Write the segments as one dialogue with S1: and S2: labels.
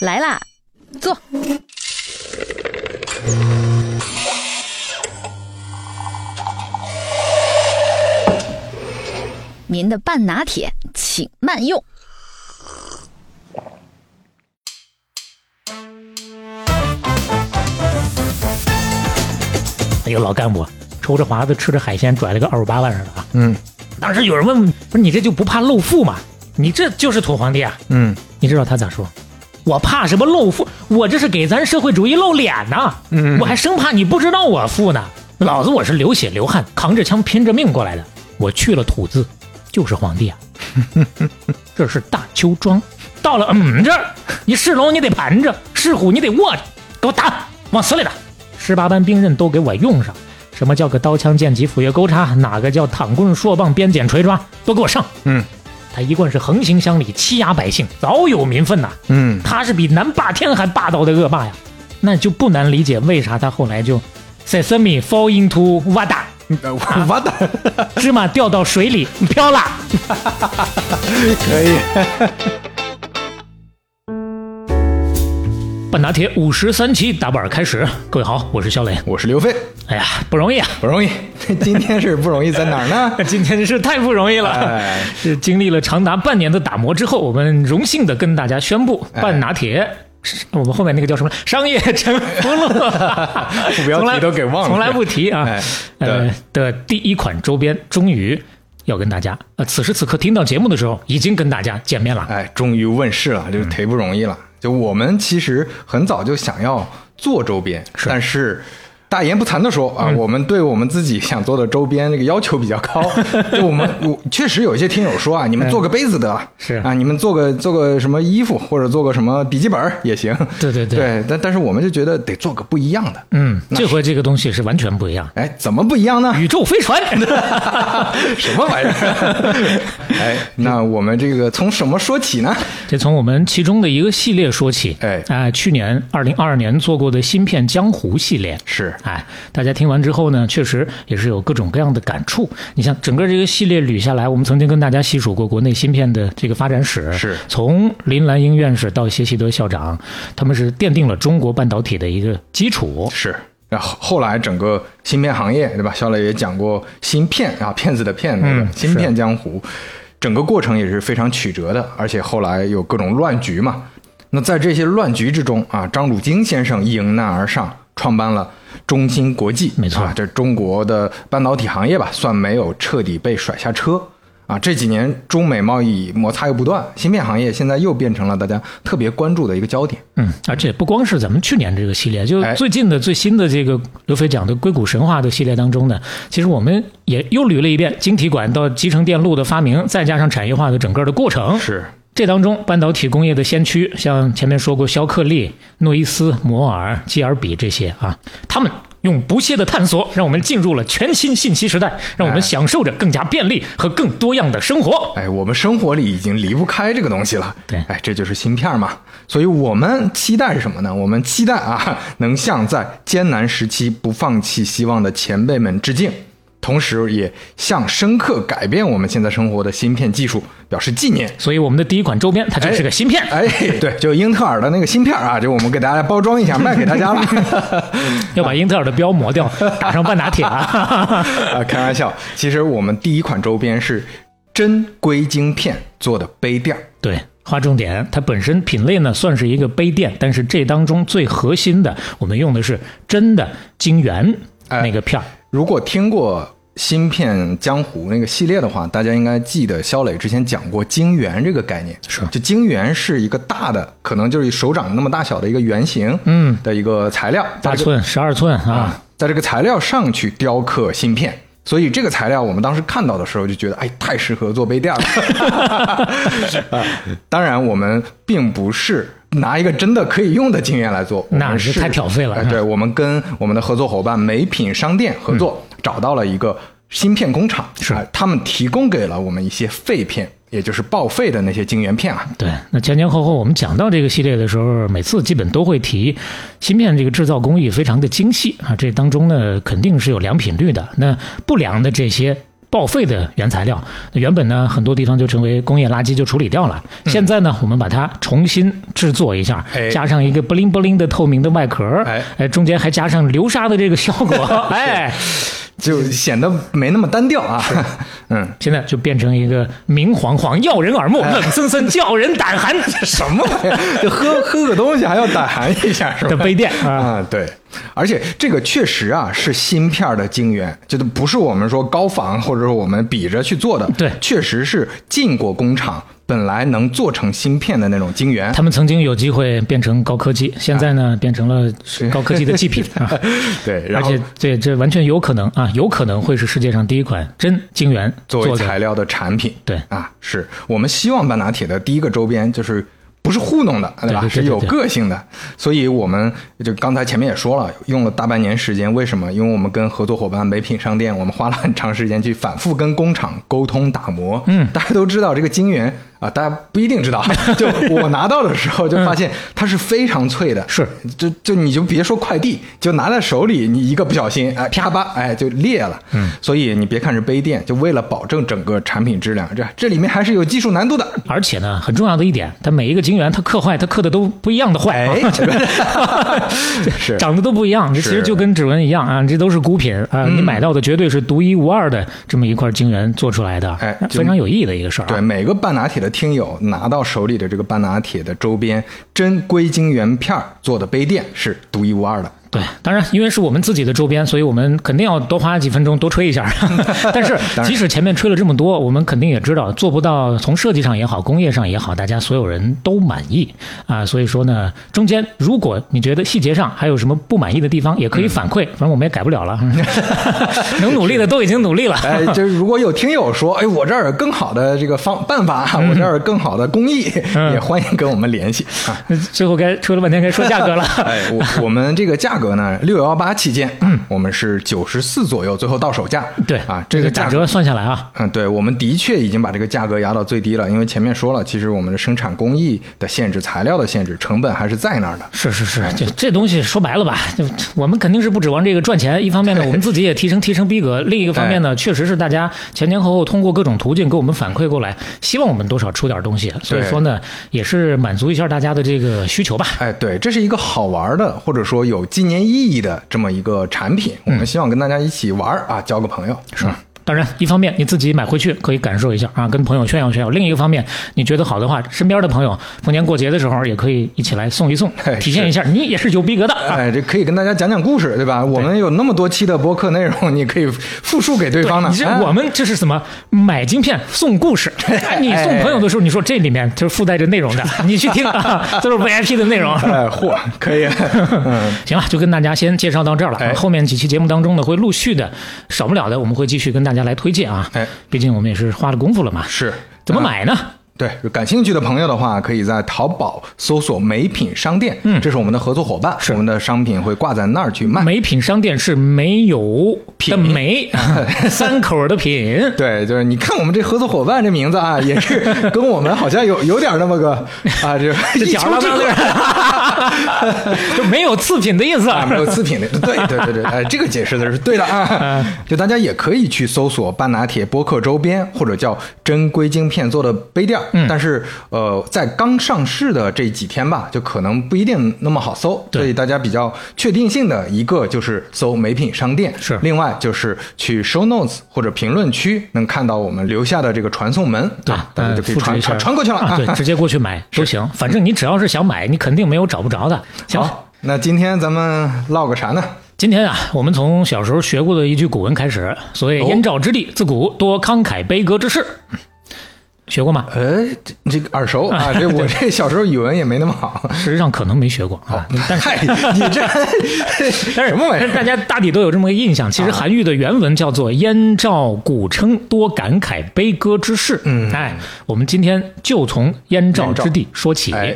S1: 来啦，坐。您的半拿铁，请慢用。
S2: 哎呦，老干部抽着华子吃着海鲜，拽了个二五八万似的啊！
S3: 嗯
S2: 当时有人问，不是你这就不怕露富吗？你这就是土皇帝啊！
S3: 嗯
S2: 你知道他咋说？我怕什么露富？我这是给咱社会主义露脸呢！
S3: 嗯
S2: 我还生怕你不知道我富呢。老子我是流血流汗，扛着枪拼着命过来的。我去了土字，就是皇帝啊！这是大邱庄，到了嗯这儿，你是龙你得盘着，是虎你得卧着，给我打，往死里打！十八般兵刃都给我用上。什么叫个刀枪剑戟斧钺钩叉？哪个叫躺棍槊棒鞭锏锤抓？都给我上！
S3: 嗯
S2: 他一贯是横行乡里，欺压百姓，早有民愤呐、
S3: 嗯
S2: 他是比南霸天还霸道的恶霸呀，那就不难理解为啥他后来就 sesame fall into water
S3: 嗯，完 蛋，
S2: 芝麻掉到水里飘了。
S3: 可以，
S2: 半拿铁五十三期打板开始，各位好，我是肖磊。
S3: 我是刘飞，
S2: 哎呀，不容易啊，
S3: 不容易，今天是不容易在哪儿呢？
S2: 今天是太不容易了。
S3: 哎
S2: 是 经历了长达半年的打磨之后，我们荣幸的跟大家宣布，
S3: 哎
S2: 半拿铁。是我们后面那个 叫什么？商业沉浮录，
S3: 副标题
S2: 从来
S3: 都给忘了
S2: 从来不提啊。
S3: 哎
S2: 呃
S3: 对
S2: 的第一款周边终于要跟大家，呃，此时此刻听到节目的时候，已经跟大家见面了。
S3: 哎，终于问世了，就是忒不容易了。就我们其实很早就想要做周边，但是大言不惭的说
S2: 嗯
S3: 啊，我们对我们自己想做的周边这个要求比较 高。就我们我确实有一些听友说啊，你们做个杯子得了，
S2: 嗯是
S3: 啊，你们做个做个什么衣服或者做个什么笔记本儿也行。
S2: 对对对
S3: 对，但但是我们就觉得得做个不一样的。
S2: 嗯，这回这个东西是完全不一样，
S3: 哎，怎么不一样呢？
S2: 宇宙飞船。
S3: 什么玩意儿？ 哎，那我们这个从什么说起呢？
S2: 这从我们其中的一个系列说起，
S3: 哎
S2: 啊、去年二零二二年做过的芯片江湖系列，
S3: 是
S2: 哎，大家听完之后呢，确实也是有各种各样的感触。你像整个这个系列捋下来，我们曾经跟大家细数过国内芯片的这个发展史，
S3: 是
S2: 从林兰英院士到谢希德校长，他们是奠定了中国半导体的一个基础。
S3: 是。然后后来整个芯片行业，对吧？肖磊也讲过芯片啊，骗子的骗，对吧
S2: 嗯
S3: 芯片江湖，整个过程也是非常曲折的，而且后来有各种乱局嘛。那在这些乱局之中啊，张汝京先生迎难而上，创办了中芯国际，
S2: 没错
S3: 啊，这中国的半导体行业吧，算没有彻底被甩下车啊。这几年中美贸易摩擦又不断，芯片行业现在又变成了大家特别关注的一个焦点。
S2: 嗯，而且不光是咱们去年这个系列，就
S3: 哎
S2: 最近的最新的这个刘飞讲的硅谷神话的系列当中呢，其实我们也又捋了一遍晶体管到集成电路的发明，再加上产业化的整个的过程。
S3: 是，
S2: 这当中，半导体工业的先驱，像前面说过肖克利、诺伊斯、摩尔、基尔比这些啊，他们用不懈的探索，让我们进入了全新信息时代，让我们
S3: 哎
S2: 享受着更加便利和更多样的生活。
S3: 哎，我们生活里已经离不开这个东西了。
S2: 对
S3: 哎，这就是芯片嘛。所以我们期待是什么呢？我们期待啊，能向在艰难时期不放弃希望的前辈们致敬，同时也向深刻改变我们现在生活的芯片技术表示纪念。
S2: 所以，我们的第一款周边，它就是个芯片。
S3: 哎，对，就英特尔的那个芯片啊，就我们给大家包装一下，卖给大家了。
S2: 要把英特尔的标磨掉，打上半打铁 啊！
S3: 啊，开玩笑，其实我们第一款周边是真硅晶片做的杯垫儿。
S2: 对，划重点，它本身品类呢算是一个杯垫，但是这当中最核心的，我们用的是真的晶圆
S3: 哎
S2: 那个片儿。
S3: 如果听过芯片江湖那个系列的话，大家应该记得肖磊之前讲过晶圆这个概念。
S2: 是
S3: 就晶圆是一个大的，可能就是手掌那么大小的一个圆形，
S2: 嗯，
S3: 的一个材料，
S2: 八
S3: 在这个
S2: 寸、十二寸啊，
S3: 在这个材料上去雕刻芯片。所以这个材料我们当时看到的时候就觉得，哎，太适合做杯 垫了。啊当然，我们并不是拿一个真的可以用的晶圆来做，
S2: 那
S3: 我们
S2: 是
S3: 是
S2: 太挑费了
S3: 哎对，我们跟我们的合作伙伴美品商店合作，找到了一个芯片工厂，
S2: 是
S3: 哎他们提供给了我们一些废片，也就是报废的那些晶圆片啊。
S2: 对，那前前后后我们讲到这个系列的时候，每次基本都会提芯片这个制造工艺非常的精细啊，这当中呢肯定是有良品率的。那不良的这些报废的原材料。那原本呢，很多地方就成为工业垃圾就处理掉了。现在呢，我们把它重新制作一下
S3: 嗯哎，
S2: 加上一个不灵不灵的透明的外壳，
S3: 哎
S2: 哎，中间还加上流沙的这个效 果，哎，
S3: 就显得没那么单调啊。 嗯，
S2: 现在就变成一个明晃晃、耀人耳目、
S3: 哎
S2: 冷森森、叫人胆寒
S3: 什么玩 意儿？就喝喝个东西还要胆寒一下是
S2: 的
S3: 吧？
S2: 杯垫 啊。
S3: 啊，对，而且这个确实啊是芯片儿的晶圆，这都不是我们说高仿或者说我们比着去做的，
S2: 对
S3: 确实是进过工厂，本来能做成芯片的那种晶圆
S2: 他。们曾经有机会变成高科
S3: 啊
S2: 技，现在呢变成了高科技的祭 品啊。
S3: 对，
S2: 而
S3: 然后
S2: 且这这完全有可能啊，有可能会是世界上第一款真晶圆
S3: 作
S2: 做
S3: 为
S2: 的。
S3: 材料的产品，
S2: 对
S3: 啊，是我们希望半拿铁的第一个周边就是。不是糊弄的，对吧？
S2: 对对对
S3: 是有
S2: 对
S3: 个性的，所以我们就刚才前面也说了，用了大半年时间。为什么？因为我们跟合作伙伴北品商店，我们花了很长时间去反复跟工厂沟通打磨。嗯，大家都知道这个晶圆啊，大家不一定知 道。就我拿到的时候，就发现它是非常脆的。
S2: 是，
S3: 就就你就别说快递，就拿在手里，你一个不小心，哎，啪吧，哎，就裂了。嗯，所以你别看是杯垫，就为了保证整个产品质量，这这里面还是有技术难度的。
S2: 而且呢，很重要的一点，它每一个晶圆它刻坏，它刻的都不一样的坏，
S3: 哎
S2: 啊，
S3: 这个是
S2: 长得都不一样。这其实就跟指纹一样啊，这都是孤品啊，
S3: 嗯
S2: 你买到的绝对是独一无二的这么一块晶圆做出来的
S3: 哎，就
S2: 非常有意义的一个事儿啊。
S3: 对每个半拿铁的听友拿到手里的这个半拿铁的周边，真硅晶圆片儿做的杯垫是独一无二的。
S2: 对，当然，因为是我们自己的周边，所以我们肯定要多花几分钟多吹一 下。但是，即使前面吹了这么多，我们肯定也知道做不到，从设计上也好，工业上也好，大家所有人都满意啊、所以说呢，中间如果你觉得细节上还有什么不满意的地方，也可以反 馈，反正我们也改不了了， 能努力的都已经努力了。
S3: 哎，就是如果有听友说，哎，我这儿有更好的这个方办法，啊我这儿有更好的工艺，也欢迎跟我们联系啊。
S2: 那 最后该吹了半天，该说价格了。
S3: 哎，我我们这个价格呢，六幺八期间，嗯，我们是九十四左右，最后到手价。
S2: 对
S3: 啊，这个价
S2: 打
S3: 格，
S2: 折算下来啊，
S3: 嗯，对，我们的确已经把这个价格压到最低了，因为前面说了，其实我们的生产工艺的限制、材料的限制、成本还是在那儿的。
S2: 是是是，这这东西说白了吧，就我们肯定是不指望这个赚钱。一方面呢，我们自己也提升提升逼格；另一个方面呢，确实是大家前前后后通过各种途径给我们反馈过来，希望我们多少出点东西。所以说呢，也是满足一下大家的这个需求吧。
S3: 哎，对，这是一个好玩的，或者说有纪念意义的这么一个产品，我
S2: 嗯
S3: 们希望跟大家一起玩儿啊，交个朋友。是
S2: 当然，一方面你自己买回去可以感受一下啊，跟朋友炫耀炫耀；另一个方面，你觉得好的话，身边的朋友逢年过节的时候也可以一起来送一送
S3: 哎，
S2: 体现一下你也是有逼格的。啊。
S3: 哎，这可以跟大家讲讲故事，对吧？我们有那么多期的播客内容，你可以复述给对
S2: 对
S3: 方呢。
S2: 你这
S3: 哎
S2: 我们这是什么？买晶片送故 事。哎你送朋友的时候，你说这里面就是附带着内容的，你去 听啊，都是 VIP 的内容。
S3: 哎，嚯，可 以，嗯，
S2: 行了，就跟大家先介绍到这儿了。
S3: 哎
S2: 后面几期节目当中呢，会陆续的，少不了的，我们会继续跟大家来推荐啊。
S3: 哎
S2: 毕竟我们也是花了功夫了嘛。
S3: 是
S2: 怎么？
S3: 啊
S2: 买呢？
S3: 对，感兴趣的朋友的话，可以在淘宝搜索“美品商店”，嗯，这是我们的合作伙伴，我们的商品会挂在那儿去卖。
S2: 美品商店是没有的没， 三口的品。
S3: 对，就是你看我们这合作伙伴这名字啊，也是跟我们好像有有点那么个啊，这
S2: 这
S3: 一
S2: 角
S3: 丘
S2: 儿
S3: 之
S2: 当啊
S3: 貉
S2: 就没有次品的意思。
S3: 啊，没有次品的，对对对对，哎，这个解释的是对的啊。
S2: 嗯
S3: 就大家也可以去搜索半拿铁播客周边，或者叫真硅晶片做的杯垫儿。
S2: 嗯
S3: 但是呃，在刚上市的这几天吧，就可能不一定那么好搜，
S2: 对
S3: 所以大家比较确定性的一个就是搜美品商店，
S2: 是
S3: 另外就是去 show notes 或者评论区能看到我们留下的这个传送门，
S2: 对呃
S3: 啊，大家就可以
S2: 复制
S3: 传
S2: 一下
S3: 传传过去了
S2: 啊，对，直接过去买都行。反正你只要是想买，你肯定没有找不着的。行，
S3: 好，那今天咱们唠个啥呢？
S2: 今天啊，我们从小时候学过的一句古文开始，所谓“
S3: 哦
S2: 燕赵之地，自古多慷慨悲歌之士”，学过吗？
S3: 哎，这这个耳 熟啊！这我这小时候语文也没那么好。
S2: 实际上可能没学过啊，但是
S3: 嗨，你这
S2: 但是
S3: 什么玩意
S2: 但是
S3: 儿？啊
S2: 大家大抵都有这么个印象。其实韩愈的原文叫做“燕赵古称多感慨悲歌之士”。嗯，哎，我们今天就从燕赵之地说起。
S3: 哎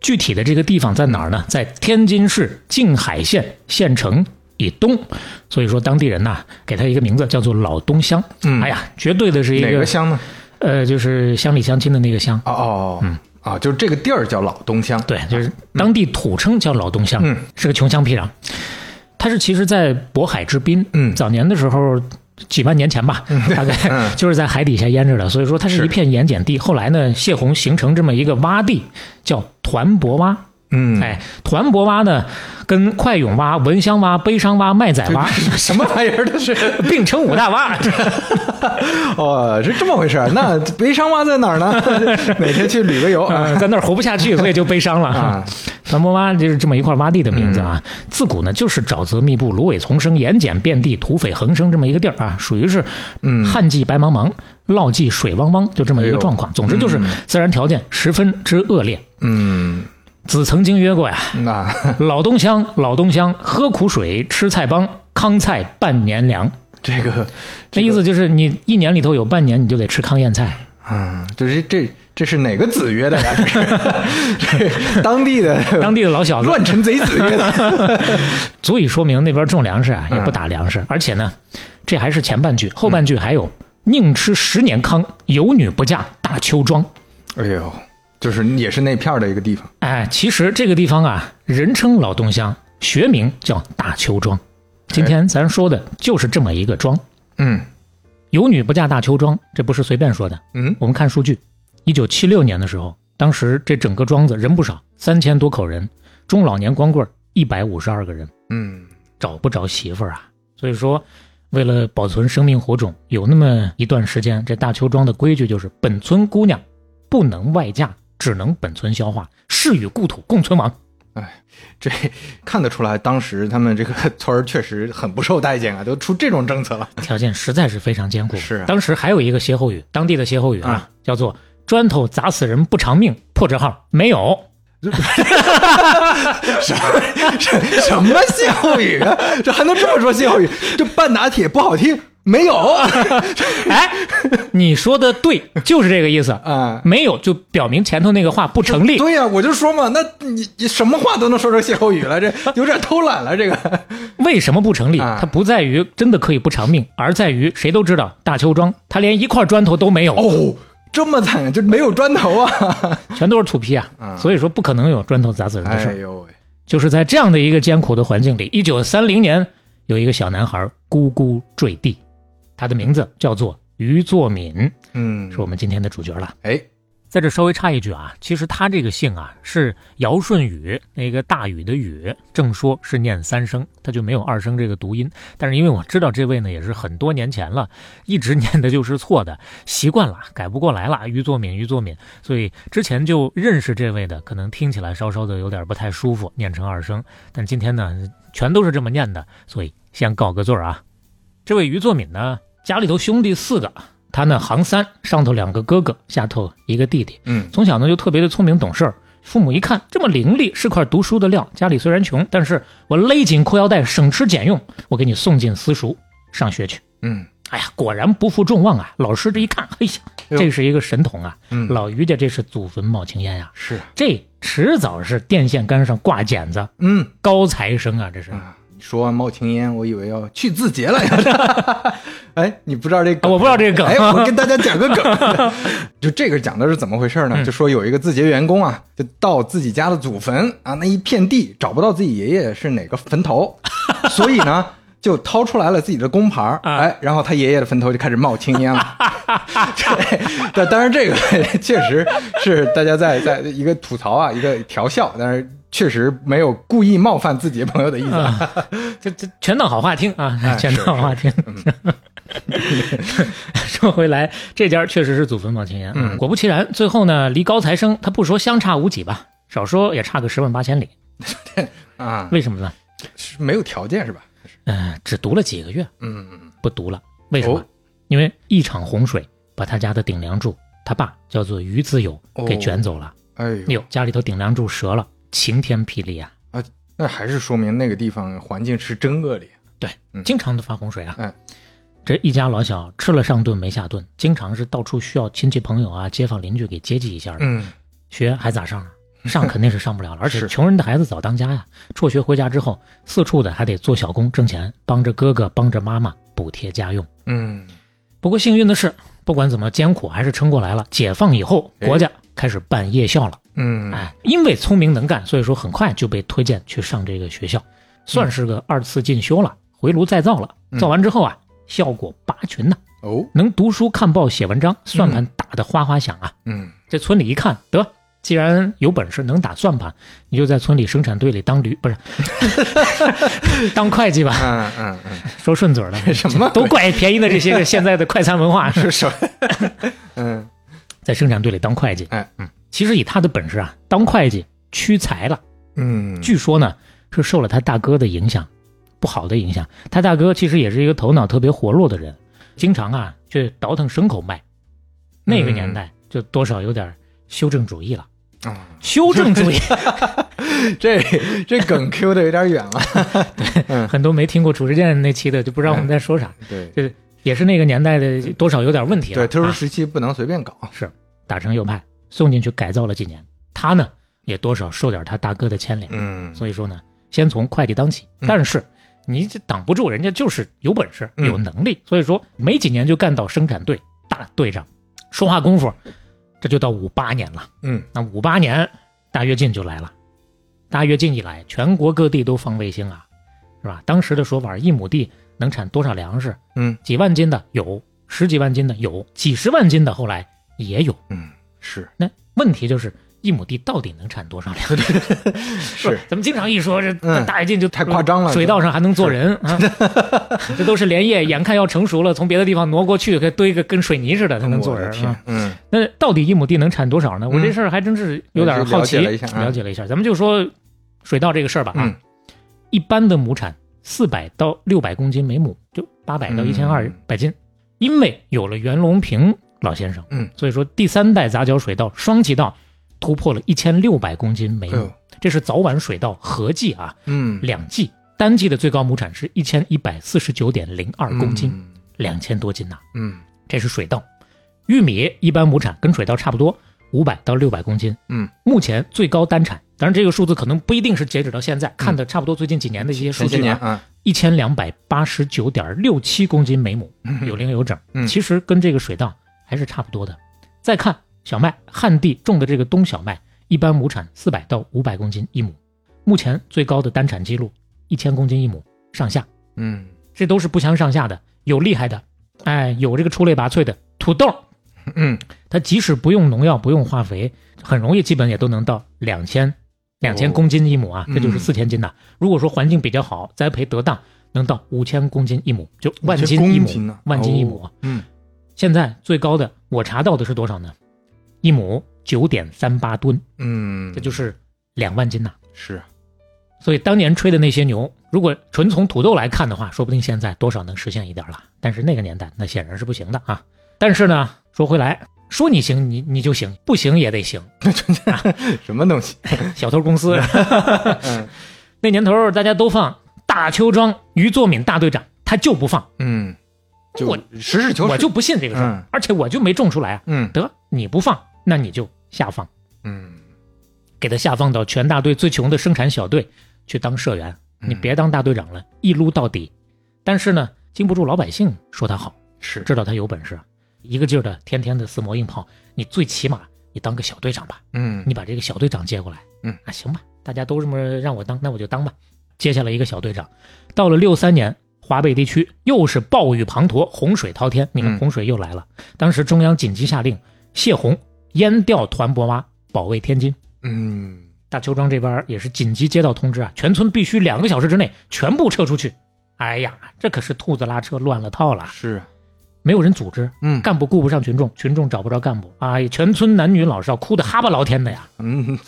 S2: 具体的这个地方在哪儿呢？在天津市静海县县城以东，所以说当地人呐、给它一个名字叫做老东乡。嗯，哎呀，绝对的是一
S3: 哪
S2: 个
S3: 个乡呢？
S2: 呃，就是乡里乡亲的那个乡。
S3: 哦哦，嗯啊，就是这个地儿叫老东乡。
S2: 对，就是当地土称叫老东乡，
S3: 嗯
S2: 是个穷乡僻壤。它是其实，在渤海之滨，
S3: 嗯嗯
S2: 早年的时候，几万年前吧， 大概就是在海底下淹着的，所以说它是
S3: 是
S2: 一片盐碱地。后来呢，泄洪形成这么一个洼地，叫团泊洼。
S3: 嗯，
S2: 哎，团泊洼呢，跟快涌洼、文香洼、悲伤洼、麦仔洼
S3: 什么玩意儿？这是
S2: 并称五大 洼。
S3: 哦，是这么回事儿。那悲伤蛙在哪儿呢？ 哪天去旅个游啊？
S2: 啊，在那儿活不下 去，所以就悲伤了。
S3: 啊嗯
S2: 团泊洼就是这么一块洼地的名字啊。自古呢，就是沼泽密布、芦苇丛生、盐碱遍地、土匪横生这么一个地儿啊，属于是旱季白茫茫，涝季水汪汪，就这么一
S3: 嗯哎
S2: 个
S3: 呦
S2: 状况。总之就是自然条件十分之恶劣。
S3: 嗯，
S2: 子曾经曰过呀
S3: 那：“
S2: 老东乡，老东乡，喝苦水，吃菜帮，糠菜半年粮。
S3: 这个”
S2: 那意思就是你一年里头有半年你就得吃糠咽菜。
S3: 嗯，就是这这是哪个子曰 的呀？这是这当地的
S2: 当地的老小子
S3: 乱臣贼子曰的。
S2: 足以说明那边种粮食啊也
S3: 嗯
S2: 不打粮食，而且呢，这还是前半句，后半句还有“宁吃十年糠，有女不嫁大邱庄
S3: 哎呦，就是也是那片儿的一个地方。”。
S2: 哎，其实这个地方啊，人称老东乡，学名叫大邱庄。今天咱说的就是这么一个庄，
S3: 嗯
S2: 有女不嫁大邱庄，这不是随便说的。
S3: 嗯，
S2: 我们看数据，一九七六年的时候，当时这整个庄子人不少，三千多口人，中老年光棍一百五十二个人。
S3: 嗯，
S2: 找不着媳妇儿啊。所以说，为了保存生命火种，有那么一段时间，这大邱庄的规矩就是本村姑娘不能外嫁，只能本村消化，是与故土共存亡。
S3: 这看得出来，当时他们这个 村儿确实很不受待见啊，都出这种政策了。
S2: 条件实在是非常艰苦。
S3: 是啊
S2: 当时还有一个歇后语，当地的歇后语啊
S3: 啊，
S2: 叫做“砖头砸死人不偿命”，破折号没有。
S3: 什么什什么歇后语啊？这还能这么说歇后语？这半打铁不好听，没有
S2: 哎， 你说的对，就是这个意思。
S3: 啊？
S2: 没有就表明前头那个话不成立。
S3: 对呀、我就说嘛，那你你什么话都能说成歇后语了， 这有点偷懒了。这个，
S2: 为什么不成立？
S3: 啊
S2: 它不在于真的可以不偿命， 而在于谁都知道大邱庄，它连一块砖头都没有，
S3: 哦，这么惨，就没有砖头啊！
S2: 全都是土坯啊，
S3: 啊
S2: 所以说不可能有砖头砸死人的事
S3: 哎
S2: 儿。
S3: 呦喂，
S2: 就是在这样的一个艰苦的环境里，一九三零年有一个小男孩咕咕坠地，他的名字叫做于作敏，
S3: 嗯
S2: 是我们今天的主角了。
S3: 哎，
S2: 在这稍微插一句啊，其实他这个姓啊是尧舜禹那个大禹的禹，正说是念三声，他就没有二声这个读音。但是因为我知道这位呢也是很多年前了，一直念的就是错的，习惯了，改不过来了。于作敏，于作敏，所以之前就认识这位的，可能听起来稍稍的有点不太舒服，念成二声。但今天呢，全都是这么念的，所以先告个罪儿啊。这位于作敏呢，家里头兄弟四个，他呢行三，上头两个哥哥，下头一个弟弟。
S3: 嗯
S2: 从小呢就特别的聪明懂事儿。父母一看这么伶俐，是块读书的料，家里虽然穷，但是我勒紧裤腰带，省吃俭用，我给你送进私塾上学去。
S3: 嗯，
S2: 哎呀，果然不负众望啊！老师这一看，哎呀，
S3: 哎呦
S2: 这是一个神童啊！
S3: 嗯
S2: 老于家这是祖坟冒青烟呀、
S3: 是，啊
S2: 这迟早是电线杆上挂剪子，
S3: 嗯
S2: 高材生啊！这是、
S3: 啊，说完冒青烟，我以为要去字节了 呀。哎，你不知道这
S2: 啊
S3: 梗
S2: 我不知道这个梗，
S3: 哎，我跟大家讲个梗， 就这个讲的是怎么回事
S2: 嗯
S3: 呢？就说有一个字节员工啊，就到自己家的祖坟啊那一片地找不到自己爷爷是哪个坟 头，所以呢。就掏出来了自己的工牌儿，
S2: 啊
S3: 哎，然后他爷爷的坟头就开始冒青 烟了。对，但当然这个 确实是大家在在一个吐槽啊，一个调笑，但是确实没有故意冒犯自己朋友的意思。
S2: 啊这这全当好话听啊，
S3: 哎
S2: 全当好话听。 说回来，这家确实是祖坟冒青烟。
S3: 嗯
S2: 啊果不其然，最后呢，离高材生他不说相差无几吧，少说也差个十万八千里。
S3: 啊，
S2: 为什么呢？
S3: 是没有条件是吧？
S2: 嗯、只读了几个月，
S3: 嗯，
S2: 不读了。为什么？
S3: 哦
S2: 因为一场洪水把他家的顶梁柱，他爸叫做于自友
S3: 哦
S2: 给卷走了。
S3: 哎呦，
S2: 哟、家里头顶梁柱折了，晴天霹雳啊！
S3: 那还是说明那个地方环境是真恶劣。
S2: 对，
S3: 嗯
S2: 经常的发洪水啊。
S3: 嗯
S2: 这一家老小吃了上顿没下顿，经常是到处需要亲戚朋友啊、街坊邻居给接济一下的。
S3: 嗯，
S2: 学还咋上 啊？上肯定是上不了了，而且
S3: 是
S2: 穷人的孩子早当家呀。辍学回家之后，四处的还得做小工挣钱，帮着哥哥、帮着妈妈补贴家用。
S3: 嗯，
S2: 不过幸运的是，不管怎么艰苦，还是撑过来了。解放以后，
S3: 哎
S2: 国家开始办夜校了。
S3: 嗯，
S2: 哎，因为聪明能干，所以说很快就被推荐去上这个学校，算是个二次进修了，回炉再造了。造完之后啊，效果拔群呐、
S3: 哦，
S2: 能读书看报写文章，算盘打得哗哗响啊！
S3: 嗯，
S2: 这村里一看，得，既然有本事能打算盘，你就在村里生产队里当驴，不是当会计吧？
S3: 嗯嗯嗯，
S2: 说顺嘴儿了，
S3: 什么
S2: 都怪便宜的这些个现在的快餐文化，
S3: 是什么？ 嗯，
S2: 在生产队里当会计。
S3: 哎，嗯
S2: 其实以他的本事啊，当会计屈才了。
S3: 嗯，
S2: 据说呢，是受了他大哥的影响，不好的影响。他大哥其实也是一个头脑特别活络的人，经常啊去倒腾牲口卖。那个年代就多少有点修正主义了。
S3: 啊，
S2: 修正主义
S3: 这这梗 Q 的有点远了。
S2: 很多没听过褚时健那期的，就不知道我们在说啥。
S3: 对
S2: 这也是那个年代的，多少有点问题了。
S3: 对，特殊
S2: 啊
S3: 时期不能随便搞。
S2: 打成右派，送进去改造了几年。他呢也多少受点他大哥的牵连。
S3: 嗯
S2: 所以说呢，先从会计当起。
S3: 嗯
S2: 但是你这挡不住人家就是有本事、
S3: 嗯
S2: 有能力，所以说没几年就干到生产队大队长，说话功夫，这就到五八年了。
S3: 嗯
S2: 那五八年大跃进就来了，大跃进一来，全国各地都放卫星啊，是吧？当时的说法，一亩地能产多少粮食？
S3: 嗯
S2: 几万斤的有，十几万斤的有，几十万斤的后来也有。
S3: 嗯，是
S2: 那问题就是。一亩地到底能产多少粮食？
S3: 是，
S2: 咱们经常一说这
S3: 嗯
S2: 大跃进就
S3: 太夸张了
S2: 水稻上还能坐人 啊，这都是连夜眼看要成熟了，从别的地方挪过去，给堆个跟水泥似的才能坐
S3: 我的
S2: 人
S3: 天
S2: 啊。
S3: 嗯
S2: 那到底一亩地能产多少呢？我这事儿还真是有点好奇，
S3: 我去了解了一下啊
S2: 了解了一下咱们就说水稻这个事儿吧啊
S3: 嗯，，
S2: 一般的亩产四百到六百公斤每亩，就八百到一千二
S3: 嗯
S2: 百斤。因为有了袁隆平老先生，
S3: 嗯，
S2: 所以说第三代杂交水稻双歧稻突破了一千六百公斤每
S3: 哎
S2: 亩
S3: 呦，，
S2: 这是早晚水稻合计啊，
S3: 嗯，
S2: 两季单季的最高亩产是一千一百四十九点零二公斤，两千、多斤呐、
S3: 嗯，
S2: 这是水稻。玉米一般亩产跟水稻差不多，五百到六百公斤。
S3: 嗯，
S2: 目前最高单产，当然这个数字可能不一定是截止到现在，看的差不多最近几年的一些
S3: 嗯，
S2: 数
S3: 前些
S2: 据
S3: 年
S2: 啊，
S3: 啊，
S2: 一千两百八十九点六七公斤每亩，有零有整。
S3: 嗯
S2: 其实跟这个水稻还是差不多的。再看小麦，旱地种的这个冬小麦，一般亩产四百到五百公斤一亩，目前最高的单产记录一千公斤一亩上下，
S3: 嗯
S2: 这都是不相上下的。有厉害的，哎，有这个出类拔萃的土豆，
S3: 嗯，
S2: 它即使不用农药、不用化肥，很容易基本也都能到两千两千
S3: 哦
S2: 公斤一亩啊，这就是
S3: 嗯
S2: 四千斤呐、如果说环境比较好，栽培得当，能到五千公斤一亩，就万斤一
S3: 公
S2: 亩，
S3: 斤呢，
S2: 万斤一亩。啊
S3: 哦，嗯，
S2: 现在最高的我查到的是多少呢？一亩九点三八吨，
S3: 嗯，
S2: 这就是两万斤呐、
S3: 是，
S2: 所以当年吹的那些牛，如果纯从土豆来看的话，说不定现在多少能实现一点了。但是那个年代，那显然是不行的啊。但是呢，说回来，说你行，你你就行，不行也得行。
S3: 什么 东西？
S2: 小偷公 司
S3: 嗯
S2: 那年头，大家都放大邱庄于作敏大队长，他就不放，
S3: 嗯，就
S2: 我
S3: 实事求
S2: 我
S3: 是，
S2: 就不信这个事儿，
S3: 嗯
S2: 而且我就没种出来啊。
S3: 嗯
S2: 得，你不放，那你就下放。
S3: 嗯，
S2: 给他下放到全大队最穷的生产小队去当社员，
S3: 嗯
S2: 你别当大队长了，一撸到底。但是呢，经不住老百姓说他好，
S3: 是，
S2: 知道他有本事，啊一个劲儿的天天的自磨硬泡。你最起码你当个小队长吧，
S3: 嗯
S2: 你把这个小队长接过来，
S3: 嗯，
S2: 啊行吧，大家都这么让我当，那我就当吧。接下来一个小队长，到了六三年，华北地区又是暴雨滂沱，洪水滔天，你看
S3: 嗯
S2: 洪水又来了。当时中央紧急下令泄洪，淹掉团泊洼，保卫天津。
S3: 嗯
S2: 大邱庄这边儿也是紧急接到通知啊，全村必须两个小时之内全部撤出去。哎呀，这可是兔子拉车乱了套了，
S3: 是，
S2: 没有人组织，
S3: 嗯
S2: 干部顾不上群众，群众找不着干部，哎，全村男女老少哭得哈巴老天的呀，
S3: 嗯，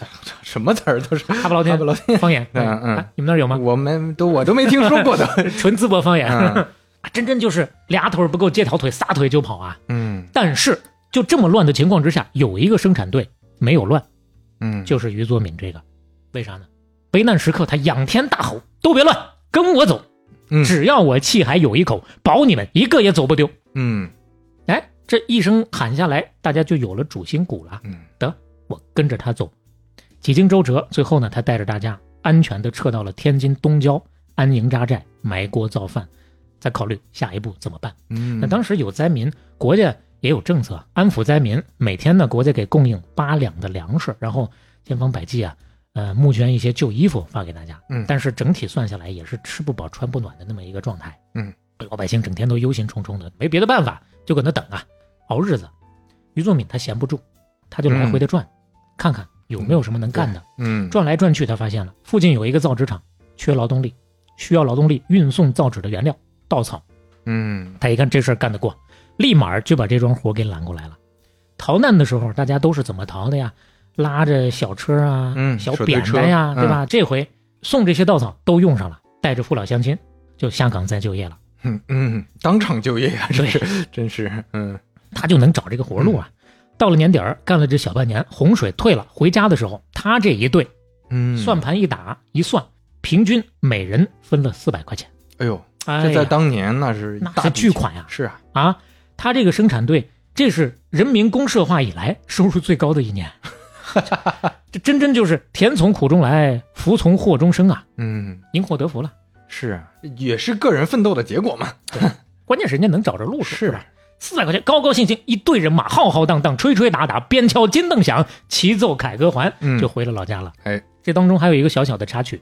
S3: 什么词儿都是
S2: 哈巴老天
S3: 哈巴老 天，
S2: 方言，
S3: 嗯嗯
S2: 哎你们那儿有吗？
S3: 我们都我都没听说 过的。
S2: 纯淄博方言，
S3: 嗯
S2: 啊真真就是俩腿儿不够借条腿，撒腿就跑啊！
S3: 嗯
S2: 但是就这么乱的情况之下，有一个生产队没有乱，
S3: 嗯，
S2: 就是于作敏这个，为啥呢？危难时刻他仰天大吼：“都别乱，跟我走！”
S3: 嗯
S2: 只要我气还有一口，保你们一个也走不丢。
S3: 嗯
S2: 哎，这一声喊下来，大家就有了主心骨了。
S3: 嗯
S2: 得，我跟着他走。几经周折，最后呢，他带着大家安全的撤到了天津东郊安营扎寨，埋锅造饭，再考虑下一步怎么办。
S3: 嗯，
S2: 那当时有灾民，国家也有政策安抚灾民，每天呢，国家给供应八两的粮食，然后千方百计啊，呃，募捐一些旧衣服发给大家。
S3: 嗯
S2: 但是整体算下来也是吃不饱穿不暖的那么一个状态。
S3: 嗯，
S2: 老百姓整天都忧心忡忡的，没别的办法，就搁那等啊，熬日子。于仲敏他闲不住，他就来回的转，看看有没有什么能干的。
S3: 嗯，
S2: 转来转去，他发现了附近有一个造纸厂，缺劳动力，需要劳动力运送造纸的原料稻草。
S3: 嗯
S2: 他一看这事儿干得过，立马就把这桩活给揽过来了。逃难的时候，大家都是怎么逃的呀？拉着小车啊，
S3: 嗯
S2: 小
S3: 水
S2: 扁
S3: 车
S2: 担呀，
S3: 嗯
S2: 对吧？这回送这些稻草都用上了，带着父老乡亲就下岗再就业了，
S3: 嗯嗯，当场就业呀，这
S2: 对
S3: 是真是，嗯
S2: 他就能找这个活路啊。到了年底儿，干了这小半年，洪水退了，回家的时候，他这一队
S3: 嗯，
S2: 算盘一打一算，平均每人分了四百块钱，
S3: 哎呦，
S2: 哎
S3: 这在
S2: 呀，
S3: 当年那是
S2: 那
S3: 大
S2: 是
S3: 笔
S2: 巨
S3: 钱
S2: 款呀！
S3: 是啊，
S2: 啊，他这个生产队，这是人民公社化以来收入最高的一年， 这真真就是甜从苦中来，福从祸中生啊，
S3: 嗯，
S2: 因祸得福了。
S3: 是啊，也是个人奋斗的结果嘛，
S2: 关键是人家能找着路数，
S3: 是啊
S2: 吧？四百块钱，高高兴兴，一队人马浩浩荡荡，吹吹打打，边敲金凳响，齐奏凯歌还，
S3: 嗯
S2: 就回了老家了。
S3: 哎，
S2: 这当中还有一个小小的插曲，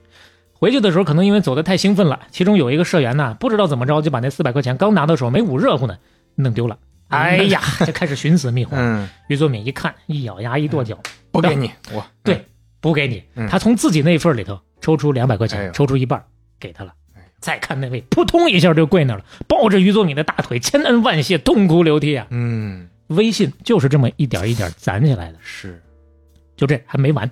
S2: 回去的时候可能因为走得太兴奋了，其中有一个社员呐，不知道怎么着就把那四百块钱刚拿到手没捂热乎呢，弄丢了。哎呀， 就开始寻死觅活。
S3: 嗯，
S2: 于作敏一看，一咬牙，一跺脚，
S3: 不给你，我，
S2: 对，不给你
S3: 嗯。
S2: 他从自己那份里头抽出两百块
S3: 哎
S2: 钱，
S3: 呦
S2: 抽出一半给他了
S3: 哎呦。
S2: 再看那位，扑通一下就跪那儿了，抱着于作敏的大腿，千恩万谢，痛哭流涕啊！
S3: 嗯，
S2: 微信就是这么一点一点攒起来的。
S3: 是，
S2: 就这还没完，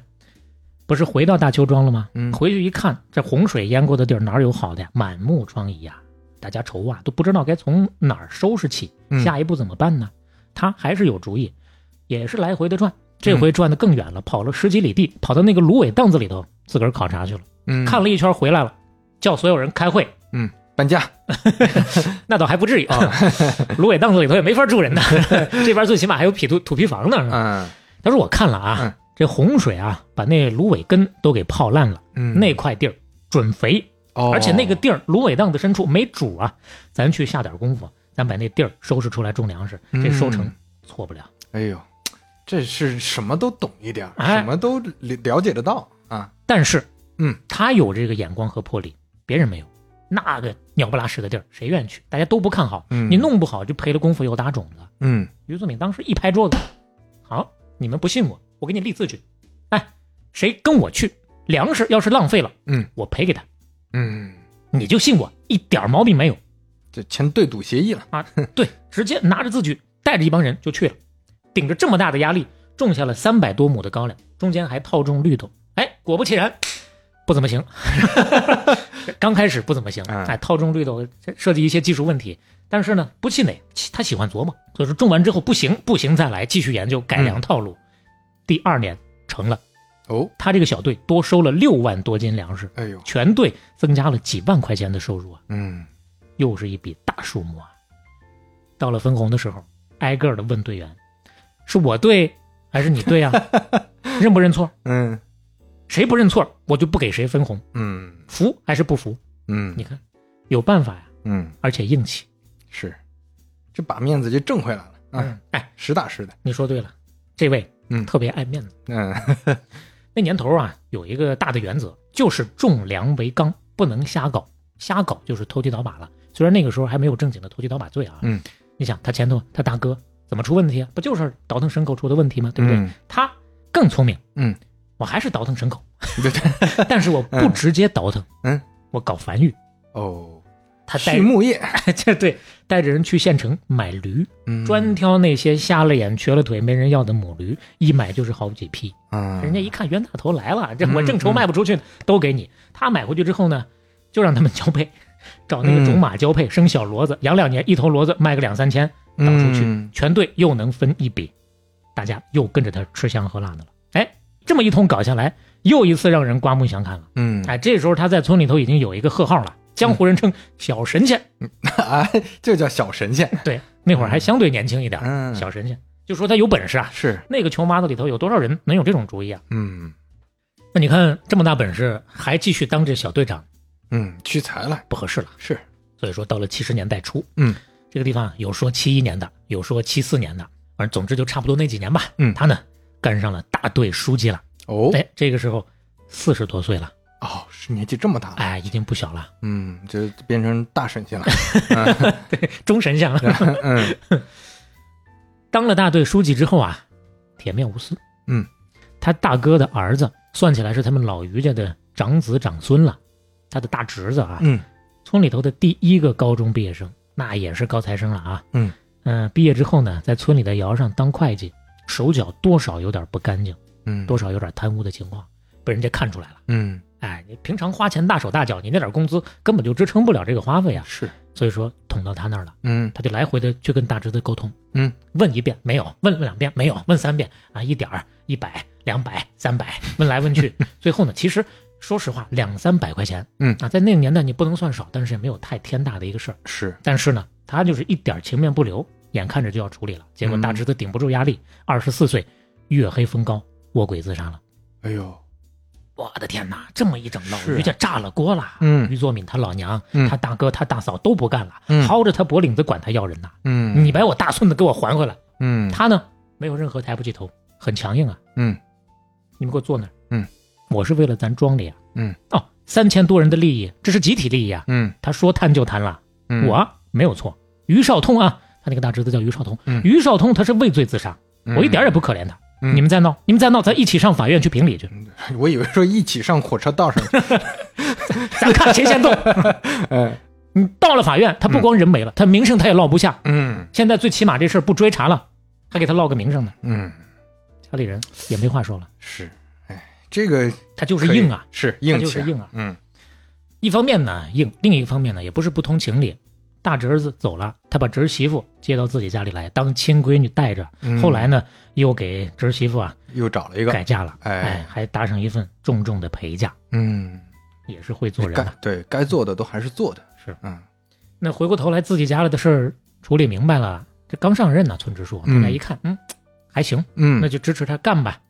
S2: 不是回到大邱庄了吗？
S3: 嗯
S2: 回去一看，这洪水淹过的地儿哪儿有好的呀？满目疮痍呀！大家愁啊，都不知道该从哪儿收拾起，
S3: 嗯
S2: 下一步怎么办呢？他还是有主意，也是来回的
S3: 嗯
S2: 转，这回转的更远了，跑了十几里地，跑到那个芦苇荡子里头自个儿考察去了，
S3: 嗯，
S2: 看了一圈回来了，叫所有人开会，
S3: 嗯，搬家，
S2: 那倒还不至于啊， 芦苇荡子里头也没法住人呢，这边最起码还有土土坯房呢，是吧？
S3: 嗯
S2: 他说我看了啊，
S3: 嗯
S2: 这洪水啊，把那芦苇根都给泡烂了，
S3: 嗯，
S2: 那块地儿准肥，
S3: 哦，
S2: 而且那个地儿芦苇荡子深处没主啊，咱去下点功夫，咱把那地儿收拾出来种粮食，这收成
S3: 嗯
S2: 错不了。
S3: 哎呦，这是什么都懂一点儿，
S2: 哎
S3: 什么都了了解得到啊。
S2: 但是，
S3: 嗯，
S2: 他有这个眼光和魄力，别人没有。那个鸟不拉屎的地儿，谁愿意去？大家都不看好，
S3: 嗯
S2: 你弄不好就赔了功夫又打种子。
S3: 嗯
S2: 于作敏当时一拍桌子，好，你们不信我，我给你立字据。哎，谁跟我去？粮食要是浪费了，
S3: 嗯，
S2: 我赔给他。
S3: 嗯，
S2: 你就信我，一点毛病没有
S3: 这签对赌协议了，
S2: 啊！对， 直接拿着字据，带着一帮人就去了，顶着这么大的压力，种下了三百多亩的高粱，中间还套种绿豆。哎，果不其然，不怎么行。 刚开始不怎么行，
S3: 嗯
S2: 哎，套种绿豆这涉及一些技术问题，但是呢，不气馁，其他喜欢琢磨，所以说种完之后不行，不行再来，继续研究改良套路。第二年成了，
S3: 哦，
S2: 他这个小队多收了六万多斤粮食，
S3: 哎呦，
S2: 全队增加了几万块钱的收入啊！
S3: 嗯
S2: 又是一笔大数目啊。到了分红的时候，挨个的问队员：“是我对还是你对 啊？认不认错？
S3: 嗯
S2: 谁不认错，我就不给谁分红。
S3: 嗯
S2: 服还是不服？
S3: 嗯
S2: 你看，有办法呀，
S3: 嗯，
S2: 而且硬气。
S3: 是，这把面子就挣回来了啊，，
S2: 哎，
S3: 实打实的，
S2: 你说对了，这位，
S3: 嗯
S2: 特别爱面子。
S3: 嗯，
S2: 那年头啊，有一个大的原则，就是重粮为纲，不能瞎搞。瞎搞就是投机倒把了。虽然那个时候还没有正经的投机倒把罪啊，
S3: 嗯，
S2: 你想他前头他大哥怎么出问题啊？不就是倒腾牲口出的问题吗？对不对？
S3: 嗯
S2: 他更聪明，
S3: 嗯，
S2: 我还是倒腾牲口，
S3: 对对，
S2: 但是我不
S3: 嗯
S2: 直接倒腾，
S3: 嗯，
S2: 我搞繁育。
S3: 哦，
S2: 他带
S3: 畜牧业，
S2: 这 对带着人去县城买驴，
S3: 嗯
S2: 专挑那些瞎了眼、瘸了腿、没人要的母驴，一买就是好几匹。
S3: 啊，
S2: 人家一看冤大头来了，这
S3: 嗯
S2: 我正愁卖不出去呢，都给你。他买回去之后呢，就让他们交配，找那个
S3: 嗯
S2: 种马交配，生小骡子，养两年，一头骡子卖个两三千，倒出去，
S3: 嗯
S2: 全队又能分一笔，大家又跟着他吃香喝辣的了。哎，这么一通搞下来，又一次让人刮目相看了。
S3: 嗯，
S2: 哎，这时候他在村里头已经有一个贺号了，江湖人称小神仙。
S3: 哎，这叫小神仙，
S2: 对，那会儿还相对年轻一点，
S3: 嗯，
S2: 小神仙就说他有本事啊。
S3: 是，
S2: 那个穷麻子里头有多少人能有这种主意啊？
S3: 嗯
S2: 那你看这么大本事，还继续当这小队长
S3: 嗯，屈才了，
S2: 不合适了。
S3: 是，
S2: 所以说，到了七十年代初，
S3: 嗯，
S2: 这个地方有说七一年的，有说七四年的，反正总之就差不多那几年吧。
S3: 嗯
S2: 他呢干上了大队书记了。
S3: 哦
S2: 哎哎，这个时候四十多岁了，
S3: 哦，是年纪这么大了，
S2: 哎，已经不小 了，
S3: 嗯，就变成大 神仙了。
S2: 中神像了。
S3: 嗯
S2: 当了大队书记之后啊，铁面无私。
S3: 嗯，
S2: 他大哥的儿子算起来是他们老于家的长子长孙了，他的大侄子啊，
S3: 嗯
S2: 村里头的第一个高中毕业生，那也是高材生了啊。
S3: 嗯
S2: 嗯、毕业之后呢，在村里的窑上当会计，手脚多少有点不干净，
S3: 嗯，
S2: 多少有点贪污的情况，被人家看出来了。
S3: 嗯
S2: 哎，你平常花钱大手大脚，你那点工资根本就支撑不了这个花费啊。
S3: 是
S2: 所以说捅到他那儿了，
S3: 嗯
S2: 他就来回的去跟大侄子沟通，
S3: 嗯，
S2: 问一遍没有，问两遍没有，问三遍啊，一点儿、一百、两百、三百，问来问 去，最后呢，其实说实话，两三百块钱，
S3: 嗯
S2: 啊，在那个年代你不能算少，但是也没有太天大的一个事儿。
S3: 是
S2: 但是呢，他就是一点情面不留，眼看着就要处理了，结果大侄子顶不住压力，二十四岁，月黑风高，卧轨自杀了。
S3: 哎呦，
S2: 我的天哪，这么一整，老
S3: 是啊
S2: 于家炸了锅了。
S3: 嗯
S2: 于作敏他老娘、
S3: 嗯
S2: 他大哥、他大嫂都不干了，
S3: 嗯
S2: 薅着他脖领子管他要人呐。
S3: 嗯
S2: 你把我大孙子给我还回来。
S3: 嗯
S2: 他呢，没有任何抬不起头，很强硬啊。
S3: 嗯
S2: 你们给我坐那儿。
S3: 嗯，
S2: 我是为了咱庄里啊。
S3: 嗯
S2: 哦，三千多人的利益，这是集体利益啊。
S3: 嗯
S2: 他说贪就贪了，
S3: 嗯
S2: 我啊没有错。于少通啊，他那个大侄子叫于少通，
S3: 嗯
S2: 于少通他是畏罪自杀，我一点也不
S3: 不，
S2: 可怜他。
S3: 嗯
S2: 你们再闹，你们再闹，咱一起上法院去评理去，
S3: 我以为说一起上火车道上，
S2: 咱看谁先动。
S3: 哎
S2: 你嗯到了法院，他不光人没了，他名声他也落不下。
S3: 嗯
S2: 现在最起码这事儿不追查了，还给他落个名声呢，
S3: 嗯
S2: 家里人也没话说了。
S3: 是，哎，这个
S2: 他就
S3: 不
S2: 是硬啊，，
S3: 是硬
S2: 他
S3: 气，
S2: 就是硬啊。
S3: 嗯
S2: 一方面呢硬，另一方面呢也不是不通情理。大侄儿子走了，他把侄媳妇接到自己家里来当亲闺女带着。
S3: 嗯
S2: 后来呢，又给侄媳妇啊
S3: 又找了一个，
S2: 改嫁了，
S3: 哎
S2: 哎，还搭上一份重重的陪嫁，
S3: 嗯，
S2: 也是会做人
S3: 该
S2: 啊。
S3: 对该做的都还是做的，
S2: 是
S3: 嗯
S2: 那回过头来，自己家里的事儿处理明白了，这刚上任呢，村支书，大家
S3: 嗯
S2: 一看，嗯，还行，那
S3: 嗯
S2: 就支持他干吧。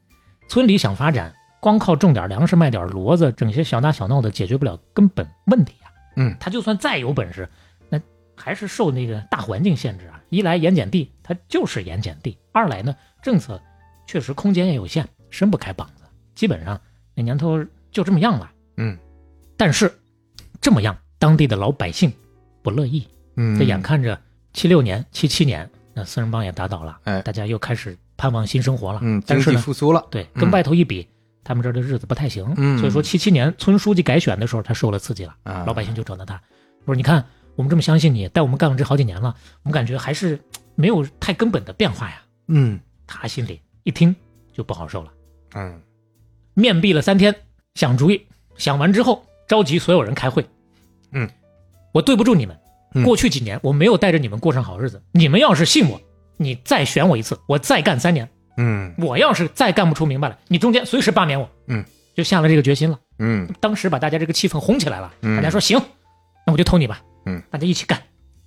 S2: 村里想发展，光靠种点粮食、卖点骡子，整些小打小闹的，解决不了根本问题啊。
S3: 嗯，
S2: 他就算再有本事，那还是受那个大环境限制啊。一来盐碱地，它就是盐碱地；二来呢，政策确实空间也有限，伸不开膀子，基本上那年头就这么样了。
S3: 嗯
S2: 但是这么样，当地的老百姓不乐意，
S3: 嗯，
S2: 这眼看着七六年、七七年，那四人帮也打倒了，
S3: 哎
S2: 大家又开始盼望新生活了。
S3: 嗯，
S2: 啊但
S3: 经
S2: 是
S3: 济
S2: 呢，
S3: 复苏了，
S2: 对，
S3: 嗯
S2: 跟外头一比，他们这儿的日子不太行。
S3: 嗯
S2: 所以说七七年村书记改选的时候，他受了刺激了，
S3: 啊
S2: 老百姓就找到他，说你看我们这么相信你，带我们干了这好几年了，我们感觉还是嘖没有太根本的变化呀。
S3: 嗯
S2: 他心里一听就不好受了，
S3: 嗯
S2: 面壁了三天，想主意，想完之后召集所有人开会。
S3: 嗯，
S2: 我对不住你们，
S3: 嗯
S2: 过去几年我没有带着你们过上好日子，你们要是信我，你再选我一次，我再干三年。
S3: 嗯
S2: 我要是再干不出明白来，你中间随时罢免我。
S3: 嗯，
S2: 就下了这个决心了。
S3: 嗯
S2: 当时把大家这个气氛烘起来了，
S3: 嗯
S2: 大家说行，那我就投你吧。
S3: 嗯，
S2: 大家一起干，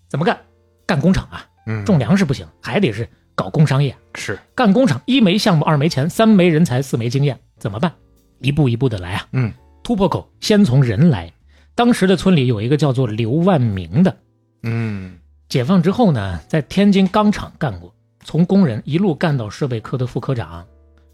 S2: 怎么干？干工厂啊，
S3: 嗯，
S2: 种粮食不行，还得是搞工商业。
S3: 是，
S2: 干工厂，一没项目，二没钱，三没人才，四没经验，怎么办？一步一步的来啊，
S3: 嗯
S2: 突破口先从人来。当时的村里有一个叫做刘万明的，
S3: 嗯
S2: 解放之后呢，在天津钢厂干过，从工人一路干到设备科的副科长。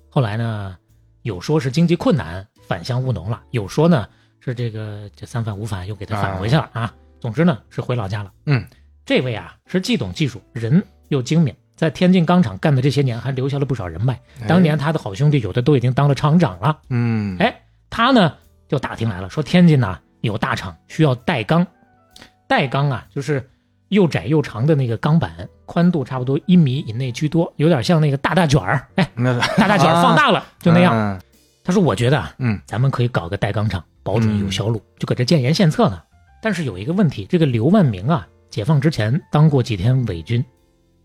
S2: 后来呢，有说是经济困难返乡务农了，有说呢是这个这三反五反又给他返回去了啊。总之呢是回老家了。
S3: 嗯，
S2: 这位啊是既懂技术，人又精明，在天津钢厂干的这些年还留下了不少人脉。
S3: 哎
S2: 当年他的好兄弟有的都已经当了厂长了。
S3: 嗯
S2: 哎，他呢就打听来了，说天津呐、有大厂需要带钢，带钢啊就是又窄又长的那个钢板，宽度差不多一米以内居多，有点像那个大大卷儿，哎，
S3: 那啊
S2: 大大卷儿放大了、就那样。
S3: 样，
S2: 他说我觉得啊，
S3: 嗯
S2: 咱们可以搞个带钢厂，保准有销路，就搁这建言献策呢。但是有一个问题，这个刘万明啊，解放之前当过几天伪军，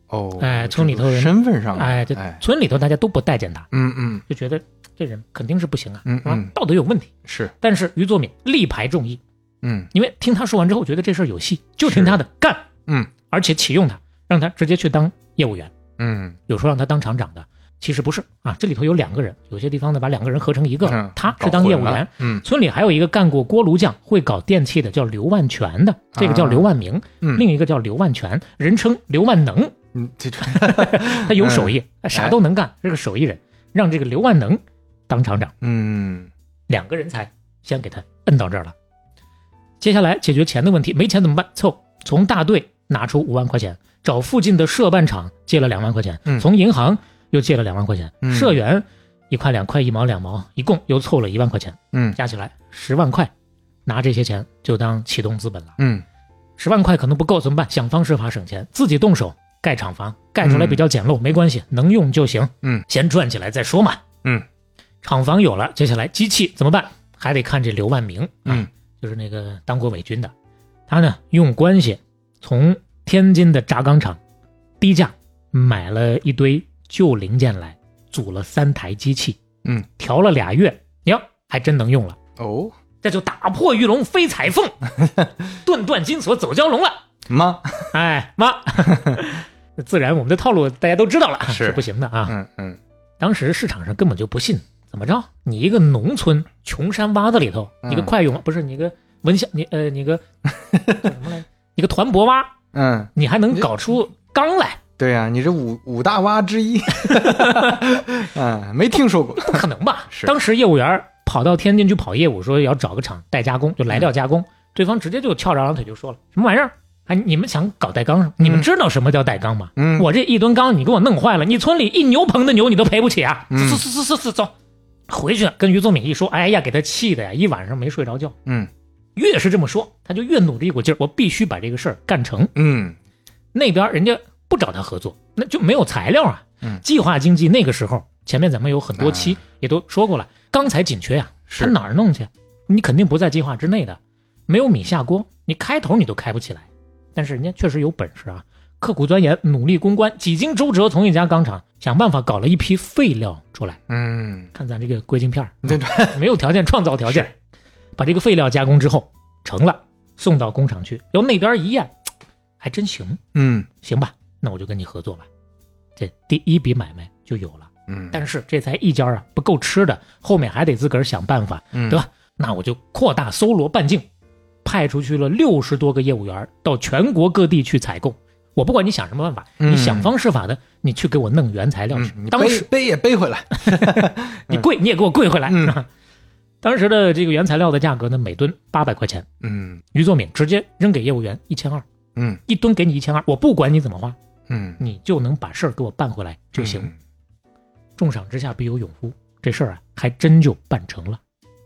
S3: 哦，
S2: 哎村里头人
S3: 身份上的，
S2: 哎，这
S3: 哎，
S2: 村里头大家都不待见他，
S3: 嗯嗯
S2: 就觉得这人肯定是不行啊，
S3: 嗯
S2: 啊
S3: 嗯，
S2: 道德有问题。
S3: 是，
S2: 但是于作敏力排众议，
S3: 嗯
S2: 因为听他说完之后，觉得这事儿有戏，就听他的干，
S3: 嗯
S2: 而且启用他，让他直接去当业务员，
S3: 嗯
S2: 有说让他当厂长的，其实不是啊，这里头有两个人，有些地方呢把两个人合成一个，
S3: 嗯
S2: 他是当业务
S3: 搞混
S2: 员
S3: 了，嗯
S2: 村里还有一个干过锅炉匠，会搞电器的叫刘万全的，这个叫刘万明，
S3: 啊嗯，
S2: 另一个叫刘万全，人称刘万能，
S3: 嗯这种
S2: 他
S3: 哎
S2: 有手艺，啥都能干，是个手艺人，让这个刘万能当厂长，
S3: 嗯
S2: 两个人才先给他摁到这儿了。接下来解决钱的问题，没钱怎么办？凑，从大队拿出五万块钱，找附近的社办厂借了两万块钱，
S3: 嗯
S2: 从银行又借了两万块钱，
S3: 嗯
S2: 社员一块两块一毛两毛，一共又凑了一万块钱，
S3: 嗯
S2: 加起来十万块，拿这些钱就当启动资本了。
S3: 嗯
S2: 十万块可能不够怎么办？想方设法省钱，自己动手盖厂房，盖出来比较简陋，没关系，能用就行。
S3: 嗯，
S2: 先赚起来再说嘛。
S3: 嗯，
S2: 厂房有了，接下来机器怎么办？还得看这刘万明，啊
S3: 嗯，
S2: 就是那个当过伪军的，他呢用关系从天津的轧钢厂低价买了一堆旧零件来，组了三台机器，
S3: 嗯，
S2: 调了俩月，哟，还真能用了。
S3: 哦
S2: 这就打破玉龙飞彩 凤，顿断金锁走蛟龙了。
S3: 妈，
S2: 哎妈， 自然我们的套路大家都知道了，
S3: 是
S2: 不行的啊。
S3: 嗯嗯
S2: 当时市场上根本就不信，怎么着？你一个农村穷山洼子里头，
S3: 嗯
S2: 你个快用不是你个文香，你呃你 个叫什么来？你个团泊洼，
S3: 嗯，
S2: 你还能搞出钢来？
S3: 对呀、你这五五大蛙之一， 嗯，没听说过，
S2: 不可能吧？
S3: 是
S2: 当时业务员跑到天津去跑业务，说要找个厂代加工，就来料加工。
S3: 嗯
S2: 对方直接就翘着二郎腿就说了：“什么玩意儿？哎，你们想搞代钢？你们知道什么叫代钢吗？
S3: 嗯
S2: 我这一吨钢你给我弄坏了，你村里一牛棚的牛你都赔不起啊！
S3: 嗯
S2: 是是是是是，走，回去跟于宗敏一说，哎呀，给他气的呀，一晚上没睡着觉。
S3: 嗯
S2: 越是这么说，他就越努着一股劲儿，我必须把这个事儿干成。
S3: 嗯
S2: 那边人家不找他合作，那就没有材料啊。
S3: 嗯啊
S2: 计划经济那个时候，前面咱们有很多期也都说过了，钢材紧缺呀、啊
S3: 是
S2: 他哪儿弄去？你肯定不在计划之内的，没有米下锅，你开头你都开不起来。但是人家确实有本事啊，刻苦钻研，努力攻关，几经周折，从一家钢厂想办法搞了一批废料出来。
S3: 嗯，
S2: 看咱这个硅晶 片儿，
S3: 对对，
S2: 没有条件创造条件，把这个废料加工之后成了，送到工厂去，由那边一验，还真行，
S3: 嗯
S2: 行吧，那我就跟你合作吧。这第一笔买卖就有了，
S3: 嗯，
S2: 但是这才一家啊，不够吃的，后面还得自个儿想办法，
S3: 嗯
S2: 对吧？那我就扩大搜罗半径，派出去了六十多个业务员儿到全国各地去采购。我不管你想什么办法，
S3: 嗯
S2: 你想方设法的，你去给我弄原材料去。
S3: 嗯，你
S2: 当
S3: 背
S2: 时
S3: 背也背回来，
S2: 你跪，你也给我跪回来。
S3: 嗯
S2: 当时的这个原材料的价格呢，每吨八百块钱。
S3: 嗯
S2: 于作敏直接扔给业务员一千二，
S3: 嗯
S2: 一吨给你一千二，我不管你怎么花，
S3: 嗯，
S2: 你就能把事儿给我办回来就行。
S3: 嗯，
S2: 重赏之下必有勇夫，这事儿啊还真就办成了，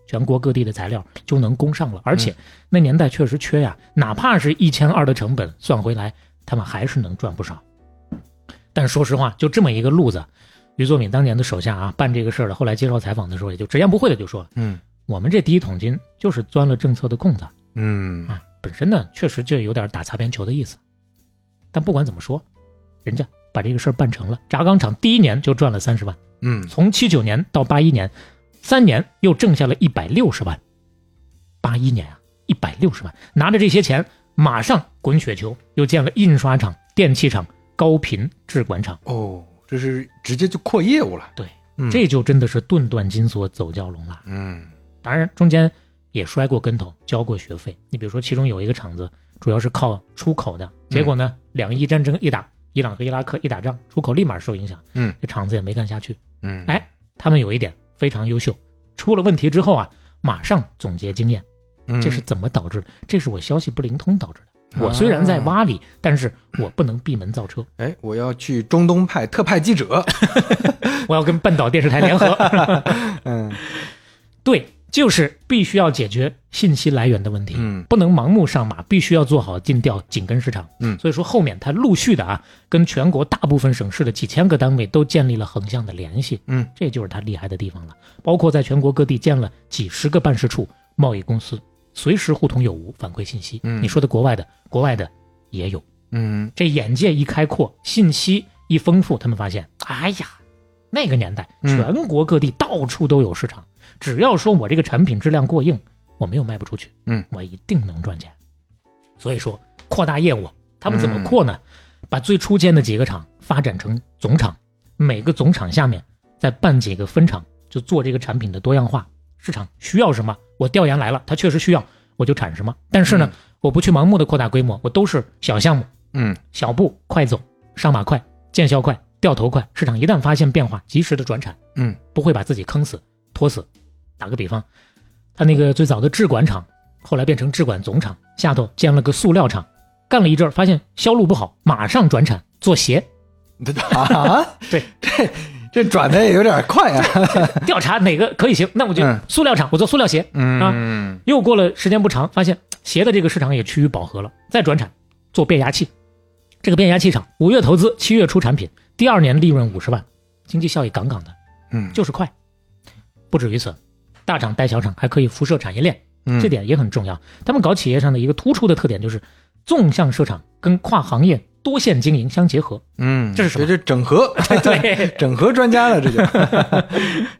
S2: 全国各地的材料就能供上了，而且那年代确实缺呀，哪怕是一千二的成本算回来，他们还是能赚不少。但说实话，就这么一个路子，于作敏当年的手下啊办这个事儿的，后来接受采访的时候也就直言不讳的就说了，
S3: 嗯
S2: 我们这第一桶金就是钻了政策的空子。
S3: 嗯
S2: 啊，本身呢确实就有点打擦边球的意思。但不管怎么说，人家把这个事儿办成了。轧钢厂第一年就赚了三十万，
S3: 嗯
S2: 从七九年到八一年，三年又挣下了一百六十万。八一年啊，一百六十万，拿着这些钱，马上滚雪球，又建了印刷厂、电器厂、高频制管厂。
S3: 哦，这是直接就扩业务了，
S2: 对，
S3: 嗯
S2: 这就真的是顿断金锁走蛟龙了。
S3: 嗯
S2: 当然中间也摔过跟头，交过学费。你比如说，其中有一个厂子主要是靠出口的，结果呢，两伊战争一打，伊朗和伊拉克一打仗，出口立马受影响，
S3: 嗯，
S2: 这厂子也没干下去。
S3: 嗯，
S2: 哎，他们有一点非常优秀，出了问题之后啊，马上总结经验，
S3: 嗯，
S2: 这是怎么导致的？这是我消息不灵通导致的。
S3: 啊
S2: 我虽然在洼里，但是我不能闭门造车，
S3: 哎，我要去中东派特派 记者，
S2: 我要跟半岛电视台联合。
S3: 嗯
S2: 对，就是必须要解决信息来源的问题，
S3: 嗯
S2: 不能盲目上马，必须要做好尽调，紧跟市场，
S3: 嗯
S2: 所以说后面他陆续的啊，跟全国大部分省市的几千个单位都建立了横向的联系，
S3: 嗯
S2: 这就是他厉害的地方了。包括在全国各地建了几十个办事处、贸易公司，随时互通有无，反馈信息。
S3: 嗯
S2: 你说的国外的，国外的也有。
S3: 嗯
S2: 这眼界一开阔，信息一丰富，他们发现，哎呀，那个年代
S3: 嗯
S2: 全国各地到处都有市场，只要说我这个产品质量过硬，我没有卖不出去，
S3: 嗯，
S2: 我一定能赚钱。所以说，扩大业务，他们怎么扩
S3: 嗯
S2: 呢？把最初建的几个厂发展成总厂，每个总厂下面再办几个分厂，就做这个产品的多样化。市场需要什么，我调研来了，它确实需要，我就产什么。但是呢，
S3: 嗯
S2: 我不去盲目的扩大规模，我都是小项目，
S3: 嗯
S2: 小步快走，上马快，见效快，掉头快。市场一旦发现变化，及时的转产，
S3: 嗯
S2: 不会把自己坑死、拖死。打个比方，他那个最早的制管厂，后来变成制管总厂，下头建了个塑料厂，干了一阵儿，发现销路不好，马上转产做 鞋。
S3: 啊，
S2: 对，
S3: 这这转的也有点快啊。
S2: 调查哪个可以行，那我就
S3: 嗯
S2: 塑料厂，我做塑料鞋。
S3: 嗯，
S2: 又过了时间不长，发现鞋的这个市场也趋于饱和了，再转产做变压器。这个变压器厂五月投资，七月出产品，第二年利润五十万，经济效益杠杠的，
S3: 嗯
S2: 就是快。不止于此，大厂带小厂，还可以辐射产业链，
S3: 嗯
S2: 这点也很重要。他们搞企业上的一个突出的特点就是纵向市场跟跨行业多线经营相结 合。
S3: 嗯，
S2: 这是什么
S3: 这 整合，
S2: 对，
S3: 整合专家了，这就。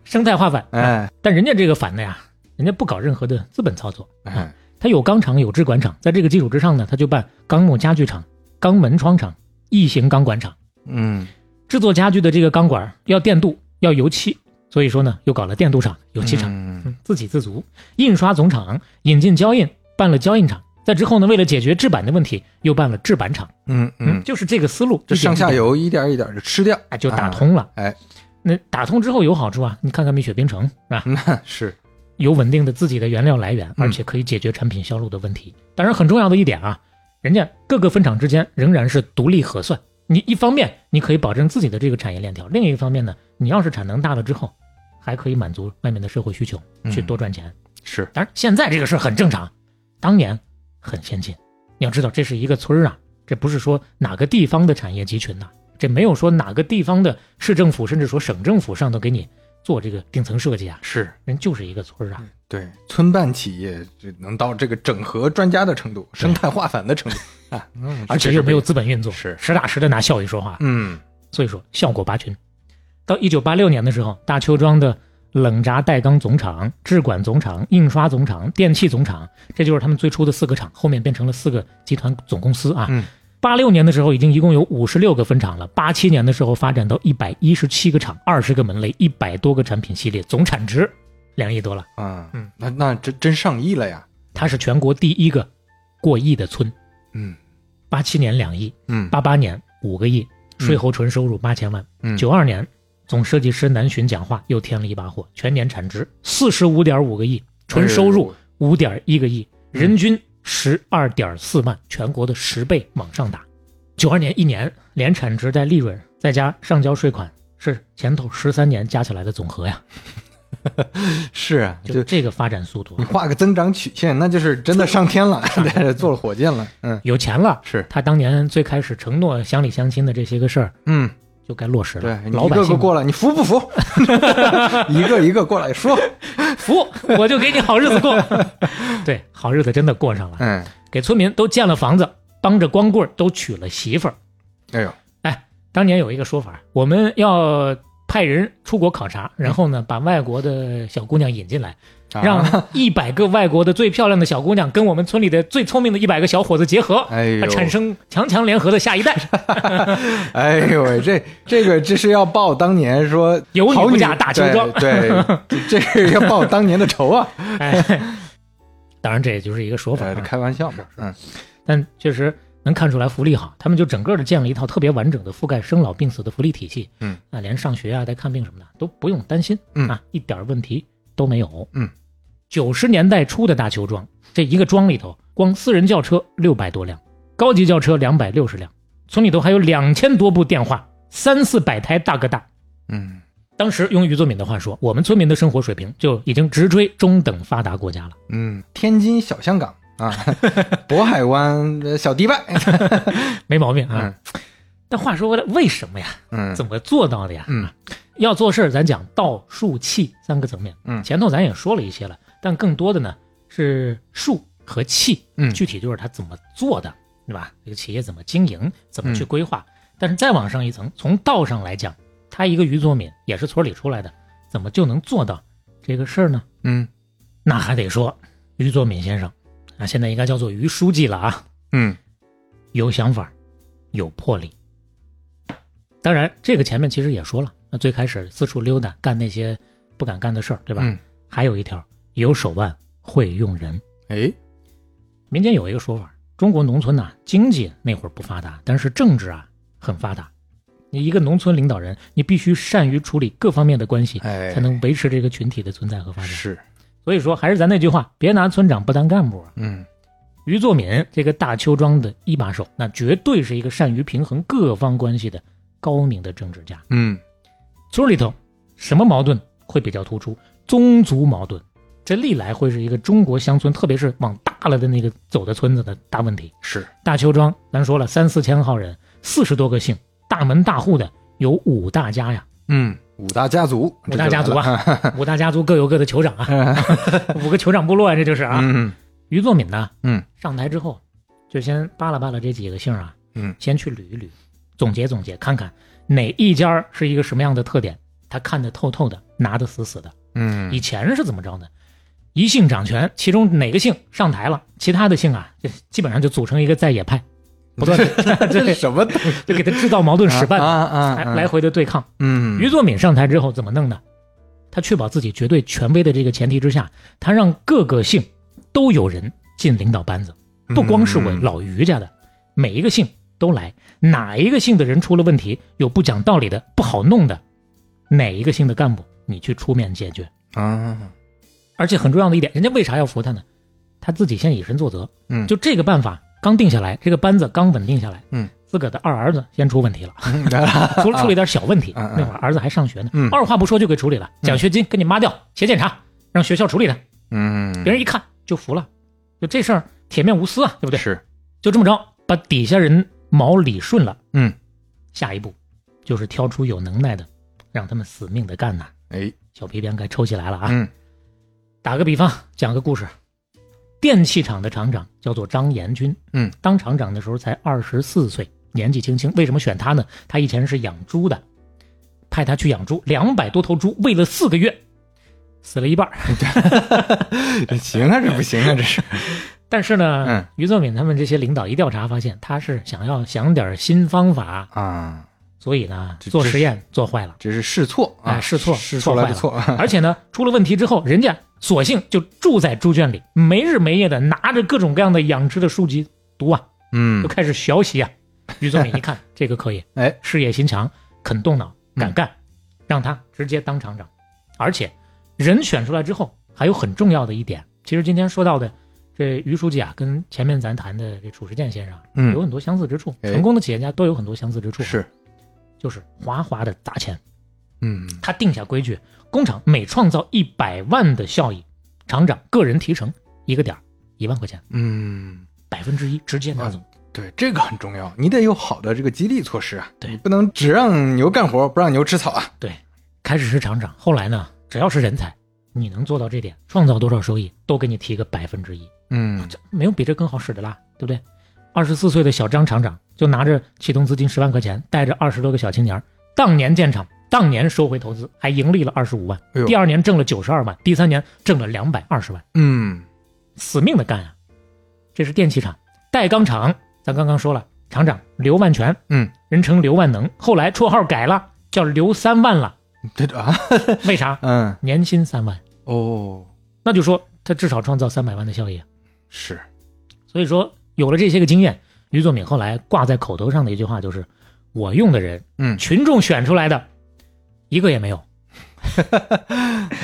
S2: 生态化反。
S3: 哎
S2: 但人家这个反的呀，人家不搞任何的资本操作，啊
S3: 哎，
S2: 它有钢厂，有制管厂，在这个基础之上呢，它就办钢木家具厂、钢门窗厂、异形钢管厂。
S3: 嗯
S2: 制作家具的这个钢管要电镀，要油漆，所以说呢，又搞了电镀厂、油漆厂，
S3: 嗯
S2: 嗯，自给自足。印刷总厂引进胶印，办了胶印厂。在之后呢，为了解决制版的问题，又办了制版厂。
S3: 嗯嗯，
S2: 就是这个思路，
S3: 这
S2: 一点
S3: 上
S2: 一
S3: 下
S2: 点
S3: 游一点一点的吃掉，
S2: 哎就打通了。
S3: 哎，
S2: 那打通之后有好处啊，你看看蜜雪冰城是吧？
S3: 那是
S2: 有稳定的自己的原料来源，
S3: 嗯
S2: 而且可以解决产品销路的问题。当然，很重要的一点啊，人家各个分厂之间仍然是独立核算。你一方面你可以保证自己的这个产业链条，另一方面呢，你要是产能大了之后，还可以满足外面的社会需求，
S3: 嗯
S2: 去多赚钱。
S3: 是，
S2: 当然，现在这个事儿很正常，当年很先进。你要知道，这是一个村儿啊，这不是说哪个地方的产业集群呐、这没有说哪个地方的市政府，甚至说省政府上头给你做这个顶层设计啊，
S3: 是
S2: 人就是一个村儿啊。
S3: 对村办企业就能到这个整合专家的程度，生态化反的 程度啊，嗯
S2: 而且又没有，资本运作，
S3: 是
S2: 实打实的拿效益说话，
S3: 嗯
S2: 所以说效果拔群。到一九八六年的时候，大邱庄的冷轧带钢总厂、制管总厂、印刷总厂、电器总厂，这就是他们最初的四个厂，后面变成了四个集团总公司啊
S3: 嗯。
S2: 八六、年的时候，已经一共有五十六个分厂了。八七年的时候，发展到一百一十七个厂，二十个门类，一百多个产品系列，总产值两亿多了。
S3: 啊
S2: 嗯，
S3: 那那真真上亿了呀，
S2: 它是全国第一个过亿的村。
S3: 嗯
S2: 八七年两亿，
S3: 嗯
S2: 八八年五个亿，税后纯收入八千万。
S3: 嗯
S2: 九二年总设计师南巡讲话又添了一把火，全年产值四十五点五个亿，纯收入五点一个亿，
S3: 哎嗯
S2: 人均十二点四万，全国的十倍往上打。九二年一年年产值带利润再加上交税款，是前头十三年加起来的总和呀，
S3: 是啊，
S2: 就
S3: 就嗯
S2: 这个发展速度啊
S3: 你，画个增长曲线，那就是真的上天了， 对，坐了火箭了，嗯
S2: 有钱了。
S3: 是
S2: 他当年最开始承诺乡里乡亲的这些个事儿，
S3: 嗯，
S2: 就该落实
S3: 对
S2: 了。，
S3: 你
S2: 老
S3: 一
S2: 百
S3: 个
S2: 姓
S3: 个
S2: 嘛
S3: 过来，你服 不服？一个一个过来 说，
S2: 服，我就给你好日子过。 对，好日子真的过上了，
S3: 嗯，
S2: 给村民都建了房子，帮着光棍儿都娶了媳妇儿。
S3: 哎呦，
S2: 哎，当年有一个说法，我们要派人出国考察，然后呢，把外国的小姑娘引进来，
S3: 啊
S2: 让一百个外国的最漂亮的小姑娘跟我们村里的最聪明的一百个小伙子结合，
S3: 哎呦
S2: 产生强强联合的下 一代。
S3: 哎呦喂，这这个这是要报当年说
S2: 有你
S3: 好
S2: 不
S3: 女
S2: 嫁大秋装
S3: 对， 对这是要报当年的仇啊！
S2: 哎，当然这也就是一个说法、
S3: 哎这
S2: 啊。
S3: 开玩笑嘛，嗯
S2: 但确实能看出来福利好，他们就整个的建了一套特别完整的覆盖生老病死的福利体系。
S3: 嗯，
S2: 啊，连上学啊、带看病什么的都不用担心，
S3: 嗯
S2: 啊，一点问题都没有。
S3: 嗯，
S2: 九十年代初的大邱庄，这一个庄里头，光私人轿车六百多辆，高级轿车两百六十辆，村里头还有两千多部电话，三四百台大哥大。
S3: 嗯，
S2: 当时用于作敏的话说，我们村民的生活水平就已经直追中等发达国家了。
S3: 嗯，天津小香港 啊，渤海湾的小迪拜，
S2: 没毛病啊。但话说回来，为什么呀？
S3: 嗯
S2: 怎么做到的呀？
S3: 嗯，
S2: 要做事儿，咱讲道、术、器三个层面。
S3: 嗯
S2: 前头咱也说了一些了，但更多的呢是术和器。
S3: 嗯
S2: 具体就是他怎么做的，对吧？这个企业怎么经
S3: 嗯
S2: 营，怎么去规划。但是再往上一层，从道上来讲，他一个于作敏也是村里出来的，怎么就能做到这个事儿呢？
S3: 嗯
S2: 那还得说于作敏先生啊，现在应该叫做于书记了啊。
S3: 嗯
S2: 有想法，有魄力。当然，这个前面其实也说了，那最开始四处溜达，干那些不敢干的事儿，对吧？
S3: 嗯
S2: 还有一条，有手腕，会用人。
S3: 哎，
S2: 民间有一个说法，中国农村呐、经济那会儿不发达，但是政治啊很发达。你一个农村领导人，你必须善于处理各方面的关系，
S3: 哎
S2: 才能维持这个群体的存在和发展。
S3: 是，
S2: 所以说，还是咱那句话，别拿村长不当干部啊。
S3: 嗯，
S2: 于作敏这个大邱庄的一把手，那绝对是一个善于平衡各方关系的高明的政治家。
S3: 嗯，
S2: 村里头什么矛盾会比较突出？宗族矛盾，这历来会是一个中国乡村，特别是往大了的那个走的村子的大问题。
S3: 是，
S2: 大邱庄，咱说了三四千号人，四十多个姓，大门大户的有五大家呀，
S3: 嗯，五大家族，
S2: 五大家族啊，五大家族各有各的酋长啊，五个酋长部落啊，这就是啊。
S3: 嗯
S2: 于作敏呢，
S3: 嗯，
S2: 上台之后就先扒拉扒拉这几个姓啊，
S3: 嗯，
S2: 先去捋一捋，总结总结，看看哪一家儿是一个什么样的特点，他看得透透的，拿得死死的。以
S3: 嗯，
S2: 前是怎么着呢？一姓掌权，其中哪个姓上台了，其他的姓啊，就基本上就组成一个在野派，不 断的
S3: 这
S2: 对，
S3: 什 么东西
S2: 就给他制造矛盾、使绊，
S3: 啊啊
S2: 来来，回的对抗。
S3: 嗯，
S2: 于作敏上台之后怎么弄呢？他确保自己绝对权威的这个前提之下，他让各个姓都有人进领导班子，不光是我老于家的，每一个姓都来。哪一个姓的人出了问题，有不讲道理的、不好弄的，哪一个姓的干部你去出面解决。
S3: 啊，
S2: 而且很重要的一点，人家为啥要服他呢？他自己先以身作则。
S3: 嗯
S2: 就这个办法刚定下来，这个班子刚稳定下来，
S3: 嗯，
S2: 自个儿的二儿子先出问 题了，处处理点小问题。
S3: 嗯嗯
S2: 那会儿儿子还上学呢，
S3: 嗯
S2: 二话不说就给处理了，奖学金跟你妈掉，写检查让学校处理的。
S3: 嗯，
S2: 别人一看就服了，就这事儿铁面无私啊，对不对？
S3: 是，
S2: 就这么着，把底下人毛理顺了。
S3: 嗯，
S2: 下一步就是挑出有能耐的，让他们死命的干呐、
S3: 哎，
S2: 小皮鞭该抽起来了啊！
S3: 嗯
S2: 打个比方，讲个故事。电器厂的厂长叫做张延军，
S3: 嗯，
S2: 当厂长的时候才二十四岁，年纪轻轻。为什么选他呢？他以前是养猪的，派他去养猪，两百多头猪，喂了四个月，死了一半儿。
S3: 行啊，这不行啊，这是，
S2: 但是呢，
S3: 嗯
S2: 于作敏他们这些领导一调查发现，他是想要想点新方法，
S3: 啊，
S2: 所以呢，
S3: 这
S2: 做
S3: 这是
S2: 实验做坏了，
S3: 这是试错啊，
S2: 哎，试错，
S3: 试
S2: 错
S3: 错
S2: 坏
S3: 来
S2: 了
S3: 的错，啊
S2: 而且呢，出了问题之后，人家索性就住在猪圈里，没日没夜的拿着各种各样的养殖的书籍读啊，
S3: 嗯
S2: 就开始学习啊。 于作敏一看 这个可以，
S3: 哎，
S2: 事业心强，肯动脑，
S3: 嗯
S2: 敢干，让他直接当厂长。而且人选出来之后，还有很重要的一点，其实今天说到的这于书记啊，跟前面咱谈的这褚时健先生啊，
S3: 嗯
S2: 有很多相似之处。
S3: 哎
S2: 成功的企业家都有很多相似之处，
S3: 是，
S2: 就是哗哗的砸钱。
S3: 嗯
S2: 他定下规矩，工厂每创造一百万的效益，厂长个人提成一个点儿一万块钱，
S3: 嗯。啊
S2: 百分之一直接拿走。
S3: 对，这个很重要，你得有好的这个激励措施啊，
S2: 对
S3: 你不能只让牛干活，不让牛吃草啊。
S2: 对，开始是厂长，后来呢，只要是人才，你能做到这点，创造多少收益都给你提个百分之一，
S3: 嗯
S2: 这没有比这更好使的啦，对不对？二十四岁的小张厂长就拿着启动资金十万块钱，带着二十多个小青年儿，当年建厂，当年收回投资，还盈利了二十五万
S3: 哎，呦
S2: 第二年挣了九十二万，第三年挣了两百二十万。
S3: 嗯
S2: 死命的干啊！这是电器厂、代钢厂，咱刚刚说了，厂长刘万全，
S3: 嗯，
S2: 人称刘万能，后来绰号改了，叫刘三万了。
S3: 对的啊，
S2: 为啥？
S3: 嗯
S2: 年薪三万，
S3: 哦，
S2: 那就说他至少创造三百万的效益啊。
S3: 是，
S2: 所以说，有了这些个经验，于作敏后来挂在口头上的一句话就是：“我用的人，
S3: 嗯
S2: 群众选出来的，一个也没有。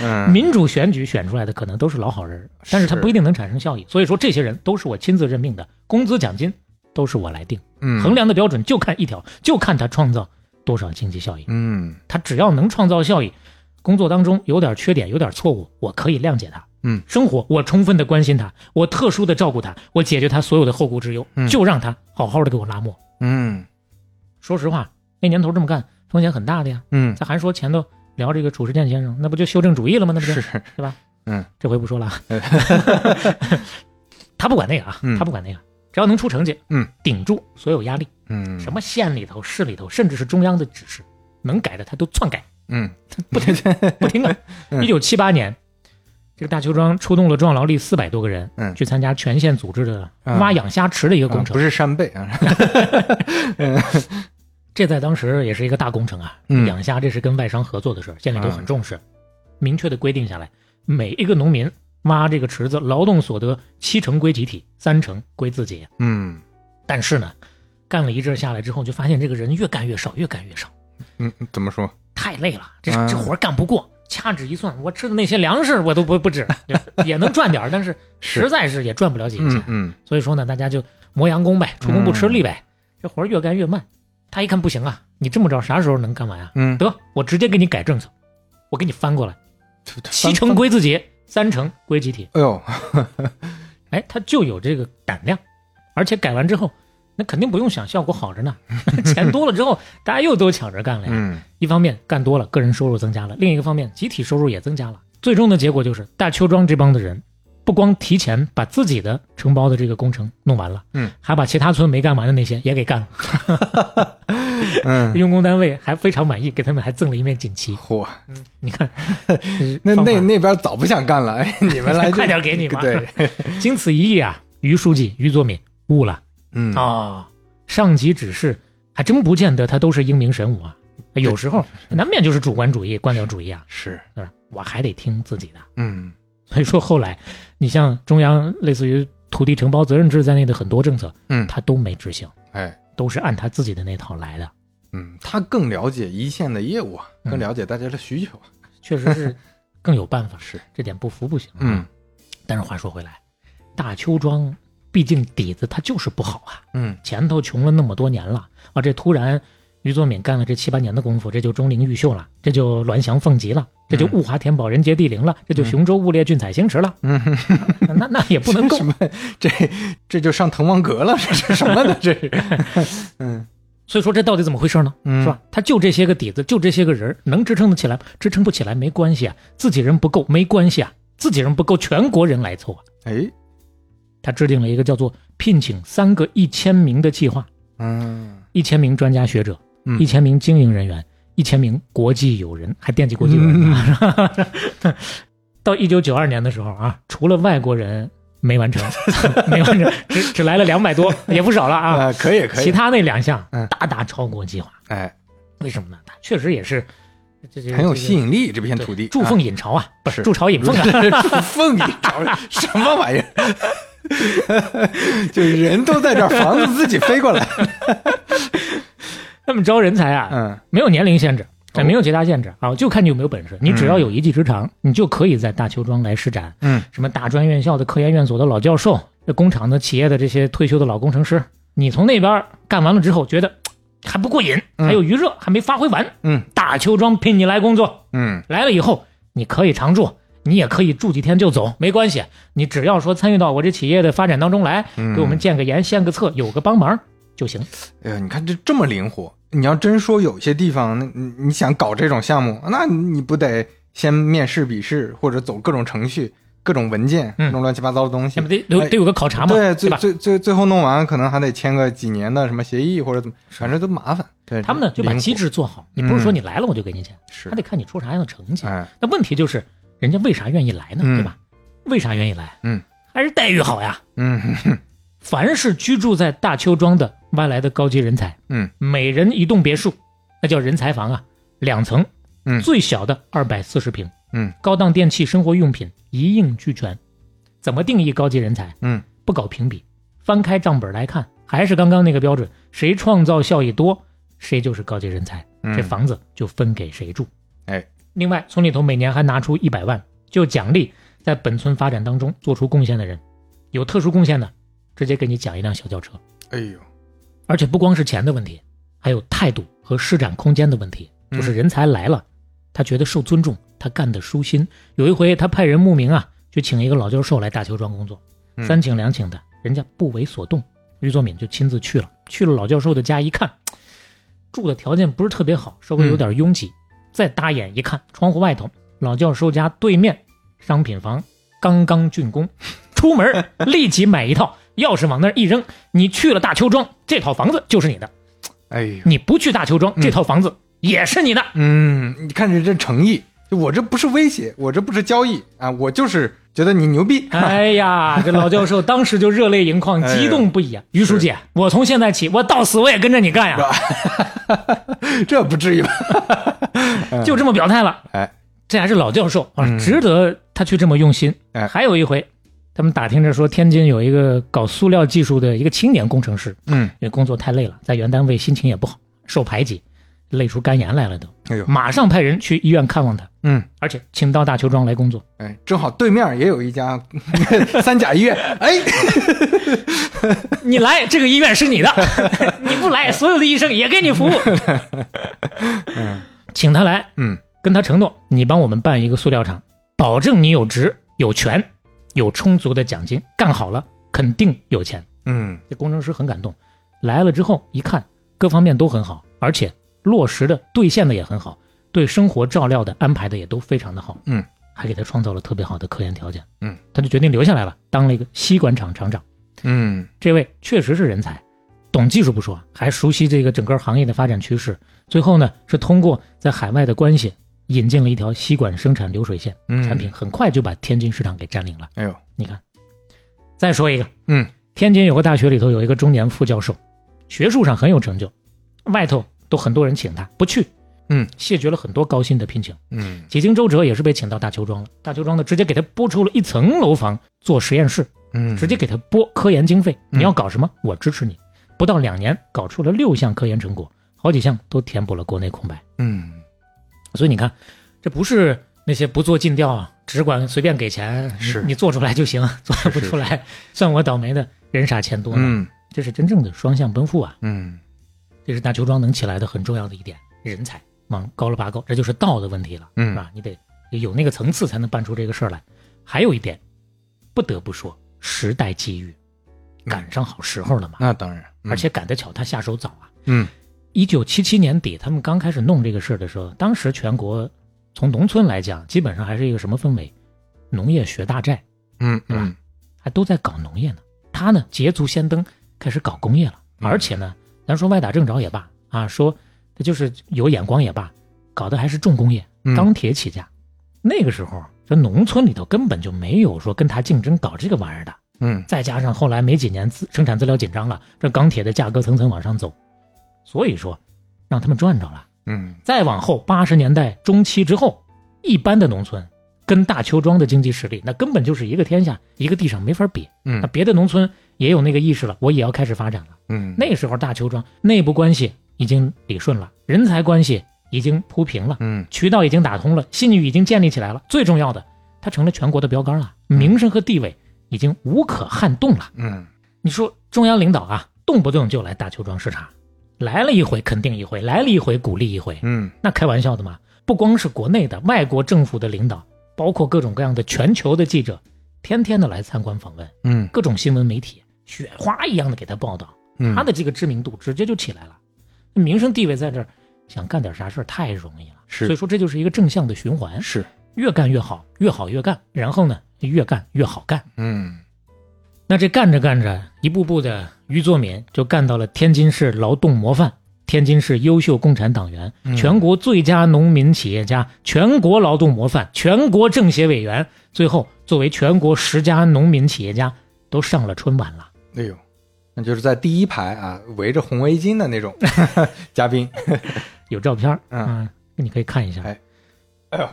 S3: 嗯
S2: 民主选举选出来的可能都是老好人儿，但是他
S3: 是
S2: 不一定能产生效益。所以说，这些人都是我亲自任命的，工资奖金都是我来定。”
S3: 嗯
S2: 衡量的标准就看一条，就看他创造多少经济效益。
S3: 嗯
S2: 他只要能创造效益，工作当中有点缺点、有点错误，我可以谅解他。
S3: 嗯，
S2: 生活我充分的关心他，我特殊的照顾他，我解决他所有的后顾之忧，
S3: 嗯
S2: 就让他好好的给我拉磨。
S3: 嗯
S2: 说实话，那年头这么干风险很大的呀。
S3: 嗯，
S2: 咱还说前头聊这个褚时健先生，那不就修正主义了吗？那不就是对吧？
S3: 嗯，
S2: 这回不说了啊。 他不管那个啊，
S3: 嗯
S2: 他不管那个，只要能出成绩，
S3: 嗯，
S2: 顶住所有压力，
S3: 嗯
S2: 什么县里头、市里头，甚至是中央的指示，能改的他都篡改，
S3: 嗯
S2: 不停不停的。一九七八年，这个大邱庄出动了壮劳力四百多个人，
S3: 嗯
S2: 去参加全县组织的
S3: 嗯
S2: 挖养虾池的一个工
S3: 啊不
S2: 程。
S3: 是扇贝啊，
S2: 这在当时也是一个大工程啊，
S3: 嗯
S2: 养虾这是跟外商合作的事儿，县里头很
S3: 嗯
S2: 重视，明确的规定下来，每一个农民挖这个池子，劳动所得七成归集体，三成归自己。
S3: 嗯
S2: 但是呢，干了一阵儿下来之后，就发现这个人越干越少，越干越少。
S3: 嗯，怎么说？
S2: 太累了，这
S3: 嗯
S2: 这活儿干不过，掐指一算，我吃的那些粮食我都不不 止，对也能赚点儿，但是实在是也赚不了几个钱
S3: 嗯。嗯，
S2: 所以说呢，大家就磨洋工呗，出工不吃力呗，这活儿越干越慢。他一看不行啊，你这么着啥时候能干完啊？
S3: 嗯
S2: 得，我直接给你改政策，我给你翻过来，七
S3: 翻
S2: 成归自己，三成归集体。
S3: 哎呦，
S2: 哎，他就有这个胆量，而且改完之后，那肯定不用想，效果好着 呢。钱多了之后，大家又都抢着干了呀。
S3: 嗯
S2: 一方面干多了，个人收入增加了；另一个方面，集体收入也增加了。最终的结果就是，大邱庄这帮的人不光提前把自己的承包的这个工程弄完了，
S3: 嗯，
S2: 还把其他村没干完的那些也给干了。
S3: 嗯，
S2: 用工单位还非常满意，给他们还赠了一面锦旗。
S3: 嚯，
S2: 你 看，
S3: 那
S2: 方法
S3: 那那边早不想干了，哎，你们来这
S2: 快点给你吧
S3: 对，
S2: 经此一役啊，于书记、于作敏悟了
S3: 嗯
S2: 啊、，上级指示还真不见得他都是英明神武啊，有时候难免就是主观主义、官僚主义啊，
S3: 是，
S2: 是吧？我还得听自己的。
S3: 嗯
S2: 所以说后来，你像中央类似于土地承包责任制在内的很多政策，
S3: 嗯，
S2: 他都没执行，
S3: 哎。
S2: 都是按他自己的那套来的。
S3: 嗯，他更了解一线的业务啊，
S2: 嗯
S3: 更了解大家的需求啊。
S2: 确实 是更有办法，
S3: 是
S2: 这点不服不行。
S3: 嗯，
S2: 但是话说回来，大邱庄毕竟底子他就是不好啊，
S3: 嗯
S2: 前头穷了那么多年了啊，这突然于作敏干了这七八年的功夫，这就钟灵毓秀了，这就栾祥凤极了，这就物华填宝人杰地灵了，这就雄州雾列俊采星驰了。
S3: 嗯，
S2: 那那那也不能够
S3: 什么这这就上滕王阁了，这是什 么呢？这是， 嗯
S2: 所以说这到底怎么回事呢？
S3: 嗯
S2: 是吧？他就这些个底子，就这些个人儿，能支撑得起来，支撑不起来没关系啊，自己人不够没关系啊，自己人不够，全国人来凑啊。
S3: 哎，
S2: 他制定了一个叫做“聘请三个一千名”的计划，
S3: 嗯
S2: 一千名专家学者，
S3: 嗯
S2: 一千名经营人员，一千名国际友人，还惦记国际友人呢。
S3: 嗯
S2: 到一九九二年的时候啊，除了外国人没完成， 没完成，只只来了两百多，也不少了啊。
S3: 啊，可以可
S2: 其
S3: 以，
S2: 他那两项
S3: 嗯
S2: 大大超过计划。
S3: 哎，
S2: 为什么呢？它确实也是这这
S3: 很有吸
S2: 引
S3: 引力这片土地，
S2: 祝凤引巢啊，不是
S3: 是
S2: 筑巢引 凤啊。
S3: 啊凤你找什么玩意儿？ 就人都在这儿，房子自己飞过来，
S2: 那么招人才啊，
S3: 嗯
S2: 没有年龄限制，
S3: 哦
S2: 没有其他限制啊，就看你有没有本事。你只要有一技之长，你就可以在大邱庄来施展。
S3: 嗯，
S2: 什么大专院校的科研院所的老教授，这工厂的企业的这些退休的老工程师，你从那边干完了之后，觉得嘖还不过瘾，
S3: 嗯
S2: 还有余热，还没发挥完，
S3: 嗯
S2: 大邱庄聘你来工作。
S3: 嗯
S2: 来了以后，你可以常住，你也可以住几天就走，没关系。你只要说参与到我这企业的发展当中来，
S3: 嗯，
S2: 给我们建个言、献个策、有个帮忙就行。
S3: 哎呀，你看这这么灵活，你要真说有些地方，那你你想搞这种项目，那你不得先面试、笔试，或者走各种程序、各种文件，
S2: 嗯
S3: 弄乱七八糟的东西
S2: 那不。得得有
S3: 哎
S2: 得有个考察嘛，
S3: 对，
S2: 对
S3: 最
S2: 吧？
S3: 最最最后弄完，可能还得签个几年的什么协议或者怎么，反正都麻烦。对，
S2: 他们呢就把
S3: 灵活嗯
S2: 机制做好，你不是说你来了我就给你钱，
S3: 是
S2: 还得看你出啥样的成绩。
S3: 哎，
S2: 那问题就是人家为啥愿意来呢？
S3: 嗯
S2: 对吧？为啥愿意来？
S3: 嗯，
S2: 还是待遇好呀。
S3: 嗯
S2: 凡是居住在大邱庄的外来的高级人才，
S3: 嗯，
S2: 每人一栋别墅，那叫人才房啊，两层，
S3: 嗯
S2: 最小的二百四十平，
S3: 嗯，
S2: 高档电器、生活用品一应俱全。怎么定义高级人才？
S3: 嗯
S2: 不搞评比，翻开账本来看，还是刚刚那个标准，谁创造效益多，谁就是高级人才，
S3: 嗯
S2: 这房子就分给谁住。
S3: 哎，
S2: 另外，村里头每年还拿出一百万，就奖励在本村发展当中做出贡献的人，有特殊贡献的，直接给你奖一辆小轿车。
S3: 哎呦，
S2: 而且不光是钱的问题，还有态度和施展空间的问题。
S3: 嗯
S2: 就是人才来了，他觉得受尊重，他干得舒心。有一回，他派人慕名啊，就请一个老教授来大邱庄工作，
S3: 嗯
S2: 三请两请的，人家不为所动。于作敏就亲自去了，去了老教授的家一看，住的条件不是特别好，
S3: 嗯
S2: 稍微有点拥挤。再搭眼一看，窗户外头老教授家对面商品房刚刚竣工，出门 儿立即买一套，钥匙往那儿一扔，你去了大邱庄，这套房子就是你的；
S3: 哎呦，
S2: 你不去大邱庄，这套房子也是 你的。
S3: 嗯，你看这这诚意，就我这不是威胁，我这不是交易啊，我就是觉得你牛逼。
S2: 哎呀，这老教授当时就热泪盈眶，
S3: 哎呀
S2: 激动不已啊！于书记，我从现在起，我到死我也跟着你干呀！
S3: 这不至于吧？
S2: 就这么表态了。
S3: 嗯哎，嗯
S2: 这还是老教授啊，值得他去这么用心。
S3: 哎
S2: 还有一回，他们打听着说，天津有一个搞塑料技术的一个青年工程师，
S3: 嗯
S2: 因为工作太累了，在原单位心情也不好，受排挤，累出肝炎来了都。
S3: 哎呦，
S2: 马上派人去医院看望他，
S3: 嗯，
S2: 而且请到大邱庄来工 作。
S3: 哎，正好对面也有一家三甲医院，哎，
S2: 你来，这个医院是 你的；你不来，所有的医生也给你服务。请他来，
S3: 嗯，
S2: 跟他承诺，你帮我们办一个塑料厂，保证你有职有权，有充足的奖金，干好了肯定有钱。
S3: 嗯，
S2: 这工程师很感动，来了之后一看，各方面都很好，而且落实的兑现的也很好，对生活照料的安排的也都非常的好，
S3: 嗯，
S2: 还给他创造了特别好的科研条件，
S3: 嗯，
S2: 他就决定留下来了，当了一个吸管厂厂长。
S3: 嗯，
S2: 这位确实是人才，懂技术不说，还熟悉这个整个行业的发展趋势。最后呢，是通过在海外的关系，引进了一条吸管生产流水线，
S3: 嗯
S2: 产品很快就把天津市场给占领了。
S3: 哎呦，
S2: 你看，再说一个，
S3: 嗯，
S2: 天津有个大学里头有一个中年副教授，学术上很有成就，外头都很多人请他，不去，
S3: 嗯，
S2: 谢绝了很多高薪的聘请。
S3: 嗯，
S2: 几经周折，也是被请到大邱庄了。大邱庄呢，直接给他拨出了一层楼房做实验室，
S3: 嗯，
S2: 直接给他拨科研经费，你要搞什么，我支持你。不到两年，搞出了六项科研成果，好几项都填补了国内空白。
S3: 嗯，
S2: 所以你看，这不是那些不做尽调，啊只管随便给钱，你
S3: 是
S2: 你做出来就 行，做
S3: 是
S2: 不
S3: 是
S2: 出来算我倒霉的，人傻钱多呢。
S3: 嗯，
S2: 这是真正的双向奔赴啊！
S3: 嗯，
S2: 这是大邱庄能起来的很重要的一点，人才往高了拔高，这就是道的问题了，
S3: 嗯
S2: 是吧？你得有那个层次才能办出这个事儿来。还有一点，不得不说，时代机遇，赶上好时候了嘛，
S3: 那当然，嗯
S2: 而，且赶得巧，他下手早啊。
S3: 嗯，
S2: 一九七七年底，他们刚开始弄这个事儿的时候，当时全国从农村来讲，基本上还是一个什么氛围？农业学大寨，
S3: 嗯，
S2: 对吧
S3: 嗯，
S2: 还都在搞农业呢。他呢捷足先登，开始搞工业了，
S3: 嗯
S2: 而且呢，咱说歪打正着也罢啊，说他就是有眼光也罢，搞的还是重工业，
S3: 嗯
S2: 钢铁起家。那个时候，这农村里头根本就没有说跟他竞争搞这个玩意儿的。
S3: 嗯，
S2: 再加上后来没几年资生产资料紧张了，这钢铁的价格层层往上走，所以说让他们赚着了。
S3: 嗯，
S2: 再往后八十年代中期之后，一般的农村跟大邱庄的经济实力，那根本就是一个天下一个地上没法比。
S3: 嗯
S2: 那别的农村也有那个意识了，我也要开始发展了。
S3: 嗯，
S2: 那时候大邱庄内部关系已经理顺了，人才关系已经铺平了，
S3: 嗯，
S2: 渠道已经打通了，信誉已经建立起来了。最重要的，它成了全国的标杆了，名声和地位已经无可撼动了。
S3: 嗯，
S2: 你说中央领导啊，动不动就来大邱庄视察，来了一回肯定一回，来了一回鼓励一回，
S3: 嗯，
S2: 那开玩笑的嘛。不光是国内的，外国政府的领导，包括各种各样的全球的记者，天天的来参观访问，
S3: 嗯，
S2: 各种新闻媒体雪花一样的给他报道，
S3: 嗯，
S2: 他的这个知名度直接就起来了，名声地位在这儿，想干点啥事儿太容易了。
S3: 是
S2: 所以说这就是一个正向的循环，
S3: 是，
S2: 越干越好，越好越干，然后呢，越干越好干。
S3: 嗯，
S2: 那这干着干着，一步步的于作敏就干到了天津市劳动模范、天津市优秀共产党员、
S3: 嗯
S2: 全国最佳农民企业家、全国劳动模范、全国政协委员，最后作为全国十佳农民企业家都上了春晚了。
S3: 哎呦，那就是在第一排啊，围着红围巾的那种嘉宾。
S2: 有照片儿，
S3: 嗯
S2: 啊，你可以看一下
S3: 哎，哎呦，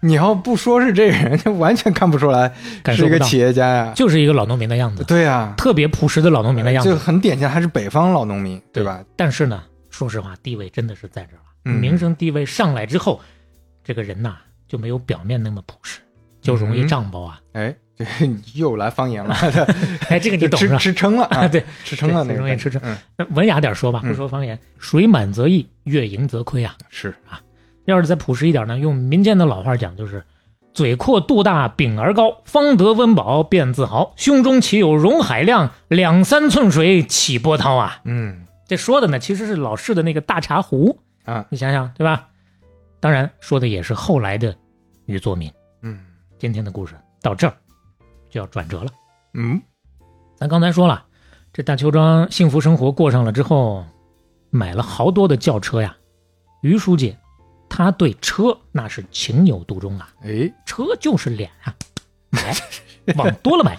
S3: 你要不说是这个人，就完全看不出来
S2: 感
S3: 是
S2: 受
S3: 一
S2: 不
S3: 个
S2: 到
S3: 企，业家呀。
S2: 就是一个老农民的样子，
S3: 对呀、
S2: 特别朴实的老农民的样
S3: 就
S2: 子。
S3: 很典型，还是北方老农民，对吧？
S2: 但是呢，说实话，地位真的是在这儿了。
S3: 嗯
S2: 名声地位上来之后，这个人呐就没有表面那么朴实，就容易
S3: 嗯
S2: 胀包啊。
S3: 哎，这 又来 方言了，
S2: 哎，这个你 懂是
S3: 吃
S2: 吧？
S3: 吃撑了啊，
S2: 对，
S3: 吃撑了
S2: 对吃撑
S3: 那个
S2: 也
S3: 感觉，
S2: 吃撑
S3: 嗯，
S2: 那文雅点说吧，不说方言，水满则溢，月盈则亏啊。
S3: 是，
S2: 要是再朴实一点呢，用民间的老话讲，就是“嘴阔肚大饼儿高，方得温饱便自豪，胸中岂有容海量，两三寸水起波涛啊
S3: 嗯”。
S2: 这说的呢，其实是老式的那个大茶壶
S3: 啊，
S2: 你想想对吧？当然说的也是后来的于作敏。
S3: 嗯
S2: 今天的故事到这儿就要转折了。
S3: 嗯
S2: 咱刚才说了，这大邱庄幸福生活过上了之后，买了好多的轿车呀。于书记，他对车那是情有独钟啊，
S3: 哎，
S2: 车就是脸啊，买，往多了买，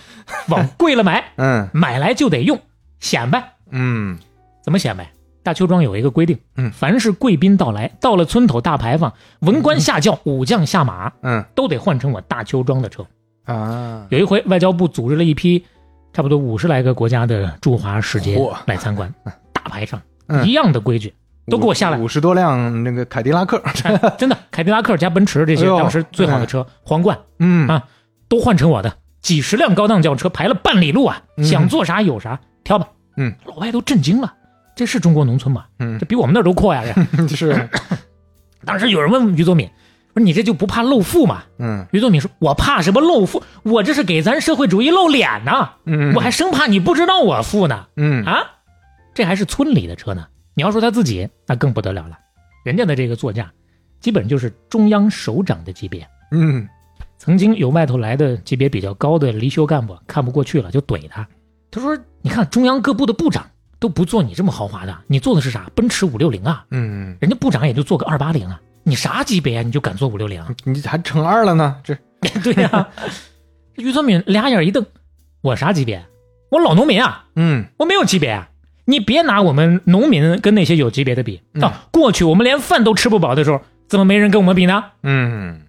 S2: 往贵了买，
S3: 嗯
S2: 买来就得用，显摆。
S3: 嗯
S2: 怎么显摆？大邱庄有一个规定，
S3: 嗯
S2: 凡是贵宾到来，到了村头大牌坊，文官下轿，武将下马，
S3: 嗯
S2: 都得换成我大邱庄的车。
S3: 啊，
S2: 有一回，外交部组织了一批差不多五十来个国家的驻华使节
S3: 嚯
S2: 来参观，大排场
S3: 嗯
S2: 一样的规矩，都给我下来
S3: 五十多辆那个凯迪拉克，
S2: 哎真的，凯迪拉克加奔驰这些
S3: 哎呦
S2: 当时最好的车，皇冠
S3: 嗯
S2: 啊都换成我的，几十辆高档轿车排了半里路啊，
S3: 嗯
S2: 想做啥有啥，挑吧。
S3: 嗯，
S2: 老外都震惊了，这是中国农村吗？
S3: 嗯
S2: 这，比我们那儿都阔呀！这
S3: 是，
S2: 当时有人问于作敏说：“你这就不怕露富吗
S3: 嗯？”
S2: 于作敏说：“我怕什么露富？我这是给咱社会主义露脸呢！
S3: 嗯，
S2: 我还生怕你不知道我富呢！
S3: 嗯
S2: 啊，这还是村里的车呢。你要说他自己，那更不得了了，人家的这个座驾，基本就是中央首长的级别。
S3: 嗯
S2: 曾经有外头来的级别比较高的离休干部看不过去了，就怼他。他说：“你看中央各部的部长都不坐你这么豪华的，你坐的是啥？奔驰五六零啊，
S3: 嗯，
S2: 人家部长也就坐个二八零啊，你啥级别啊？ 你就敢坐五六零？
S3: 你还乘二了呢，这
S2: 对呀、这于作敏俩眼一瞪，我啥级别？啊我老农民啊，
S3: 嗯
S2: 我没有级别啊。你别拿我们农民跟那些有级别的比。
S3: 嗯
S2: 啊，过去我们连饭都吃不饱的时候，怎么没人跟我们比呢？
S3: 嗯，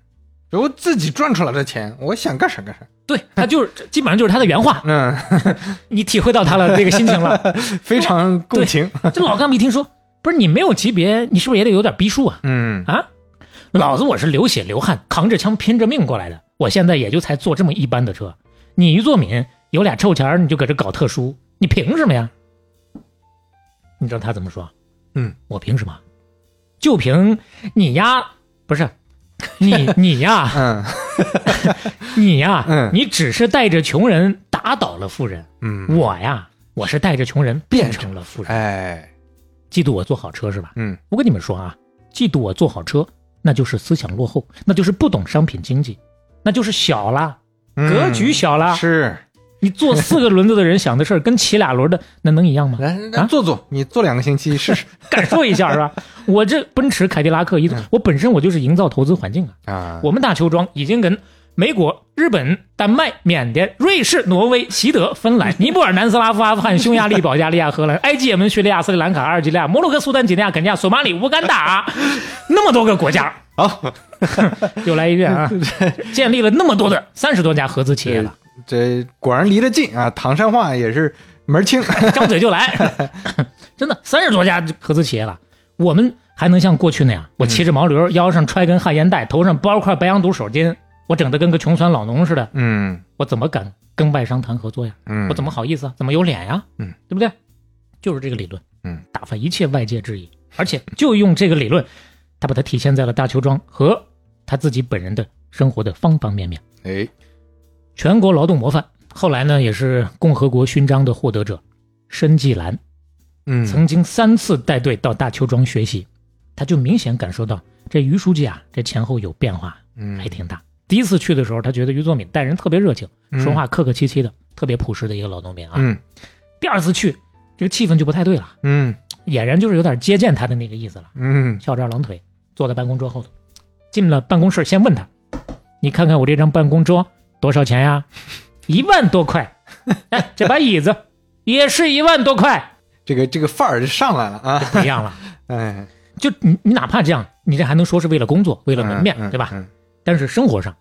S3: 我自己赚出来的钱，我想干啥干啥，
S2: 对他就是这基本上就是他的原话，
S3: 嗯，
S2: 你体会到他了这个心情了。
S3: 非常共情，
S2: 这老干部一听说，不是你没有级别，你是不是也得有点逼数啊？
S3: 嗯
S2: 啊，老子我是流血流汗，扛着枪拼着命过来的，我现在也就才坐这么一般的车。你于作敏有俩臭钱儿，你就搁这搞特殊，你凭什么呀？你知道他怎么说？
S3: 嗯，
S2: 我凭什么？就凭你呀，不是 你你呀
S3: 嗯
S2: 你呀，
S3: 嗯
S2: 你只是带着穷人打倒了富人，
S3: 嗯，
S2: 我呀，我是带着穷人变成了富人。
S3: 哎，
S2: 嫉妒我坐好车是吧？
S3: 嗯
S2: 我跟你们说啊，嫉妒我坐好车，那就是思想落后，那就是不懂商品经济，那就是小啦，格局小啊啦。
S3: 嗯是，
S2: 你坐四个轮子的人想的事儿，跟骑俩轮的那能一样吗？
S3: 来来坐坐，你坐两个星 期试试
S2: 感受一下是吧？ 我这奔驰、凯迪拉克一坐，我本身我就是营造投资环境啊。
S3: 啊，
S2: 我们大邱庄已经跟美国、日本、丹麦、缅甸、瑞士、挪威、习德、芬兰、尼泊尔、南斯拉夫、阿富汗、匈牙利、保加利亚、荷兰、埃及、也门、叙利亚、斯里兰卡、阿尔及利亚、摩洛哥、苏丹、几内亚、肯尼亚、索马里、乌干达，那么多个国家，
S3: 好，
S2: 又来一遍啊！建立了那么多的三十多家合资企业了，
S3: 这果然离得近啊，唐山话也是门儿清，
S2: 张嘴就来，真的三十多家合资企业了。我们还能像过去那样，我骑着毛驴，腰上揣根旱烟袋，头上包块白羊肚手巾，我整的跟个穷酸老农似的，
S3: 嗯
S2: 我怎么敢跟外商谈合作呀？
S3: 嗯，
S2: 我怎
S3: 么，
S2: 么好意思啊？怎么有脸呀、
S3: 嗯，
S2: 对不对？就是这个理论，
S3: 嗯，
S2: 打翻一切外界 质疑，而且就用这个理论，他把它体现在了大邱庄和他自己本人的生活的方方面面。
S3: 哎，
S2: 全国劳动模范，后来呢也是共和国勋章的获得者，申纪兰
S3: 嗯，
S2: 曾经三次带队到大邱庄学习，他就明显感受到这于书记啊，这前后有变化，还
S3: 嗯
S2: 挺大。第一次去的时候，他觉得于作敏待人特别热情，
S3: 嗯
S2: 说话客客气气的，特别朴实的一个老农民啊。
S3: 嗯
S2: 第二次去，这个气氛就不太对了，
S3: 嗯
S2: 俨然就是有点接见他的那个意思了。
S3: 嗯
S2: 翘着二郎腿坐在办公桌后头。进了办公室，先问他：“你看看我这张办公桌多少钱呀？一万多块。哎，这把椅子也是一万多块，
S3: 这个这个范儿就上来了啊，
S2: 不一样了。
S3: 哎，
S2: 就你你哪怕这样，你这还能说是为了工作，为了门面，
S3: 嗯
S2: 对吧？？
S3: 嗯
S2: 但是生活上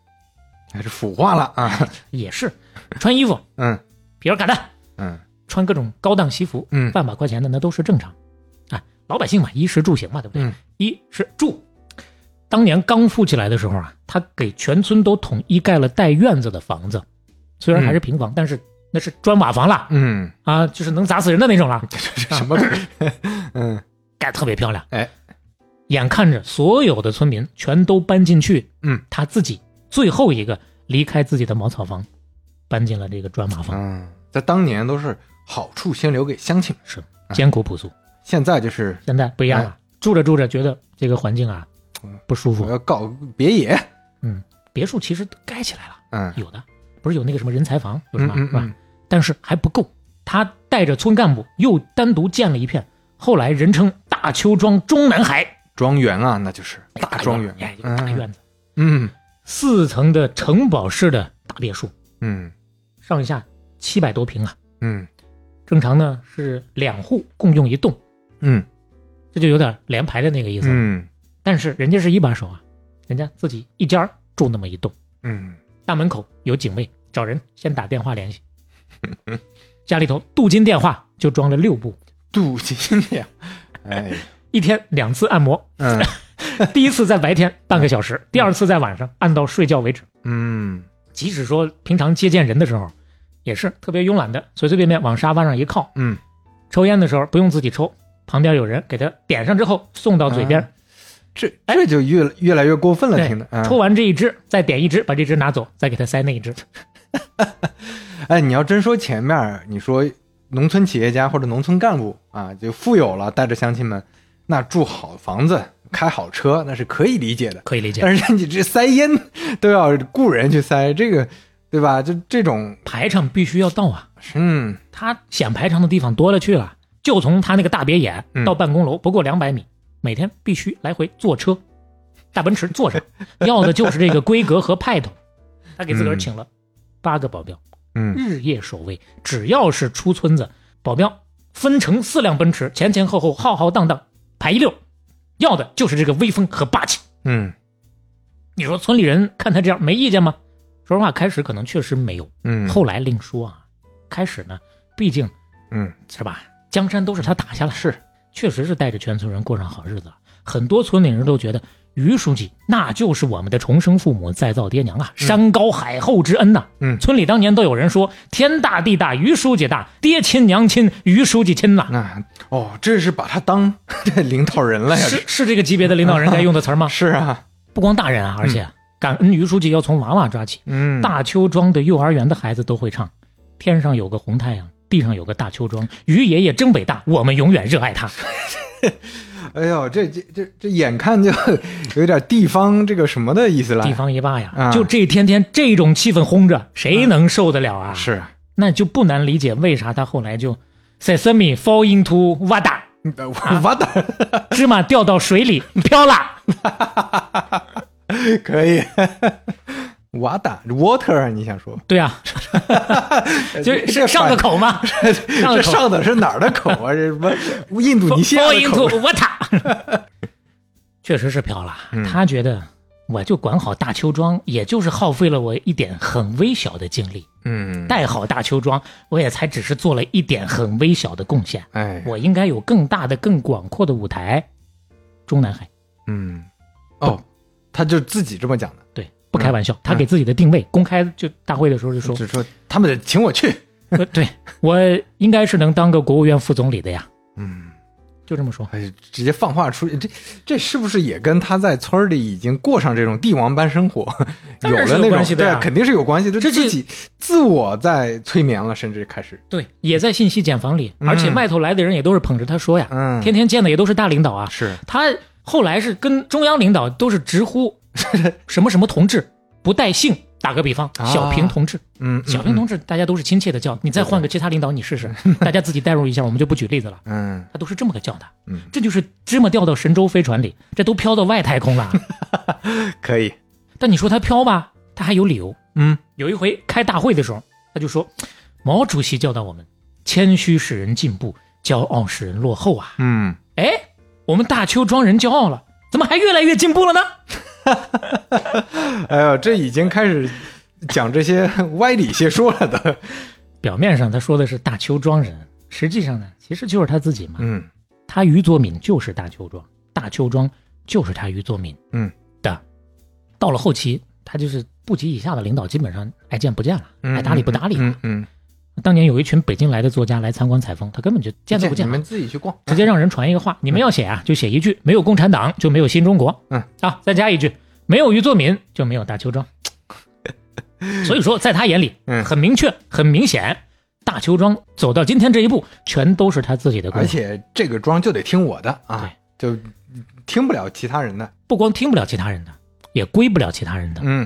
S3: 还是腐化了啊，
S2: 也是，穿衣服，
S3: 嗯
S2: 比如卡丹
S3: 嗯
S2: 穿各种高档西服，
S3: 嗯
S2: 万把块钱的那都是正常。哎，老百姓嘛，衣食住行嘛，对不对？
S3: 嗯
S2: 衣食住。当年刚富起来的时候啊，他给全村都统一盖了带院子的房子，虽然还是平房，但是那是砖瓦房了
S3: 嗯，
S2: 啊，就是能砸死人的那种了，
S3: 这这什么鬼？嗯
S2: 盖得特别漂亮。
S3: 哎，
S2: 眼看着所有的村民全都搬进去，
S3: 嗯，
S2: 他自己最后一个离开自己的茅草房，搬进了这个砖瓦房，
S3: 嗯，在当年都是好处先留给乡亲，
S2: 是艰苦朴素。
S3: 现在就是
S2: 现在不一样了，住着住着觉得这个环境啊
S3: 嗯
S2: 不舒服
S3: 我，要告别野，
S2: 别墅其实都盖起来了，
S3: 嗯
S2: 有的不是有那个什么人才房，有什
S3: 嗯
S2: 么、
S3: 嗯
S2: 是吧
S3: 嗯？，
S2: 但是还不够，他带着村干部又单独建了一片，后来人称大邱庄中南海
S3: 庄园啊，那就是大庄园，
S2: 哎，一个大
S3: 嗯
S2: 院子，
S3: 嗯
S2: 四层的城堡式的大别墅，
S3: 嗯
S2: 上下七百多平啊。
S3: 嗯
S2: 正常呢是两户共用一栋，
S3: 嗯
S2: 这就有点连排的那个意思。
S3: 嗯
S2: 但是人家是一把手啊，人家自己一家儿住那么一栋。
S3: 嗯
S2: 大门口有警卫，找人先打电话联系。 家里头镀金电话就装了六部，
S3: 镀金的呀，哎，
S2: 一天两次按摩，
S3: 嗯
S2: 第一次在白天半个小时，第二次在晚上，按到睡觉为止。
S3: 嗯
S2: 即使说平常接见人的时候，也是特别慵懒的，随随便便往沙发上一靠，
S3: 嗯，
S2: 抽烟的时候不用自己抽，旁边有人给他点上之后送到嘴边，
S3: 这这就越越来越过分了，
S2: 对
S3: 听着。嗯
S2: 抽完这一支再点一支，把这支拿走，再给他塞那一支。
S3: 哎，你要真说前面儿，你说农村企业家或者农村干部啊，就富有了，带着乡亲们，那住好房子、开好车，那是可以理解的。
S2: 可以理解，
S3: 但是你这塞烟都要雇人去塞，这个对吧？就这种，
S2: 排场必须要到啊，
S3: 嗯
S2: 他想排场的地方多了去了，就从他那个大别野
S3: 嗯
S2: 到办公楼不过两百米，每天必须来回坐车，大奔驰坐上， 要的就是这个规格和派头。他给自个儿请了八个保镖。
S3: 嗯
S2: 日夜守卫，只要是出村子，保镖分成四辆奔驰，前前后后浩浩荡荡排一溜，要的就是这个威风和霸气。
S3: 嗯
S2: 你说村里人看他这样没意见吗？说实话，开始可能确实没有，
S3: 嗯，
S2: 后来另说啊。开始呢，毕竟
S3: 嗯
S2: 是吧，江山都是他打下来，
S3: 是
S2: 确实是带着全村人过上好日子了。很多村里人都觉得于书记那就是我们的重生父母、再造爹娘啊，山高海厚之恩呐、
S3: 嗯
S2: 村里当年都有人说天大地大，于书记大，爹亲娘亲，于书记亲呐、
S3: 那哦，这是把他当 这领导人了呀？
S2: 是是这个级别的领导人该用的词儿吗？
S3: 是啊，
S2: 不光大人啊，而且感恩于书记要从娃娃抓起。
S3: 嗯，
S2: 大邱庄的幼儿园的孩子都会唱：“天上有个红太阳，地上有个大邱庄，于爷爷真伟大，我们永远热爱他。”
S3: 哎呦，这这这这眼看就 有点地方这个什么的意思了，
S2: 地方一霸
S3: 啊
S2: 呀，就这天天这种气氛轰着，谁能受得了啊？
S3: 是啊。
S2: 那就不难理解为啥他后来就 sesame fall into water，
S3: 我我打
S2: 芝麻掉到水里飘 啦。
S3: 可以，瓦打 water，你想说？
S2: 对啊，就是上个口 嘛，上个
S3: 这
S2: 口
S3: 上的是哪儿的口啊？这什么印度尼西亚
S2: fall
S3: 的
S2: into
S3: 口？
S2: water，确实是飘啦。
S3: 嗯
S2: 他觉得我就管好大邱庄，也就是耗费了我一点很微小的精力，
S3: 嗯，
S2: 带好大邱庄，我也才只是做了一点很微小的贡献。
S3: 哎，
S2: 我应该有更大的、更广阔的舞台。中南海，
S3: 嗯，哦，他就自己这么讲的，
S2: 对，不开玩笑，他给自己的定位，公开就大会的时候就说，
S3: 只说他们得请我去。
S2: 呃对我应该是能当个国务院副总理的呀，
S3: 嗯，
S2: 就这么说。
S3: 哎，直接放话出去，这这是不是也跟他在村儿里已经过上这种帝王般生活有
S2: 当然是
S3: 了
S2: 有
S3: 那种
S2: 关系的呀
S3: 对，肯定是有关系的。
S2: 这就
S3: 自己自我在催眠了，甚至开始，
S2: 对，也在信息茧房里，
S3: 嗯
S2: 而且外头来的人也都是捧着他说呀，
S3: 嗯，
S2: 天天见的也都是大领导啊。
S3: 是，
S2: 他后来是跟中央领导都是直呼什么什么同志，不带姓。打个比方，
S3: 啊
S2: 小平同志，
S3: 嗯，嗯
S2: 小平同，志，大家都是亲切的叫。你再换个其他领导，你试试，大家自己代入一下，我们就不举例子了。
S3: 嗯
S2: 他都是这么个叫的。
S3: 嗯
S2: 这就是芝麻掉到神舟飞船里，这都飘到外太空了。
S3: 嗯， 可以，
S2: 但你说他飘吧，他还有理由。
S3: 嗯
S2: 有一回开大会的时候，他就说，毛主席教导我们，谦虚使人进步，骄傲使人落后啊。
S3: 嗯。
S2: 哎，我们大邱庄人骄傲了，怎么还越来越进步了呢？
S3: 哎呦，这已经开始讲这些歪理邪说了的。
S2: 表面上他说的是大邱庄人，实际上呢，其实就是他自己嘛。
S3: 嗯
S2: 他于作敏就是大邱庄，大邱庄就是他于作敏，
S3: 嗯
S2: 的。到了后期，他就是部级以下的领导基本上爱见不见了，
S3: 嗯
S2: 爱搭理不搭理了。
S3: 嗯嗯，
S2: 当年有一群北京来的作家来参观采风，他根本就见都不
S3: 你
S2: 见，
S3: 们自己去逛。
S2: 直接让人传一个话：你们要写啊，就写一句，没有共产党就没有新中国。
S3: 嗯
S2: 啊，再加一句，没有于作敏就没有大 邱庄。所以说，在他眼里，
S3: 嗯
S2: 很明确，很明显，大邱庄走到今天这一步，全都是他自己的功
S3: 而
S2: 劳。
S3: 且这个庄就得听我的啊，就听不了其他人的。
S2: 不光听不了其他人的，也归不了其他人的。
S3: 嗯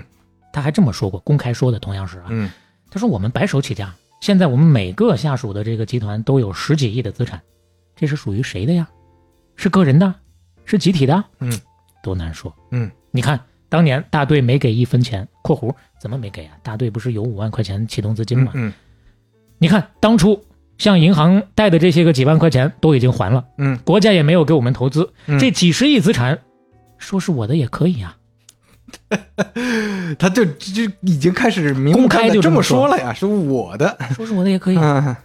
S2: 他还这么说过，公开说的，同样是啊，
S3: 嗯
S2: 他说我们白手起家，现在我们每个下属的这个集团都有十几亿的资产，这是属于谁的呀？是个人的，是集体的？
S3: 嗯，
S2: 多难说。
S3: 嗯，
S2: 你看当年大队没给一分钱（括弧怎么没给啊？大队不是有五万块钱启动资金吗？
S3: 嗯
S2: 你看当初向银行贷的这些个几万块钱都已经还了，
S3: 嗯，
S2: 国家也没有给我们投资，
S3: 嗯
S2: 这几十亿资产，说是我的也可以 啊。
S3: 他就就已经开始明
S2: 公开就
S3: 这
S2: 这么
S3: 说
S2: 说
S3: 了呀，是我的。
S2: 说是我的也可以。
S3: 嗯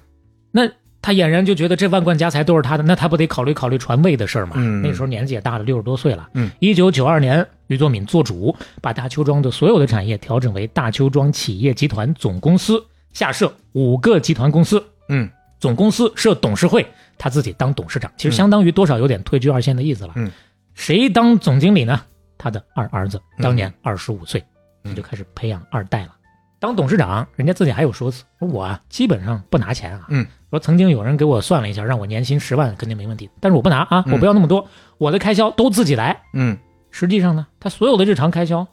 S2: 那他俨然就觉得这万贯家财都是他的，那他不得考虑考虑传位的事儿吗？
S3: 嗯
S2: 那时候年纪也大了，六十多岁了。
S3: 嗯，
S2: 一九九二年，吕作敏做主，把大邱庄的所有的产业调整为大邱庄企业集团总公司，下设五个集团公司，
S3: 嗯
S2: 总公司设董事会，他自己当董事长，其实相当于多少有点退居二线的意思了。
S3: 嗯，
S2: 谁当总经理呢？他的二儿子当年二十五岁，
S3: 嗯
S2: 就开始培养二代了。当董事长，人家自己还有说辞，说我啊基本上不拿钱啊。
S3: 嗯，
S2: 说曾经有人给我算了一下，让我年薪十万肯定没问题，但是我不拿啊，
S3: 嗯
S2: 我不要那么多，我的开销都自己来。
S3: 嗯，
S2: 实际上呢，他所有的日常开销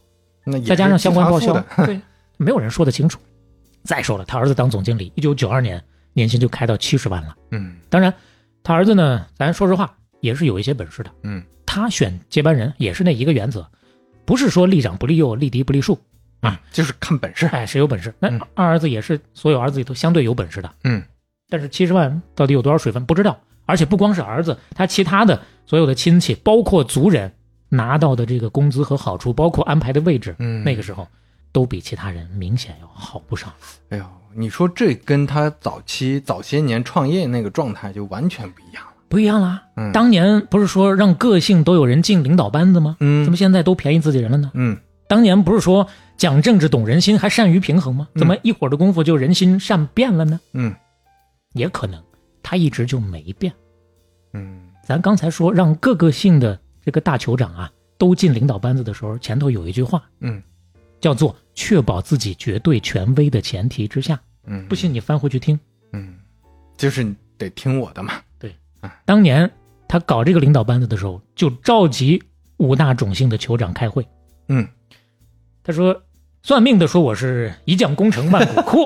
S3: 那也
S2: 再加上相关报销
S3: 是自发付，
S2: 对，没有人说得清楚。再说了，他儿子当总经理，一九九二年年薪就开到七十万了。
S3: 的，嗯
S2: 当然，他儿子呢，咱说实话也是有一些本事的。
S3: 嗯，
S2: 他选接班人也是那一个原则，不是说立长不立幼，立敌不立树。
S3: 啊，就是看本事，
S2: 哎，谁有本事？那
S3: 嗯
S2: 二儿子也是所有儿子里头相对有本事的。
S3: 嗯，
S2: 但是七十万到底有多少水分不知道，而且不光是儿子，他其他的所有的亲戚，包括族人拿到的这个工资和好处，包括安排的位置，
S3: 嗯
S2: 那个时候都比其他人明显要好不少。
S3: 哎呦，你说这跟他早期早些年创业那个状态就完全不一样了，
S2: 不一样啦，
S3: 嗯
S2: 当年不是说让个性都有人进领导班子吗？
S3: 嗯
S2: 怎么现在都便宜自己人了呢？
S3: 嗯
S2: 当年不是说讲政治懂人心，还善于平衡吗？嗯怎么一会儿的功夫就人心善变了呢？
S3: 嗯
S2: 也可能他一直就没变。
S3: 嗯
S2: 咱刚才说让各个姓的这个大酋长啊都进领导班子的时候，前头有一句话
S3: 嗯
S2: 叫做“确保自己绝对权威的前提之下”，
S3: 嗯，
S2: 不，信你翻回去听。
S3: 嗯，就是你得听我的嘛，
S2: 当年他搞这个领导班子的时候，就召集五大种姓的酋长开会。
S3: 嗯，
S2: 他说：“算命的说我是一将功成万骨 枯，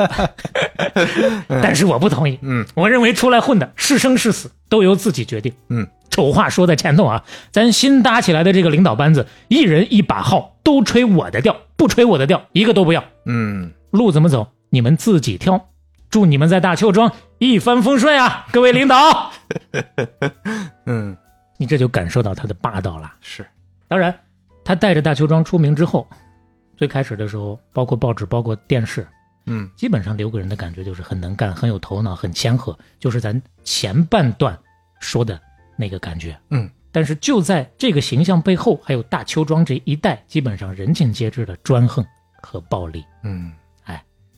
S2: 但是我不同意。
S3: 嗯
S2: 我认为出来混的是生是死都由自己决定。
S3: 嗯，
S2: 丑话说在前头啊，咱新搭起来的这个领导班子，一人一把号，都吹我的调，不吹我的调，一个都不要。
S3: 嗯
S2: 路怎么走，你们自己挑。祝你们在大邱庄一帆风顺啊，各位领导！
S3: 嗯，
S2: 你这就感受到他的霸道了。
S3: 是，
S2: 当然，他带着大邱庄出名之后，最开始的时候，包括报纸，包括电视，
S3: 嗯
S2: 基本上留给人的感觉就是很能干、很有头脑、很谦和，就是咱前半段说的那个感觉。
S3: 嗯，
S2: 但是就在这个形象背后，还有大邱庄这一带基本上人尽皆知的专横和暴力。哎
S3: 嗯，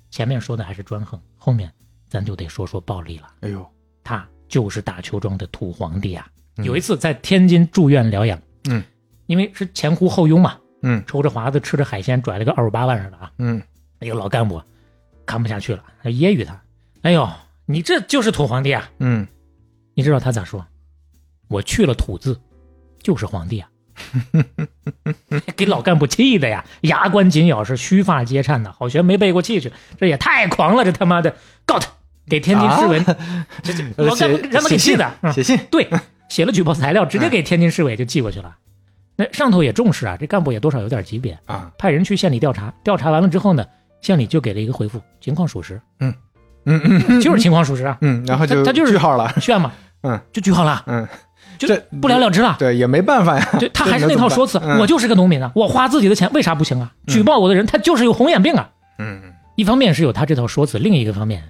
S2: 前面说的还是专横，后面咱就得说说暴力了。
S3: 哎呦，
S2: 他就是大邱庄的土皇帝啊！
S3: 嗯
S2: 有一次在天津住院疗养，
S3: 嗯，
S2: 因为是前呼后拥嘛，
S3: 嗯
S2: 抽着华子吃着海鲜，拽了个二五八万似的啊。
S3: 嗯
S2: 那个老干部看不下去了，还揶揄他：“哎呦，你这就是土皇帝啊
S3: 嗯，！”
S2: 你知道他咋说？我去了土字，就是皇 帝啊！给老干部气的呀，牙关紧咬，是须发皆颤呐，好悬没背过气去，这也太狂了，这他妈的告他！给天津市委，这 这老干部
S3: 啊呃写
S2: 让他给气的，嗯
S3: 写信，嗯
S2: 对，写了举报材料，直接给天津市委就寄过去了。那上头也重视啊，这干部也多少有点级别，
S3: 啊，
S2: 派人去县里调查，调查完了之后呢，县里就给了一个回复，情况属实，
S3: 嗯嗯
S2: 就是情况属实啊，
S3: 嗯，然后
S2: 他
S3: 就
S2: 他就是
S3: 句号 了，
S2: 炫嘛，
S3: 嗯，
S2: 就句号了，
S3: 嗯，
S2: 就
S3: 这
S2: 不了了之了。
S3: 对，也没办法呀，
S2: 对他
S3: 这
S2: 还是那
S3: 能
S2: 套
S3: 怎么
S2: 说辞，
S3: 办嗯
S2: 我就是个农民啊，我花自己的钱为啥不行啊？举报我的人他就是有红眼病啊。
S3: 嗯
S2: 一方面是有他这套说辞，另一个方面，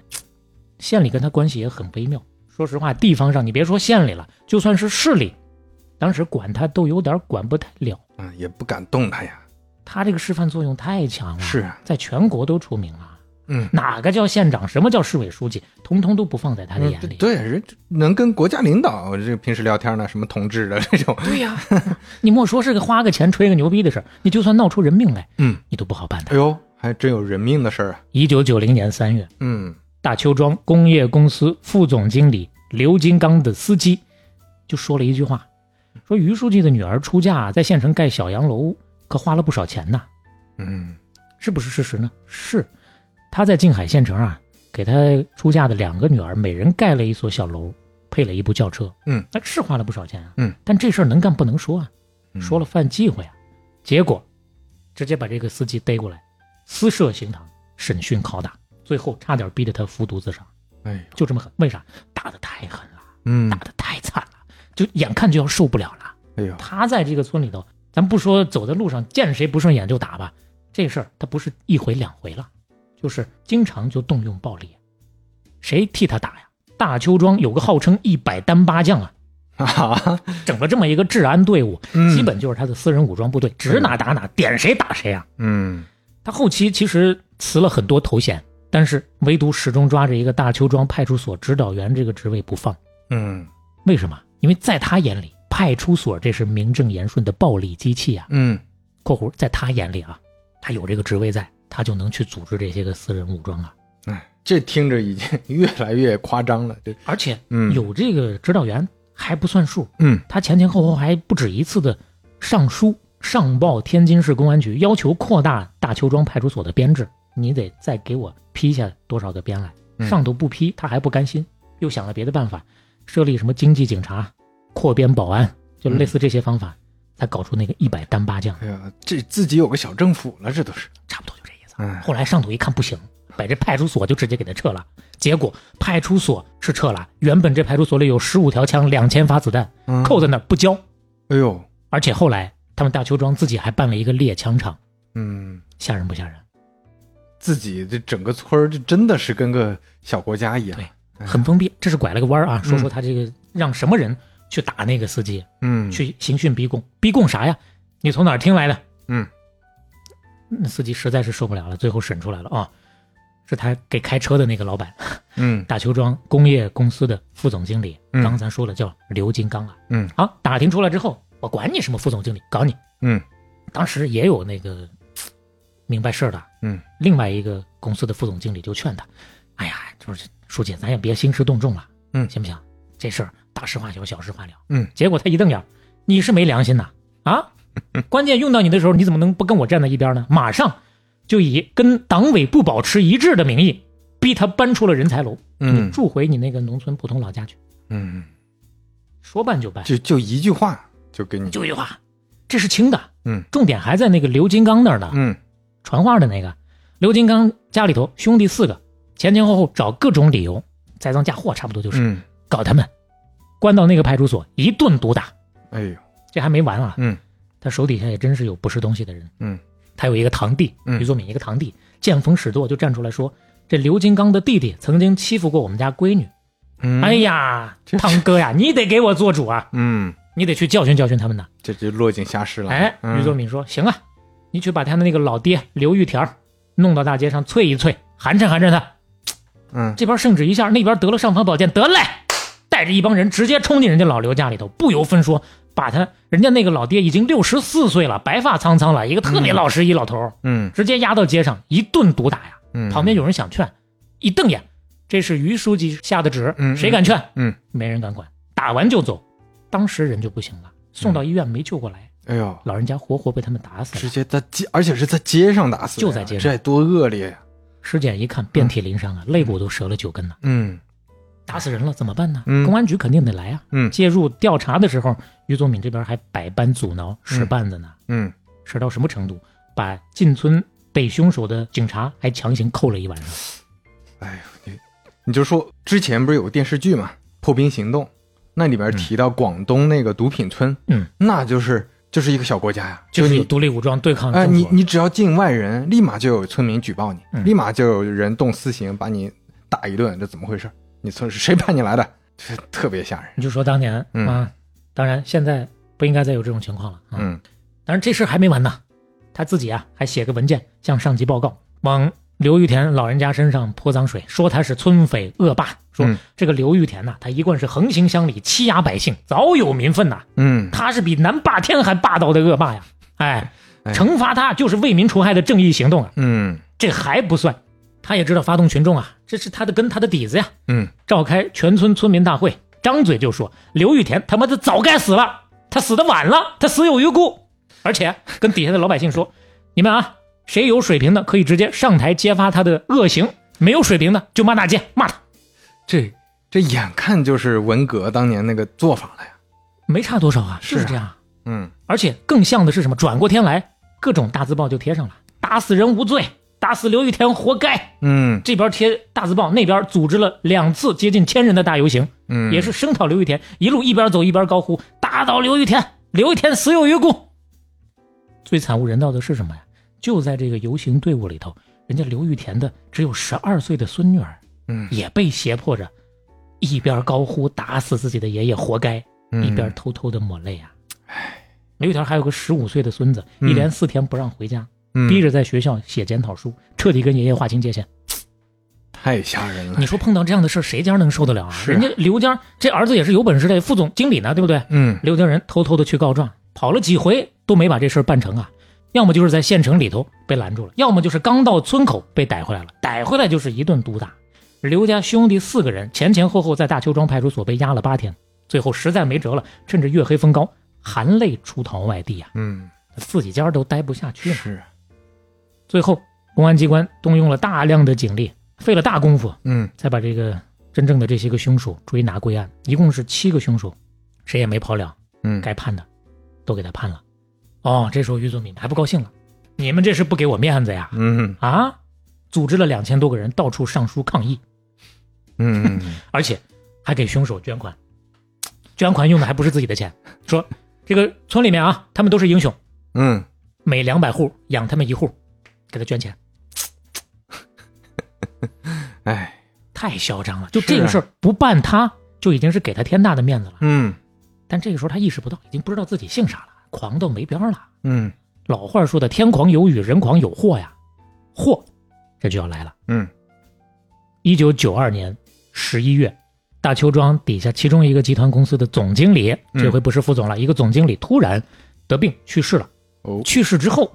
S2: 县里跟他关系也很微妙。说实话，地方上你别说县里了，就算是市里，当时管他都有点管不太了。
S3: 嗯，也不敢动他呀，
S2: 他这个示范作用太强了，
S3: 是啊
S2: 在全国都出名了。
S3: 嗯。
S2: 哪个叫县长，什么叫市委书记，通通都不放在他的
S3: 嗯
S2: 眼里。
S3: 对，人能跟国家领导这平时聊天呢，什么同志的这种，
S2: 对呀、你莫说是个花个钱吹个牛逼的事儿，你就算闹出人命来，
S3: 嗯，
S2: 你都不好办的
S3: 哎。呦，还真有人命的事儿啊，
S2: 一九九零年三月，
S3: 嗯
S2: 大邱庄工业公司副总经理刘金刚的司机就说了一句话，说于书记的女儿出嫁，在县城盖小洋楼屋，可花了不少钱呐。
S3: 嗯
S2: 是不是事实呢？是，他在静海县城啊，给他出嫁的两个女儿每人盖了一所小楼，配了一部轿车。
S3: 嗯，
S2: 那是花了不少钱啊。
S3: 嗯，
S2: 但这事儿能干不能说啊，
S3: 嗯
S2: 说了犯忌讳啊。结果，直接把这个司机逮过来，私设刑堂，审讯拷打，最后差点逼得他服毒自杀，
S3: 哎呦，
S2: 就这么狠。为啥？打得太狠了，
S3: 嗯
S2: 打，得太惨了，就眼看就要受不了了。
S3: 哎呦，
S2: 他在这个村里头，咱不说走在路上见谁不顺眼就打吧，这事儿他不是一回两回了，就是经常就动用暴力。谁替他打呀？大邱庄有个号称一百单八将啊，
S3: 啊，
S2: 整了这么一个治安队伍，
S3: 嗯
S2: 基本就是他的私人武装部队，指哪打哪，点谁打谁啊。
S3: 嗯
S2: 他后期其实辞了很多头衔，但是唯独始终抓着一个大邱庄派出所指导员这个职位不放。
S3: 嗯
S2: 为什么？因为在他眼里，派出所这是名正言顺的暴力机器啊。
S3: 嗯
S2: （括弧在他眼里啊，他有这个职位在，他就能去组织这些个私人武装啊。
S3: 哎，这听着已经越来越夸张了。这
S2: 而且
S3: 嗯
S2: 有这个指导员还不算数，
S3: 嗯
S2: 他前前后后还不止一次的上书上报天津市公安局，要求扩大大邱庄派出所的编制，你得再给我批下多少个编来。
S3: 嗯
S2: 上头不批，他还不甘心，又想了别的办法，设立什么经济警察、扩编保安，就类似这些方法，才搞出那个一百单八将，
S3: 哎呀，这自己有个小政府了，这都是。
S2: 差不多就这意思。
S3: 哎，
S2: 后来上头一看不行，把这派出所就直接给他撤了。结果派出所是撤了，原本这派出所里有十五条枪、两千发子弹，
S3: 嗯
S2: 扣在那儿不交。
S3: 哎呦，
S2: 而且后来他们大邱庄自己还办了一个猎枪场，
S3: 嗯，
S2: 吓人不吓人？
S3: 自己这整个村儿，这真的是跟个小国家一样。
S2: 对很封闭，这是拐了个弯儿啊。说
S3: 嗯
S2: 说他这个让什么人去打那个司机，
S3: 嗯，
S2: 去刑讯逼供，逼供啥呀？你从哪儿听来的？
S3: 嗯，
S2: 那司机实在是受不了了，最后审出来了啊，是他给开车的那个老板，
S3: 嗯
S2: 大邱庄工业公司的副总经理，
S3: 嗯
S2: 刚才咱说了叫刘金刚啊。
S3: 嗯，
S2: 好，打听出来之后，我管你什么副总经理，搞你。
S3: 嗯
S2: 当时也有那个明白事儿的，
S3: 嗯，
S2: 另外一个公司的副总经理就劝他：“哎呀，就是书记，咱也别兴师动众了，
S3: 嗯
S2: 行不行？这事儿大事化小，小事化了。”
S3: 嗯，
S2: 结果他一瞪眼儿：“你是没良心呐！啊，关键用到你的时候，你怎么能不跟我站在一边呢？马上就以跟党委不保持一致的名义，逼他搬出了人才楼，你
S3: 嗯
S2: 住回你那个农村普通老家去。
S3: 嗯，
S2: 说办就办，
S3: 就就一句话就给你，
S2: 就一句话，这是轻的。
S3: 嗯，
S2: 重点还在那个刘金刚那儿呢。
S3: 嗯
S2: 传话的那个刘金刚家里头兄弟四个，前前后后找各种理由栽赃嫁祸，差不多就是、
S3: 嗯，
S2: 搞他们，关到那个派出所一顿毒打。
S3: 哎呦，
S2: 这还没完啊，
S3: 嗯
S2: 他手底下也真是有不是东西的人。
S3: 嗯，
S2: 他有一个堂弟
S3: 嗯
S2: 于作敏，一个堂弟见风使舵就站出来说，这刘金刚的弟弟曾经欺负过我们家闺女。
S3: 嗯，
S2: 哎，呀，
S3: 这
S2: 堂哥呀，你得给我做主啊，
S3: 嗯，
S2: 你得去教训教训他们呐。
S3: 这就落井下石了。
S2: 哎，
S3: 嗯
S2: 于作敏说：“行啊，你去把他的那个老爹刘玉田儿弄到大街上啐一啐，寒碜寒碜他。
S3: 嗯
S2: 这边圣旨一下，那边得了尚方宝剑，得嘞，带着一帮人直接冲进人家老刘家里头，不由分说把他人家那个老爹已经六十四岁了，白发苍苍了，一个特别老实一老头儿，
S3: 嗯
S2: 直接压到街上一顿毒打呀。
S3: 嗯，
S2: 旁边有人想劝，一瞪眼，这是于书记下的旨，
S3: 嗯
S2: 谁敢劝？
S3: 嗯，
S2: 没人敢管，打完就走。当时人就不行了，送
S3: 嗯
S2: 到医院没救过来。”
S3: 哎呦，
S2: 老人家活活被他们打死
S3: 直
S2: 了。
S3: 接在街，而且是在街上打死的呀，
S2: 就在街上
S3: 这多恶劣呀！
S2: 尸检一看，遍体鳞伤啊，肋骨都折了九根呢、
S3: 嗯
S2: 打死人了怎么办呢？
S3: 嗯
S2: 公安局肯定得来啊。
S3: 嗯
S2: 介入调查的时候，于作敏这边还百般阻挠、使绊子呢，
S3: 嗯，
S2: 使到什么程度？把进村逮凶手的警察还强行扣了一晚上。
S3: 哎呦，你你就说之前不是有个电视剧嘛，《破冰行动》，那里边提到广东那个毒品村，
S2: 嗯，
S3: 那就是就是一个小国家呀，
S2: 就是有
S3: 你。
S2: 独立武装对抗
S3: 哎，
S2: 政
S3: 你
S2: 府。
S3: 你只要进外人，立马就有村民举报你，
S2: 嗯
S3: 立马就有人动私刑把你打一顿，这怎么回事？你村是谁派你来的？ 这特别吓人。
S2: 你就说当年、
S3: 嗯
S2: 啊，当然现在不应该再有这种情况了啊。
S3: 嗯
S2: 当然这事儿还没完呢，他自己啊还写个文件向上级报告，往刘玉田老人家身上泼脏水，说他是村匪恶霸，说
S3: 嗯
S2: 这个刘玉田呐、他一贯是横行乡里，欺压百姓，早有民愤呐、
S3: 嗯，
S2: 他是比南霸天还霸道的恶霸呀！哎，
S3: 哎
S2: 惩罚他就是为民除害的正义行动啊！
S3: 嗯
S2: 这还不算，他也知道发动群众啊，这是他的根，他的底子呀！
S3: 嗯，
S2: 召开全村村民大会，张嘴就说刘玉田他妈的早该死了，他死的晚了，他死有余辜，而且跟底下的老百姓说，你们啊，谁有水平的可以直接上台揭发他的恶行，没有水平的就骂大街骂他，
S3: 这这眼看就是文革当年那个做法了呀。
S2: 没差多少啊，就是
S3: 啊
S2: 这样啊。
S3: 嗯
S2: 而且更像的是什么？转过天来，各种大字报就贴上了，打死人无罪，打死刘玉田活该。
S3: 嗯
S2: 这边贴大字报，那边组织了两次接近千人的大游行，
S3: 嗯，
S2: 也是声讨刘玉田，一路一边走一边高呼打倒刘玉田，刘玉田死有余辜。最惨无人道的是什么呀？就在这个游行队伍里头，人家刘玉田的只有十二岁的孙女儿
S3: 嗯
S2: 也被胁迫着一边高呼打死自己的爷爷活该，
S3: 嗯
S2: 一边偷偷的抹泪啊。刘条还有个十五岁的孙子，一连四天不让回家，
S3: 嗯
S2: 逼着在学校写检讨书，彻底跟爷爷划清界限。
S3: 嗯太吓人了
S2: 你。说碰到这样的事儿，谁家能受得了啊？
S3: 是啊
S2: 人家刘家这儿子也是有本事的副总经理呢，对不对？
S3: 嗯，
S2: 刘家人偷偷的去告状，跑了几回都没把这事儿办成啊。要么就是在县城里头被拦住了，要么就是刚到村口被逮回来了，逮回来就是一顿毒打。刘家兄弟四个人前前后后在大邱庄派出所被押了八天，最后实在没辙了，趁着月黑风高，含泪出逃外地呀、啊
S3: 嗯，
S2: 自己家都待不下去了。
S3: 是，
S2: 最后，公安机关动用了大量的警力，费了大功夫，
S3: 嗯
S2: 才把这个真正的这些个凶手追拿归案。一共是七个凶手，谁也没跑了。
S3: 嗯，
S2: 该判的都给他判了。哦，这时候于宗敏还不高兴了，你们这是不给我面子呀？
S3: 嗯
S2: 啊！组织了两千多个人到处上书抗议，
S3: 嗯嗯
S2: 而且还给凶手捐款，捐款用的还不是自己的钱，说这个村里面啊，他们都是英雄，
S3: 嗯，
S2: 每两百户养他们一户，给他捐钱，
S3: 哎，
S2: 太嚣张了！就是这个
S3: 啊
S2: 事儿不办他，就已经是给他天大的面子了。
S3: 嗯
S2: 但这个时候他意识不到，已经不知道自己姓啥了，狂到没边儿了。
S3: 嗯
S2: 老话说的“天狂有雨，人狂有祸”呀，祸这就要来了。
S3: 嗯
S2: 一九九二年十一月，大邱庄底下其中一个集团公司的总经理，
S3: 嗯
S2: 这回不是副总了，一个总经理突然得病去世了。
S3: 哦，
S2: 去世之后，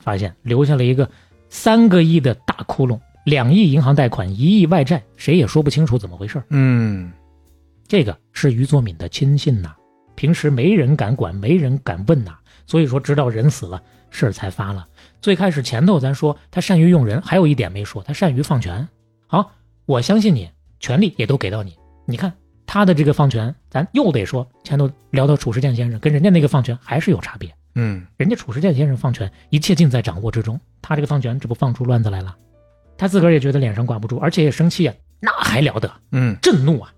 S2: 发现留下了一个三个亿的大窟窿，两亿银行贷款，一亿外债，谁也说不清楚怎么回事儿。
S3: 嗯
S2: 这个是于作敏的亲信呐、平时没人敢管，没人敢问呐、所以说直到人死了，事儿才发了。最开始前头咱说他善于用人，还有一点没说，他善于放权。好，我相信你，权力也都给到你。你看他的这个放权，咱又得说前头聊到褚时健先生跟人家那个放权还是有差别。
S3: 嗯
S2: 人家褚时健先生放权，一切尽在掌握之中，他这个放权，这不放出乱子来了？他自个儿也觉得脸上挂不住，而且也生气啊，那还了得？
S3: 嗯
S2: 震怒啊！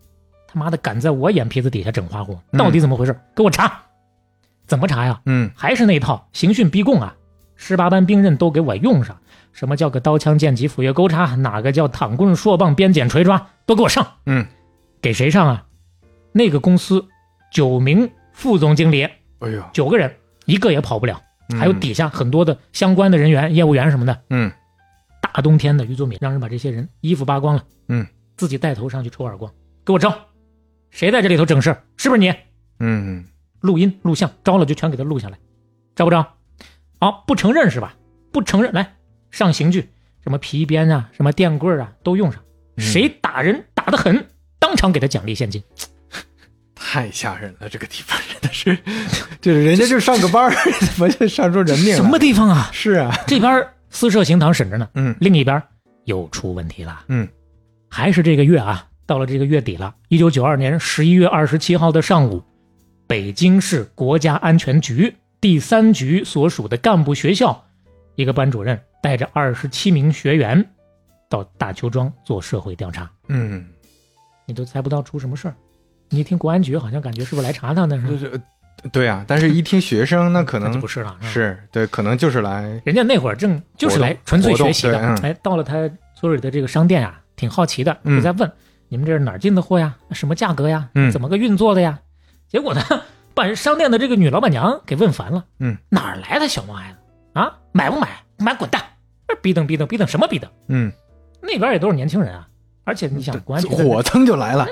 S2: 他妈的，敢在我眼皮子底下整花红，
S3: 嗯
S2: 到底怎么回事？给我查！怎么查呀？
S3: 嗯
S2: 还是那一套，刑讯逼供啊！十八般兵刃都给我用上，什么叫个刀枪剑戟斧钺钩叉，哪个叫躺棍槊棒鞭锏锤抓，都给我上！
S3: 嗯，
S2: 给谁上啊？那个公司九名副总经理，
S3: 哎呦，
S2: 九个人，一个也跑不了，还有
S3: 嗯，
S2: 底下很多的相关的人员、业务员什么的，
S3: 嗯
S2: 大冬天的，于作敏让人把这些人衣服扒光了，
S3: 嗯，
S2: 自己带头上去抽耳光，给我招！谁在这里头整事儿？是不是你？
S3: 嗯
S2: 录音录像，招了就全给他录下来，招不招？好，不承认是吧？不承认，来上刑具，什么皮鞭啊，什么电棍儿啊，都用上。
S3: 嗯
S2: 谁打人打得狠，当场给他奖励现金。
S3: 太吓人了，这个地方真的是，就是人家就上个班儿，怎么就上出人命了？
S2: 什么地方啊？
S3: 是啊，
S2: 这边儿私设刑堂审着呢，
S3: 嗯
S2: 另一边儿又出问题了。
S3: 嗯，
S2: 还是这个月啊，到了这个月底了，一九九二年十一月二十七号的上午，北京市国家安全局第三局所属的干部学校，一个班主任带着二十七名学员到大邱庄做社会调查。
S3: 嗯，
S2: 你都猜不到出什么事儿，你一听国安局好像感觉是不是来查他呢？是吧
S3: 就是对啊，但是一听学生，那可
S2: 那就
S3: 能
S2: 不是了，嗯
S3: 是对，可能就是来，
S2: 人家那会儿正就是来
S3: 活动
S2: 纯粹学习的
S3: 活动，对
S2: 哎，到了他所里的这个商店啊，挺好奇的，
S3: 嗯
S2: 就在问、你们这是哪儿进的货呀？什么价格呀？
S3: 嗯
S2: 怎么个运作的呀？结果呢，把商店的这个女老板娘给问烦了，
S3: 嗯，
S2: 哪儿来的小毛孩子啊？买不买？不买滚蛋！哎逼瞪逼瞪逼瞪什么逼瞪？
S3: 嗯，
S2: 那边也都是年轻人啊，而且你想，国安局在那
S3: 火蹭就来了，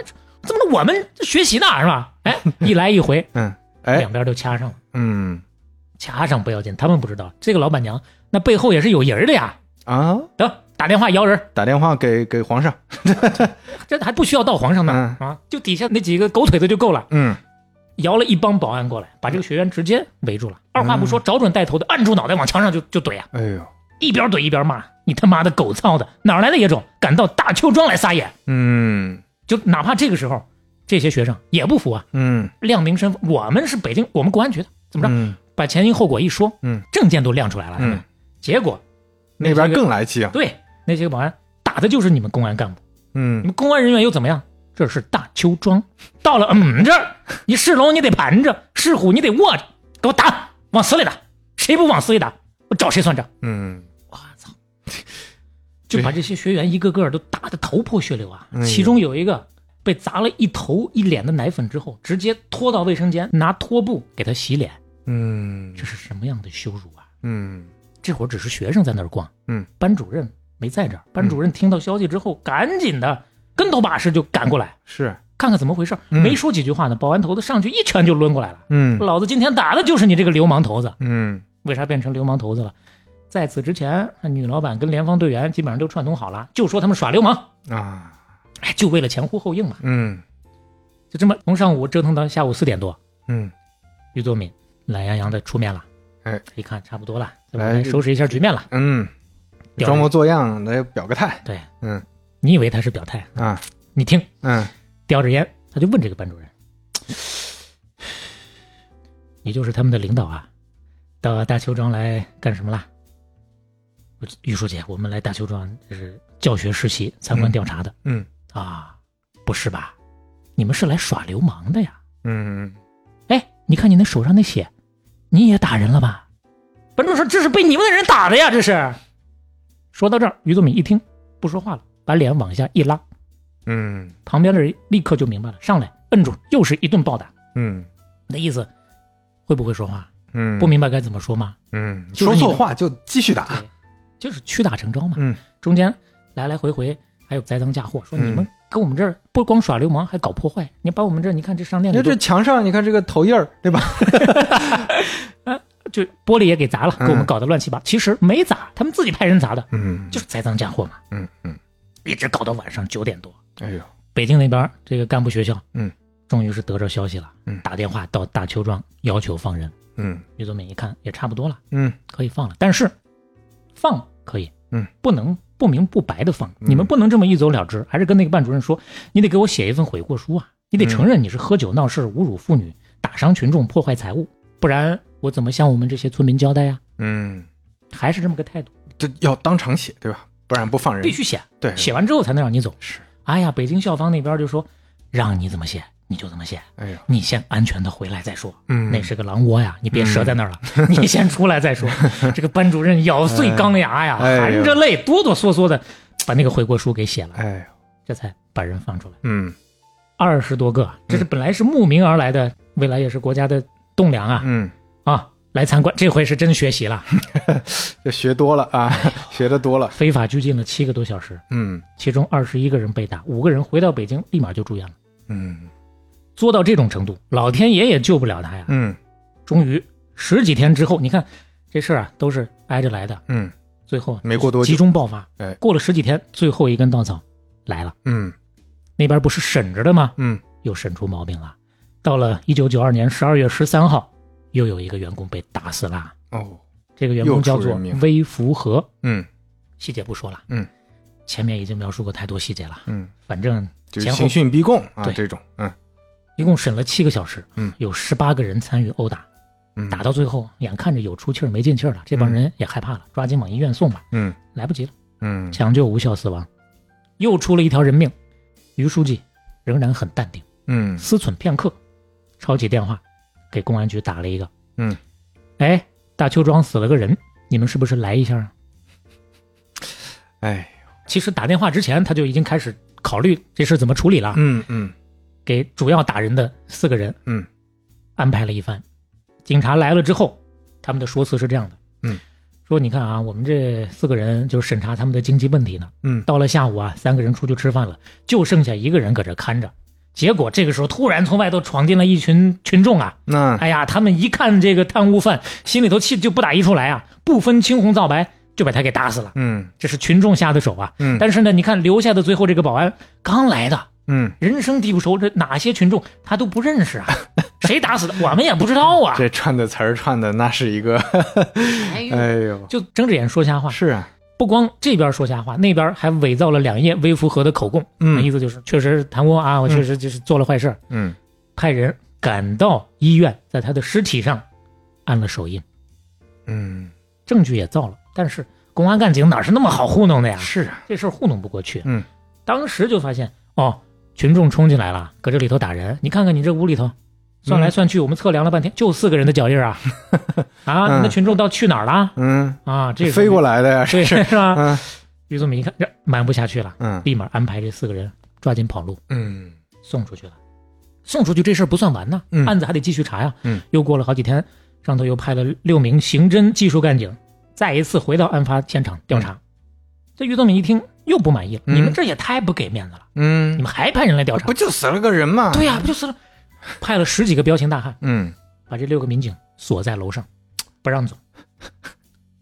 S2: 怎么我们学习呢是吧？哎， 一来一回，
S3: 嗯，哎
S2: 两，边都掐上了。
S3: 嗯
S2: 掐上不要紧，他们不知道，这个老板娘那背后也是有人儿的呀。
S3: 啊，
S2: 得打电话摇人儿，
S3: 打电话给给皇上，
S2: 这还不需要到皇上呢、啊，就底下那几个狗腿子就够了。
S3: 嗯
S2: 摇了一帮保安过来，把这个学员直接围住了，
S3: 嗯
S2: 二话不说，找准带头的，按住脑袋往墙上就就怼啊，
S3: 哎呦，
S2: 一边怼一边骂：“你他妈的狗操的，哪儿来的野种，敢到大邱庄来撒野
S3: 嗯！”
S2: 就哪怕这个时候，这些学生也不服啊，
S3: 嗯
S2: 亮明身份，我们是北京，我们公安局的，怎么着？
S3: 嗯
S2: 把前因后果一说，
S3: 嗯，
S2: 证件都亮出来了，是
S3: 嗯
S2: 吧，结果
S3: 那边更来气啊，
S2: 对那些个保安打的就是你们公安干部。你
S3: 嗯
S2: 们公安人员又怎么样？这是大邱庄，到了嗯这儿，你是龙你得盘着，是虎你得卧着，给我打，往死里打，谁不往死里打，我找谁算账！
S3: 嗯
S2: 我操，就把这些学员一个个都打得头破血流啊！
S3: 哎呦
S2: 其中有一个被砸了一头一脸的奶粉之后，直接拖到卫生间，拿拖布给他洗脸，
S3: 嗯
S2: 这是什么样的羞辱啊！
S3: 嗯
S2: 这会儿只是学生在那儿逛，
S3: 嗯，
S2: 班主任没在这儿。班主任听到消息之后，赶紧的跟头把式就赶过来，
S3: 是，
S2: 看看怎么回事儿。
S3: 嗯
S2: 没说几句话呢，保安头子上去一拳就抡过来了。
S3: 嗯
S2: 老子今天打的就是你这个流氓头子！
S3: 嗯
S2: 为啥变成流氓头子了？在此之前，女老板跟联防队员基本上都串通好了，就说他们耍流氓，
S3: 啊
S2: 哎，就为了前呼后应嘛。
S3: 嗯
S2: 就这么从上午折腾到下午四点多，
S3: 嗯
S2: 于作敏懒洋洋的出面了。
S3: 哎，
S2: 一看差不多了，这不
S3: 来
S2: 该收拾一下局面了。
S3: 嗯，
S2: 表
S3: 装模作样来表个态
S2: 对，
S3: 嗯，
S2: 你以为他是表态？
S3: 啊，
S2: 你听，
S3: 嗯
S2: 叼着烟，他就问这个班主任：“你就是他们的领导啊？到大邱庄来干什么啦？”我于书记，我们来大邱庄就是教学实习、参观调查的、
S3: 嗯
S2: 啊，不是吧？你们是来耍流氓的呀？
S3: 嗯
S2: 哎，你看你那手上那血，你也打人了吧？班主任说：“这是被你们的人打的呀，这是。”说到这儿，于宗敏一听不说话了，把脸往下一拉，
S3: 嗯
S2: 旁边的人立刻就明白了，上来摁住，又是一顿暴打。
S3: 嗯
S2: 那意思会不会说话？
S3: 嗯，
S2: 不明白该怎么说吗？
S3: 嗯，
S2: 就是
S3: 说
S2: 你
S3: 错
S2: 的
S3: 话就继续打，
S2: 对，就是屈打成招嘛。
S3: 嗯
S2: 中间来来回回还有栽赃嫁祸，说
S3: 嗯
S2: 你们跟我们这儿不光耍流氓，还搞破坏。你把我们这儿，你看这商店
S3: 你
S2: 里
S3: 看
S2: 都
S3: 这墙上，你看这个头印儿，对吧？
S2: 就玻璃也给砸了，给
S3: 嗯
S2: 我们搞得乱七八。其实没砸，他们自己派人砸的，
S3: 嗯
S2: 就是栽赃嫁祸嘛。
S3: 嗯嗯，
S2: 一直搞到晚上九点多，
S3: 哎呦，
S2: 北京那边儿这个干部学校，
S3: 嗯，
S2: 终于是得着消息了，
S3: 嗯
S2: 打电话到大邱庄要求放人。
S3: 嗯
S2: 于作敏一看也差不多了，
S3: 嗯
S2: 可以放了，但是放可以，
S3: 嗯，
S2: 不能不明不白的放，
S3: 嗯
S2: 你们不能这么一走了之，还是跟那个班主任说，你得给我写一份悔过书啊，你得承认你是喝酒闹事、侮辱妇女、打伤群众、破坏财物，不然我怎么向我们这些村民交代呀、
S3: 嗯，
S2: 还是这么个态度，
S3: 这要当场写，对吧？不然不放人，
S2: 必须写，
S3: 对，
S2: 写完之后才能让你走。
S3: 嗯是，
S2: 哎呀，北京校方那边就说，让你怎么写你就怎么写，
S3: 哎呦，
S2: 你先安全的回来再说。
S3: 嗯，
S2: 那是个狼窝呀，你别折在那儿了，你先出来再 说。这个班主任咬碎钢牙呀，
S3: 哎哎呦
S2: 含着泪哆哆嗦嗦的把那个悔过书给写了，
S3: 哎呦，
S2: 这才把人放出来。
S3: 嗯
S2: 二十多个，这是本来是慕名而来的，未来也是国家的栋梁啊
S3: 嗯，
S2: 啊，来参观，这回是真学习了。
S3: 这学多了啊，学的多了，
S2: 非法拘禁了七个多小时，
S3: 嗯
S2: 其中二十一个人被打，五个人回到北京立马就住院了。
S3: 嗯
S2: 作到这种程度，老天爷也救不了他呀。
S3: 嗯
S2: 终于十几天之后，你看这事儿啊都是挨着来的，
S3: 嗯，
S2: 最后
S3: 没过多
S2: 集
S3: 久，
S2: 中爆发。
S3: 哎
S2: 过了十几天，最后一根稻草来了，
S3: 嗯
S2: 那边不是审着的吗？
S3: 嗯
S2: 又审出毛病了。到了一九九二年十二月十三号，又有一个员工被打死了。
S3: 哦，
S2: 这个员工叫
S3: 又
S2: 做
S3: 出人命
S2: 微福和，
S3: 嗯
S2: 细节不说了。
S3: 嗯，
S2: 前面已经描述过太多细节了。
S3: 嗯，
S2: 反正
S3: 就是
S2: 前后
S3: 刑讯逼供啊
S2: 对
S3: 这种，嗯
S2: 一共审了七个小时，
S3: 嗯，
S2: 有十八个人参与殴打，
S3: 嗯，
S2: 打到最后眼看着有出气儿没进气儿了，这帮人也害怕了，抓紧往医院送吧，
S3: 嗯
S2: 来不及了。
S3: 嗯
S2: 抢救无效死亡，又出了一条人命。于书记仍然很淡定，
S3: 嗯
S2: 思忖片刻，抄起电话给公安局打了一个：“
S3: 嗯，
S2: 哎，大邱庄死了个人，你们是不是来一下啊
S3: 哎，？”
S2: 其实打电话之前，他就已经开始考虑这事怎么处理了，
S3: 嗯嗯
S2: 给主要打人的四个人
S3: 嗯
S2: 安排了一番。警察来了之后，他们的说辞是这样的：“
S3: 嗯，
S2: 说你看啊，我们这四个人就是审查他们的经济问题呢，
S3: 嗯，
S2: 到了下午啊，三个人出去吃饭了，就剩下一个人搁这看着。结果这个时候突然从外头闯进了一群群众啊！
S3: 那
S2: 哎呀，他们一看这个贪污犯，心里头气就不打一处来啊，不分青红皂白就把他给打死了。
S3: 嗯
S2: 这是群众下的手啊！
S3: 嗯
S2: 但是呢，你看留下的最后这个保安刚来的，
S3: 嗯，
S2: 人生地不熟，这哪些群众他都不认识啊？谁打死的？我们也不知道啊！
S3: 这串的词儿串的那是一个，哎呦，
S2: 就睁着眼说瞎话，
S3: 是啊，
S2: 不光这边说瞎话，那边还伪造了两页微符和的口供，
S3: 嗯
S2: 意思就是确实贪污啊，我确实就是做了坏事儿，
S3: 嗯
S2: 派人赶到医院，在他的尸体上按了手印，
S3: 嗯
S2: 证据也造了，但是公安干警哪是那么好糊弄的呀？
S3: 是啊，
S2: 这事儿糊弄不过去，
S3: 嗯，
S2: 当时就发现哦，群众冲进来了，搁这里头打人，你看看你这屋里头。算
S3: 嗯
S2: 来算去，我们测量了半天，就四个人的脚印儿 啊！啊，你那群众到去哪儿了？
S3: 嗯。
S2: 啊，这
S3: 飞过
S2: 来，
S3: 来的呀，
S2: 对
S3: 是
S2: 是吧？
S3: 嗯
S2: 于宗敏一看，这瞒不下去了，
S3: 嗯
S2: 立马安排这四个人抓紧跑路。
S3: 嗯
S2: 送出去了。送出去这事儿不算完呢，
S3: 嗯
S2: 案子还得继续查呀。
S3: 嗯，
S2: 又过了好几天，上头又派了六名刑侦技术干警，再一次回到案发现场调查。这于宗敏一听又不满意了，
S3: 嗯
S2: 你们这也太不给面子了，你
S3: 嗯，
S2: 们还派人来调查？
S3: 不就死了个人嘛？
S2: 对呀、不就是了？派了十几个彪形大汉，
S3: 嗯，
S2: 把这六个民警锁在楼上，不让走，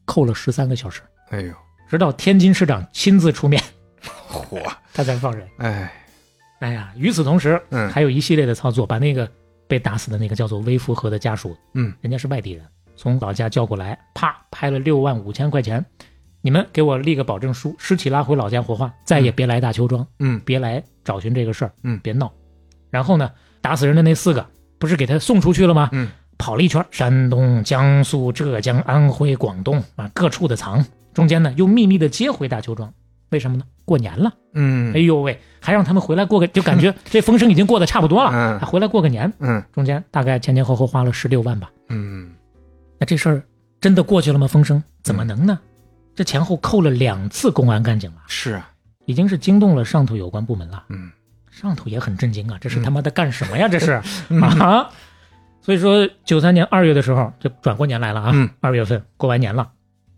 S2: 扣了十三个小时，
S3: 哎呦，
S2: 直到天津市长亲自出面，
S3: 火，
S2: 他才放人。
S3: 哎，
S2: 哎呀，与此同时，
S3: 嗯
S2: 还有一系列的操作，把那个被打死的那个叫做微福和的家属，
S3: 嗯，
S2: 人家是外地人，从老家叫过来，啪拍了六万五千块钱，你们给我立个保证书，尸体拉回老家火化，再也别来大邱庄，
S3: 嗯
S2: 别来找寻这个事儿，
S3: 嗯
S2: 别闹。然后呢，打死人的那四个不是给他送出去了吗？
S3: 嗯，
S2: 跑了一圈，山东、江苏、浙江、安徽、广东啊，各处的藏，中间呢又秘密的接回大邱庄，为什么呢？过年了，
S3: 嗯
S2: 哎，呦喂，还让他们回来过个，就感觉这风声已经过得差不多了，
S3: 嗯
S2: 还回来过个年，
S3: 嗯
S2: 中间大概前前后后花了十六万吧。
S3: 嗯，
S2: 那这事儿真的过去了吗？风声怎么能呢？这前后扣了两次公安干警了，
S3: 是啊，
S2: 已经是惊动了上头有关部门了。
S3: 嗯
S2: 上头也很震惊啊，这是他妈的干什么呀？这是啊！所以说，九三年二月的时候，这转过年来了啊
S3: 嗯，
S2: 二、月份过完年了，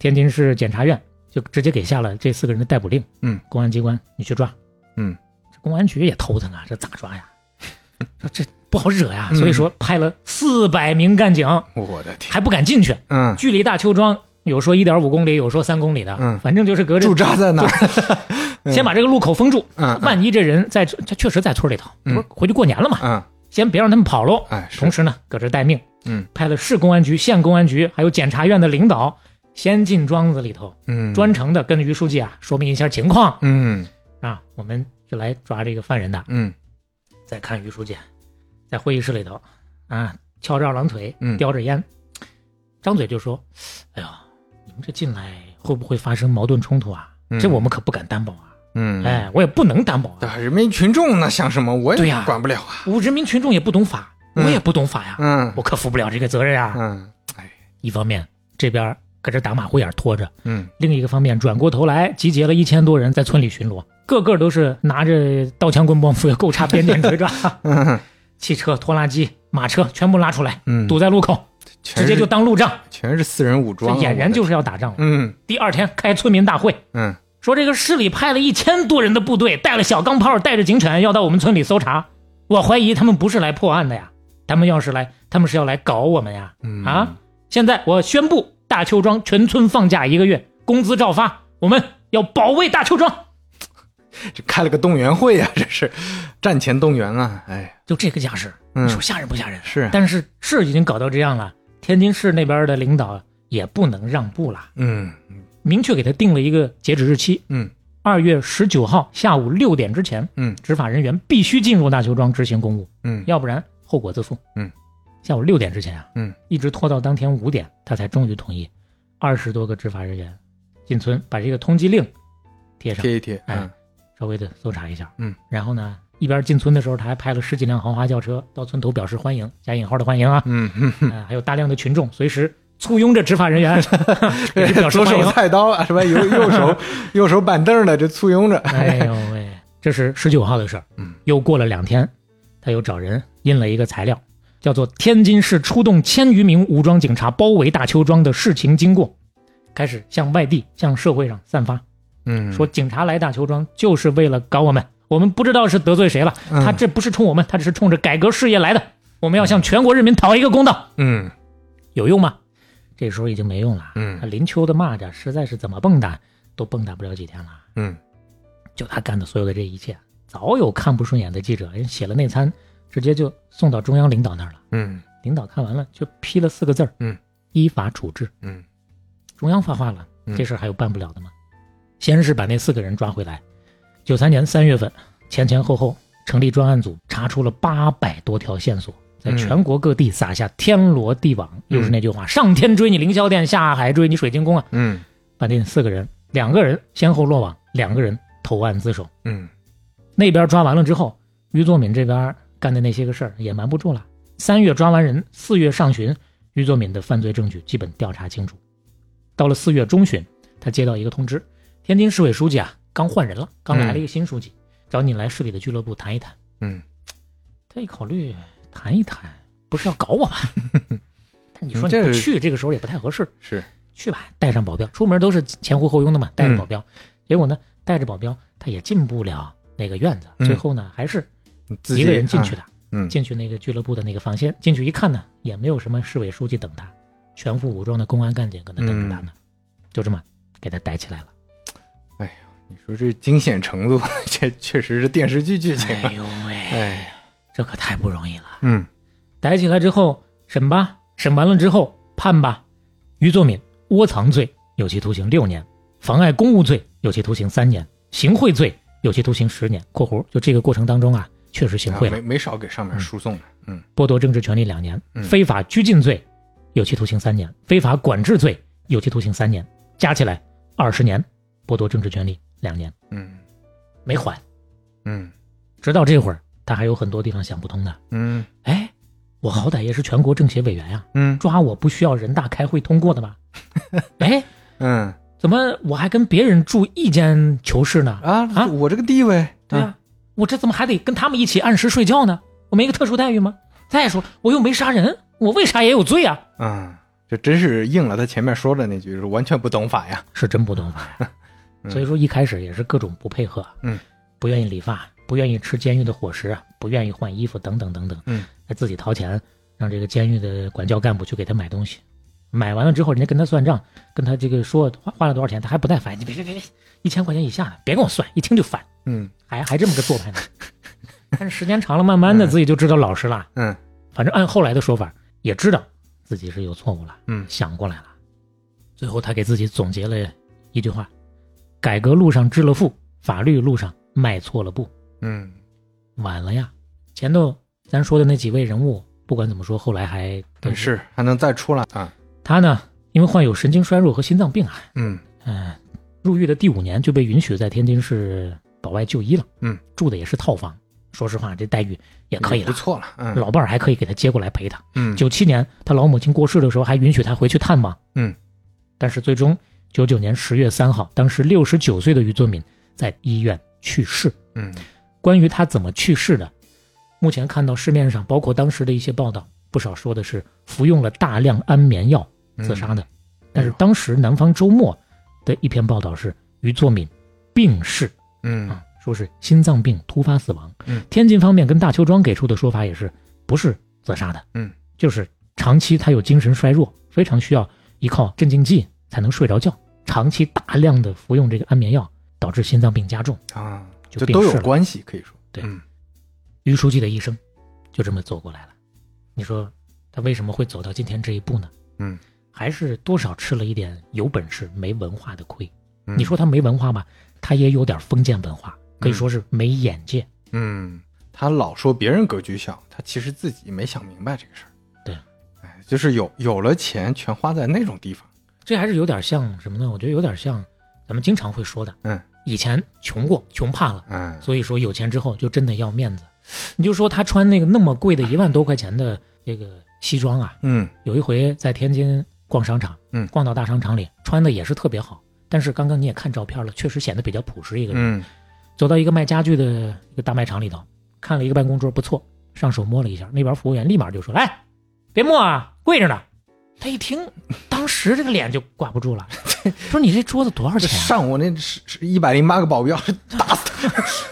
S2: 天津市检察院就直接给下了这四个人的逮捕令。
S3: 嗯，
S2: 公安机关你去抓。
S3: 嗯，
S2: 这公安局也头疼啊，这咋抓呀？ 说这不好惹呀，
S3: 嗯
S2: 所以说派了四百名干警，
S3: 我的天，
S2: 还不敢进去，
S3: 嗯，
S2: 距离大邱庄有说一点五公里，有说三公里的，
S3: 嗯
S2: 反正就是隔着
S3: 驻扎在哪儿？
S2: 先把这个路口封住，
S3: 嗯嗯
S2: 万一这人在他确实在村里头，
S3: 嗯
S2: 不是回去过年了嘛，
S3: 嗯，
S2: 先别让他们跑喽。
S3: 哎，是
S2: 同，时呢，搁这待命，
S3: 嗯，
S2: 派了市公安局、县公安局还有检察院的领导，先进庄子里头，
S3: 嗯，
S2: 专，程的跟于书记啊说明一下情况
S3: 嗯
S2: 啊，我们是来抓这个犯人的。
S3: 嗯
S2: 再看于书记，在会议室里头啊，翘着二郎腿
S3: 嗯，
S2: 叼着烟，张嘴就说：“哎呦，你们这进来会不会发生矛盾冲突啊？
S3: 嗯
S2: 这我们可不敢担保啊！
S3: 嗯，，
S2: 哎，我也不能担保啊！
S3: 对，人民群众那想什么，我
S2: 对
S3: 也
S2: 呀
S3: 管不了啊，
S2: 我人民群众也不懂法，我
S3: 嗯
S2: 也不懂法呀，
S3: 嗯
S2: 我可负不了这个责任啊！
S3: 嗯
S2: 一方面这边搁这打马虎眼拖着，
S3: 嗯
S2: 另一个方面转过头来集结了一千多人在村里巡逻，个个都是拿着刀枪棍棒斧钩叉鞭锏锤抓，
S3: 嗯
S2: 汽车、拖拉机、马车全部拉出来，
S3: 嗯，
S2: 堵在路口，
S3: 全
S2: 直接
S3: 是
S2: 就当路障，
S3: 全是四人武
S2: 这
S3: 装啊，
S2: 俨然就
S3: 我的
S2: 是要打仗了。
S3: 嗯
S2: 第二天开村民大会，
S3: 嗯
S2: 说这个市里派了一千多人的部队，带了小钢炮，带着警犬，要到我们村里搜查。我怀疑他们不是来破案的呀，他们要是来，他们是要来搞我们呀！
S3: 嗯
S2: 啊，现在我宣布，大邱庄全村放假一个月，工资照发，我们要保卫大邱庄。
S3: 这开了个动员会呀、啊这是战前动员啊！哎，
S2: 就这个架势，
S3: 嗯
S2: 你说吓人不吓人？
S3: 是，啊
S2: 但是事已经搞到这样了，天津市那边的领导也不能让步了，
S3: 嗯
S2: 明确给他定了一个截止日期，
S3: 嗯
S2: 二月十九号下午六点之前，
S3: 嗯
S2: 执法人员必须进入大邱庄执行公务，
S3: 嗯
S2: 要不然后果自负。
S3: 嗯，
S2: 下午六点之前啊，
S3: 嗯，
S2: 一直拖到当天五点，他才终于同意，二十多个执法人员进村，把这个通缉令贴上，
S3: 贴一贴，嗯
S2: 哎，稍微的搜查一下。
S3: 嗯，
S2: 然后呢，一边进村的时候，他还派了十几辆豪华轿车到村头表示欢迎，加引号的欢迎啊，
S3: 嗯嗯，
S2: 哎还有大量的群众随时簇拥着执法人 员，也是表示
S3: 左
S2: 欢迎
S3: 手。菜 刀啊，是吧？右右手右手板凳的这簇拥着，
S2: 哎呦喂， 这是十九号的事儿。
S3: 嗯，
S2: 又过了两天，他又找人印了一个材料，叫做《天津市出动千余名武装警察包围大邱庄的事情经过》，开始向外地、向社会上散发，
S3: 嗯
S2: 说警察来大邱庄就是为了搞我们，我们不知道是得罪谁了，
S3: 嗯
S2: 他这不是冲我们，他只是冲着改革事业来的，我们要向全国人民讨一个公道，
S3: 嗯
S2: 有用吗？这时候已经没用了。那
S3: 嗯
S2: 林秋的蚂蚱实在是怎么蹦跶都蹦跶不了几天了。
S3: 嗯
S2: 就他干的所有的这一切，早有看不顺眼的记者，人写了内参，直接就送到中央领导那儿了。
S3: 嗯
S2: 领导看完了，就批了四个字儿：
S3: 嗯，
S2: 依法处置。
S3: 嗯
S2: 中央发话了，
S3: 嗯
S2: 这事儿还有办不了的吗？先是把那四个人抓回来，九三年三月份前前后后成立专案组，查出了八百多条线索，在
S3: 嗯
S2: 全国各地撒下天罗地网。又是
S3: 嗯
S2: 那句话：上天追你凌霄殿，下海追你水晶宫啊！
S3: 嗯
S2: 把那四个人，两个人先后落网，两个人投案自首。
S3: 嗯
S2: 那边抓完了之后，于作敏这边干的那些个事儿也瞒不住了。三月抓完人，四月上旬，于作敏的犯罪证据基本调查清楚。到了四月中旬，他接到一个通知，天津市委书记啊刚换人了，刚来了一个新书记，找你来市里的俱乐部谈一谈。
S3: 嗯
S2: 他一考虑谈一谈，不是要搞我吧？ 但你说你
S3: 这
S2: 不
S3: 个
S2: 去，这个时候也不太合适。
S3: 是
S2: 去吧，带上保镖，出门都是前呼后拥的嘛，带着保镖。结果呢，带着保镖，他也进不了那个院子，
S3: 嗯
S2: 最后呢，还是
S3: 自己
S2: 一个人进去
S3: 啊
S2: 的。
S3: 嗯
S2: 进去那个俱乐部的那个房间，进去一看呢，也没有什么市委书记等他，全副武装的公安干警搁那等着他呢，
S3: 嗯
S2: 就这么给他逮起来了。
S3: 你说这惊险程度， 这确实是电视剧剧情啊。
S2: 哎呦喂，
S3: 哎呀，
S2: 这可太不容易了。
S3: 嗯
S2: 逮起来之后审吧，审完了之后判吧，于作敏窝藏罪有期徒刑六年，妨碍公务罪有期徒刑三年，行贿罪有期徒刑十年（括弧就这个过程当中啊，确实行
S3: 啊
S2: 贿了
S3: 没，没少给上面输送的。嗯
S2: 剥夺政治权利两年，
S3: 嗯
S2: 非法拘禁罪有期徒刑三年，非法管制罪有期徒刑三年，加起来二十年，剥夺政治权利两年
S3: 嗯
S2: 没还。
S3: 嗯
S2: 直到这会儿，他还有很多地方想不通的。
S3: 嗯
S2: 哎，我好歹也是全国政协委员呀、
S3: 嗯
S2: 抓我不需要人大开会通过的吧？哎，
S3: 嗯
S2: 怎么我还跟别人住一间囚室呢？
S3: 啊！我这个地位，
S2: 对啊，我这怎么还得跟他们一起按时睡觉呢？我没个特殊待遇吗？再说我又没杀人，我为啥也有罪啊？
S3: 嗯，这真是应了他前面说的那句，是完全不懂法呀。
S2: 是真不懂法呀。 所以说一开始也是各种不配合，啊
S3: 嗯，
S2: 不愿意理发，不愿意吃监狱的伙食，啊不愿意换衣服，等等等等，
S3: 嗯，
S2: 还自己掏钱让这个监狱的管教干部去给他买东西，买完了之后，人家跟他算账，跟他这个说花花了多少钱，他还不耐烦，你别别别别，一千块钱以下的别跟我算，一听就烦，
S3: 嗯
S2: 还还这么个做派呢。 但是时间长了，慢慢的自己就知道老实了，
S3: 嗯
S2: 反正按后来的说法，也知道自己是有错误了，
S3: 嗯
S2: 想过来了。最后他给自己总结了一句话：“改革路上支了富，法律路上迈错了步，
S3: 嗯
S2: 晚了呀。”前头咱说的那几位人物，不管怎么说，后来还
S3: 嗯，是还能再出来啊。
S2: 他呢，因为患有神经衰弱和心脏病啊，
S3: 嗯
S2: 嗯、入狱的第五年就被允许在天津市保外就医了。
S3: 嗯，
S2: 住的也是套房。说实话，这待遇也可以
S3: 不
S2: 了，
S3: 错了。嗯
S2: 老伴儿还可以给他接过来陪他。
S3: 嗯
S2: 九七年他老母亲过世的时候，还允许他回去探望。
S3: 嗯，
S2: 但是最终九九年十月三号，当时六十九岁的于作敏在医院去世。
S3: 嗯
S2: 关于他怎么去世的，目前看到市面上包括当时的一些报道，不少说的是服用了大量安眠药
S3: 嗯
S2: 自杀
S3: 哎
S2: 的。但是当时《南方周末》的一篇报道是于作敏病逝
S3: 嗯
S2: 啊，说是心脏病突发死亡。
S3: 嗯
S2: 天津方面跟大邱庄给出的说法也是，不是自杀的，
S3: 嗯，
S2: 就是长期他有精神衰弱，非常需要依靠镇静剂才能睡着觉，长期大量的服用这个安眠药导致心脏病加重。
S3: 啊，
S2: 就
S3: 这
S2: 病
S3: 都
S2: 逝
S3: 有
S2: 了
S3: 关系，可以说。
S2: 对
S3: 嗯
S2: 于书记的一生就这么走过来了。你说他为什么会走到今天这一步呢？
S3: 嗯，
S2: 还是多少吃了一点有本事没文化的亏。
S3: 嗯
S2: 你说他没文化吧，他也有点封建文化，可以说是没眼界。
S3: 嗯，他老说别人格局小，他其实自己没想明白这个事儿。
S2: 对，
S3: 哎，就是有有了钱全花在那种地方。
S2: 这还是有点像什么呢？我觉得有点像咱们经常会说的，
S3: 嗯，
S2: 以前穷过，穷怕了，
S3: 嗯
S2: 所以说有钱之后就真的要面子。 你就说他穿那个那么贵的一万多块钱的这个西装啊，
S3: 嗯
S2: 有一回在天津逛商场，
S3: 嗯
S2: 逛到大商场里，穿的也是特别好，但是刚刚你也看照片了，确实显得比较朴实一个人。
S3: 嗯
S2: 走到一个卖家具的一个大卖场里头，看了一个办公桌不错，上手摸了一下，那边服务员立马就说：“来，别摸啊，贵着呢。”他一听，当时这个脸就挂不住了，说：“你这桌子多少
S3: 这
S2: 钱、啊
S3: 上我那是一百零八个保镖，打死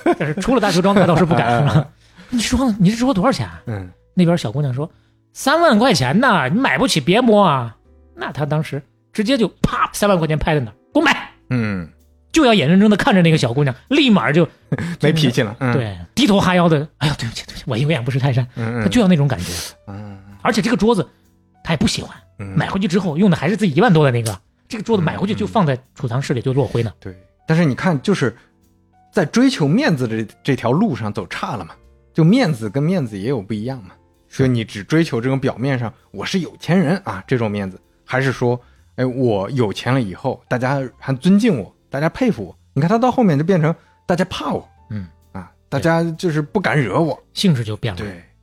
S3: 他。？”
S2: 但是除了大球庄，他倒是不敢
S3: 哎哎哎
S2: 了。 你说你这桌子多少钱、啊？
S3: 嗯
S2: 那边小姑娘说：“三万块钱呢，你买不起，别摸啊。”那他当时直接就啪，三万块钱拍在那儿，给我买！
S3: 嗯，
S2: 就要眼睁睁的看着那个小姑娘，立马就
S3: 没脾气了。嗯，
S2: 对低头哈腰的，哎呀，对不起，对不起，我永远不识泰山，
S3: 嗯，嗯
S2: 他就要那种感觉。
S3: 嗯
S2: 而且这个桌子他也不喜欢，
S3: 嗯
S2: 买回去之后用的还是自己一万多的那个。这个桌子买回去就放在储藏室里就落灰呢。
S3: 对，但是你看，就是在追求面子的这这条路上走差了嘛，就面子跟面子也有不一样嘛。所以你只追求这种表面上我是有钱人啊这种面子，还是说，哎，我有钱了以后，大家还尊敬我，大家佩服我？你看他到后面就变成大家怕我
S2: 嗯，
S3: 啊，大家就是不敢惹我。
S2: 性质就变了。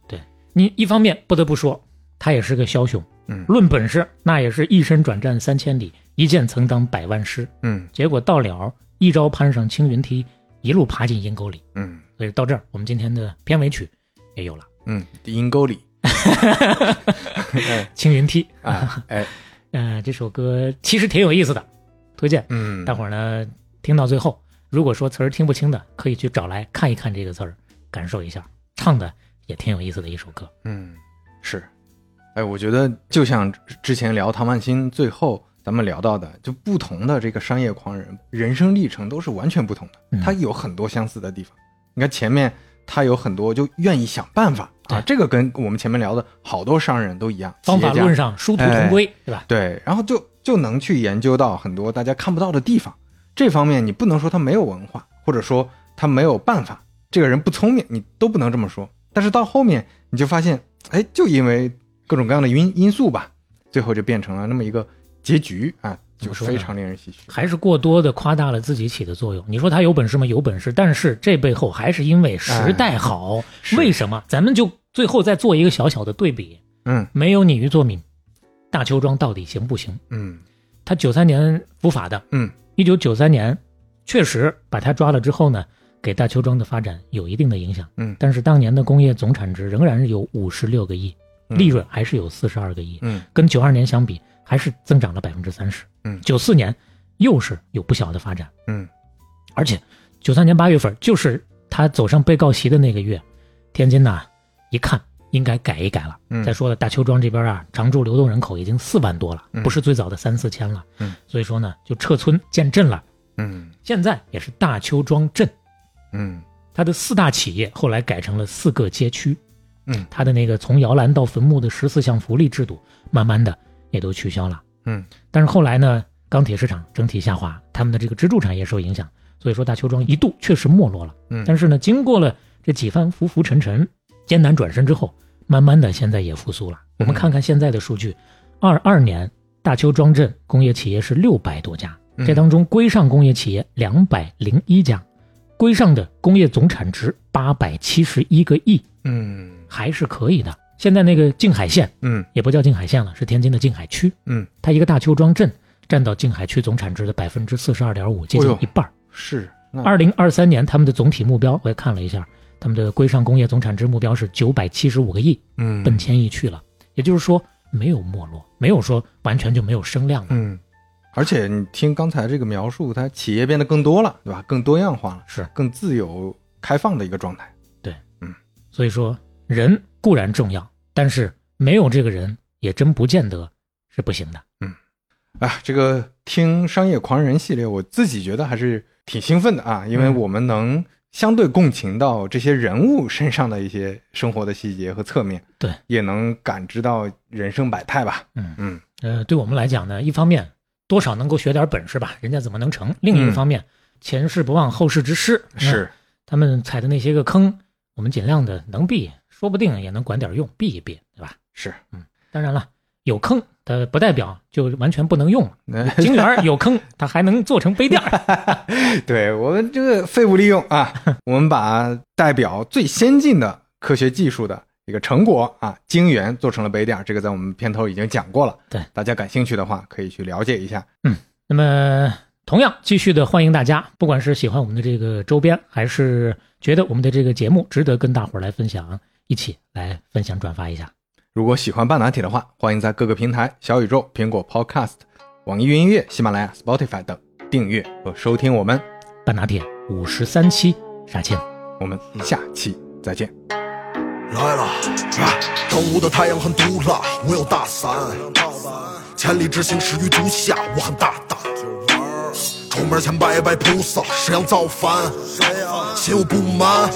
S3: 对，
S2: 你一方面不得不说，他也是个枭雄，
S3: 嗯
S2: 论本事那也是一身转战三千里，一剑曾当百万师。
S3: 嗯
S2: 结果到了一招攀上青云梯，一路爬进阴沟里。
S3: 嗯
S2: 所以到这儿，我们今天的片尾曲也有了。
S3: 嗯，阴沟 里，哎
S2: 青云梯
S3: 啊，哎，
S2: 嗯、这首歌其实挺有意思的，推荐
S3: 嗯，
S2: 大伙儿呢听到最后，如果说词儿听不清的，可以去找来看一看这个词儿，感受一下，唱的也挺有意思的一首歌。
S3: 嗯，是，哎，我觉得就像之前聊唐曼新，最后咱们聊到的，就不同的这个商业狂人人生历程都是完全不同的
S2: 嗯，
S3: 他有很多相似的地方。你看前面他有很多就愿意想办法啊
S2: 对，
S3: 这个跟我们前面聊的好多商人都一样，
S2: 方法
S3: 企业家
S2: 论上殊途同归，对吧？
S3: 对，然后就就能去研究到很多大家看不到的地方。这方面你不能说他没有文化，或者说他没有办法，这个人不聪明，你都不能这么说。但是到后面你就发现，哎，就因为各种各样的因因素吧，最后就变成了那么一个结局啊，
S2: 怎
S3: 就
S2: 么说呢
S3: 非常令人唏嘘。
S2: 还是过多的夸大了自己起的作用。你说他有本事吗？有本事，但是这背后还是因为时代好。
S3: 嗯是
S2: 为什么？咱们就最后再做一个小小的对比，
S3: 嗯
S2: 没有你于作敏，大邱庄到底行不行？
S3: 嗯
S2: 他九三年伏法的，
S3: 嗯，
S2: 一九九三年确实把他抓了之后呢，给大邱庄的发展有一定的影响，
S3: 嗯
S2: 但是当年的工业总产值仍然是有五十六个亿，
S3: 嗯
S2: 利润还是有四十二个亿，
S3: 嗯
S2: 跟九二年相比还是增长了百分之三十，
S3: 嗯
S2: 九四年又是有不小的发展，
S3: 嗯
S2: 而且九三年八月份就是他走上被告席的那个月，天津呐、一看应该改一改了。
S3: 嗯
S2: 再说了，大邱庄这边啊，常住流动人口已经四万多了，
S3: 嗯
S2: 不是最早的三四千了。
S3: 嗯，
S2: 所以说呢，就撤村建镇了。
S3: 嗯
S2: 现在也是大邱庄镇，
S3: 嗯
S2: 它的四大企业后来改成了四个街区。
S3: 嗯，
S2: 它的那个从摇篮到坟墓的十四项福利制度，慢慢的也都取消了。
S3: 嗯
S2: 但是后来呢，钢铁市场整体下滑，他们的这个支柱产业受影响，所以说大邱庄一度确实没落了。
S3: 嗯
S2: 但是呢，经过了这几番浮浮沉沉、艰难转身之后，慢慢的现在也复苏了。
S3: 嗯
S2: 我们看看现在的数据，二二年大邱庄镇工业企业是六百多家，
S3: 嗯
S2: 这当中规上工业企业两百零一家，规上的工业总产值八百七十一个亿，
S3: 嗯
S2: 还是可以的。现在那个静海县
S3: 嗯
S2: 也不叫静海县了，是天津的静海区，
S3: 嗯，
S2: 它一个大邱庄镇占到静海区总产值的百分之四十二点五，接近
S3: 哎呦嗯
S2: 一半儿。
S3: 是那
S2: 二零二三年他们的总体目标，我也看了一下，他们的规上工业总产值目标是九百七十五个亿，
S3: 嗯
S2: 奔千亿去了。也就是说，没有没落，没有说完全就没有声量了。
S3: 嗯，而且你听刚才这个描述，它企业变得更多了，对吧？更多样化了，
S2: 是
S3: 更自由开放的一个状态。
S2: 所以说，人固然重要，但是没有这个人，也真不见得是不行的。
S3: 啊，这个听商业狂人系列，我自己觉得还是挺兴奋的啊，因为
S2: 嗯
S3: 我们能相对共情到这些人物身上的一些生活的细节和侧面，
S2: 对，
S3: 也能感知到人生百态吧。
S2: 嗯
S3: 嗯
S2: 呃，对我们来讲呢，一方面多少能够学点本事吧，人家怎么能成？另一个
S3: 嗯
S2: 方面，前事不忘后事之师，
S3: 是，
S2: 他们踩的那些个坑，我们尽量的能避，说不定也能管点用，避一避，对吧？
S3: 是，
S2: 当然了，有坑，它不代表就完全不能用了。
S3: 那
S2: 井园儿有坑，它还能做成杯垫儿。
S3: 对我们这个废物利用啊，我们把代表最先进的科学技术的一个成果啊，晶圆做成了杯垫儿，这个在我们片头已经讲过了。
S2: 对，
S3: 大家感兴趣的话可以去了解一下。
S2: 那么，同样继续的欢迎大家，不管是喜欢我们的这个周边，还是觉得我们的这个节目值得跟大伙儿来分享，一起来分享转发一下。
S3: 如果喜欢半拿铁的话，欢迎在各个平台小宇宙、苹果 Podcast、网易云音乐、喜马拉雅、Spotify 等订阅和收听我们。
S2: 半拿铁五十三期，杀青。
S3: 我们下期再见。
S4: 来了，正午的太阳很毒辣，我有大伞，千里之行始于足下，我很大胆。出门前拜拜菩萨，谁让造反？心有不满，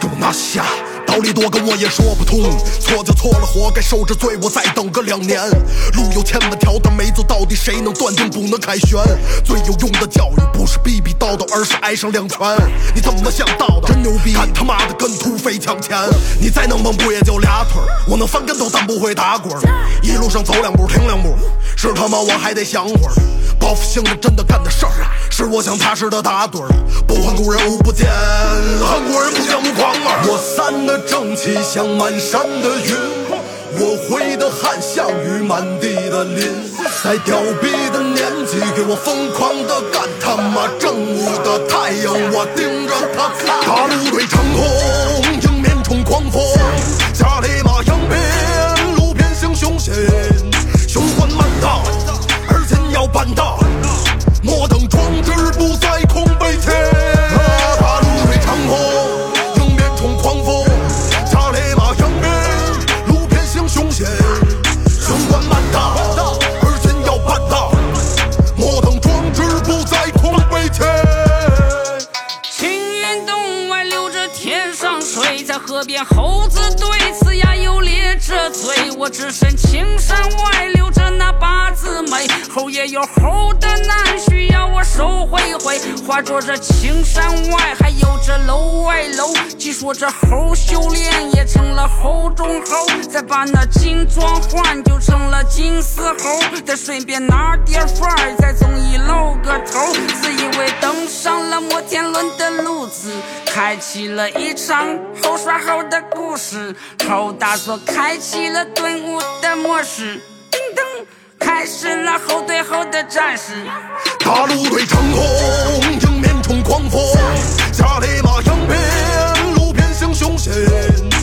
S4: 给我拿下。道理多跟我也说不通，错就错了，活该受着罪。我再等个两年，路有千万条，但梅子到底谁能断定不能凯旋？最有用的教育不是逼逼叨叨，而是挨上两拳。你怎么想到的？真牛逼！敢他妈的跟土匪抢钱！你再能蹦不也就俩腿儿，我能翻跟头，但不会打滚儿。一路上走两步停两步，是他妈我还得想会儿。报复性的真的干的事儿，啊是我想踏实的打盹儿。不患古人无不见，恨古人不见无狂耳。我散的正气像满山的云，我挥的汗像雨满地的淋。在凋敝的年纪，给我疯狂的干他妈正午的太阳，我盯着它擦。大路对长空，迎面冲狂风。
S5: 对此呀又咧着嘴。我只身青山外，留着那八字眉。猴也有猴的难，需要我手挥挥。化作这青山外，还有这楼外楼。据说这猴修炼也成了猴中猴，再把那金装换就成了金丝猴。再顺便拿点范儿，在综艺露个头。自以为登上了摩天轮的路子，开启了一场猴耍猴的故事。猴大作开启了顿悟的模式。叮噔，开始了猴对猴的战士。
S4: 大陆对长空，迎面冲狂风，侠雷马扬鞭，路边行凶险。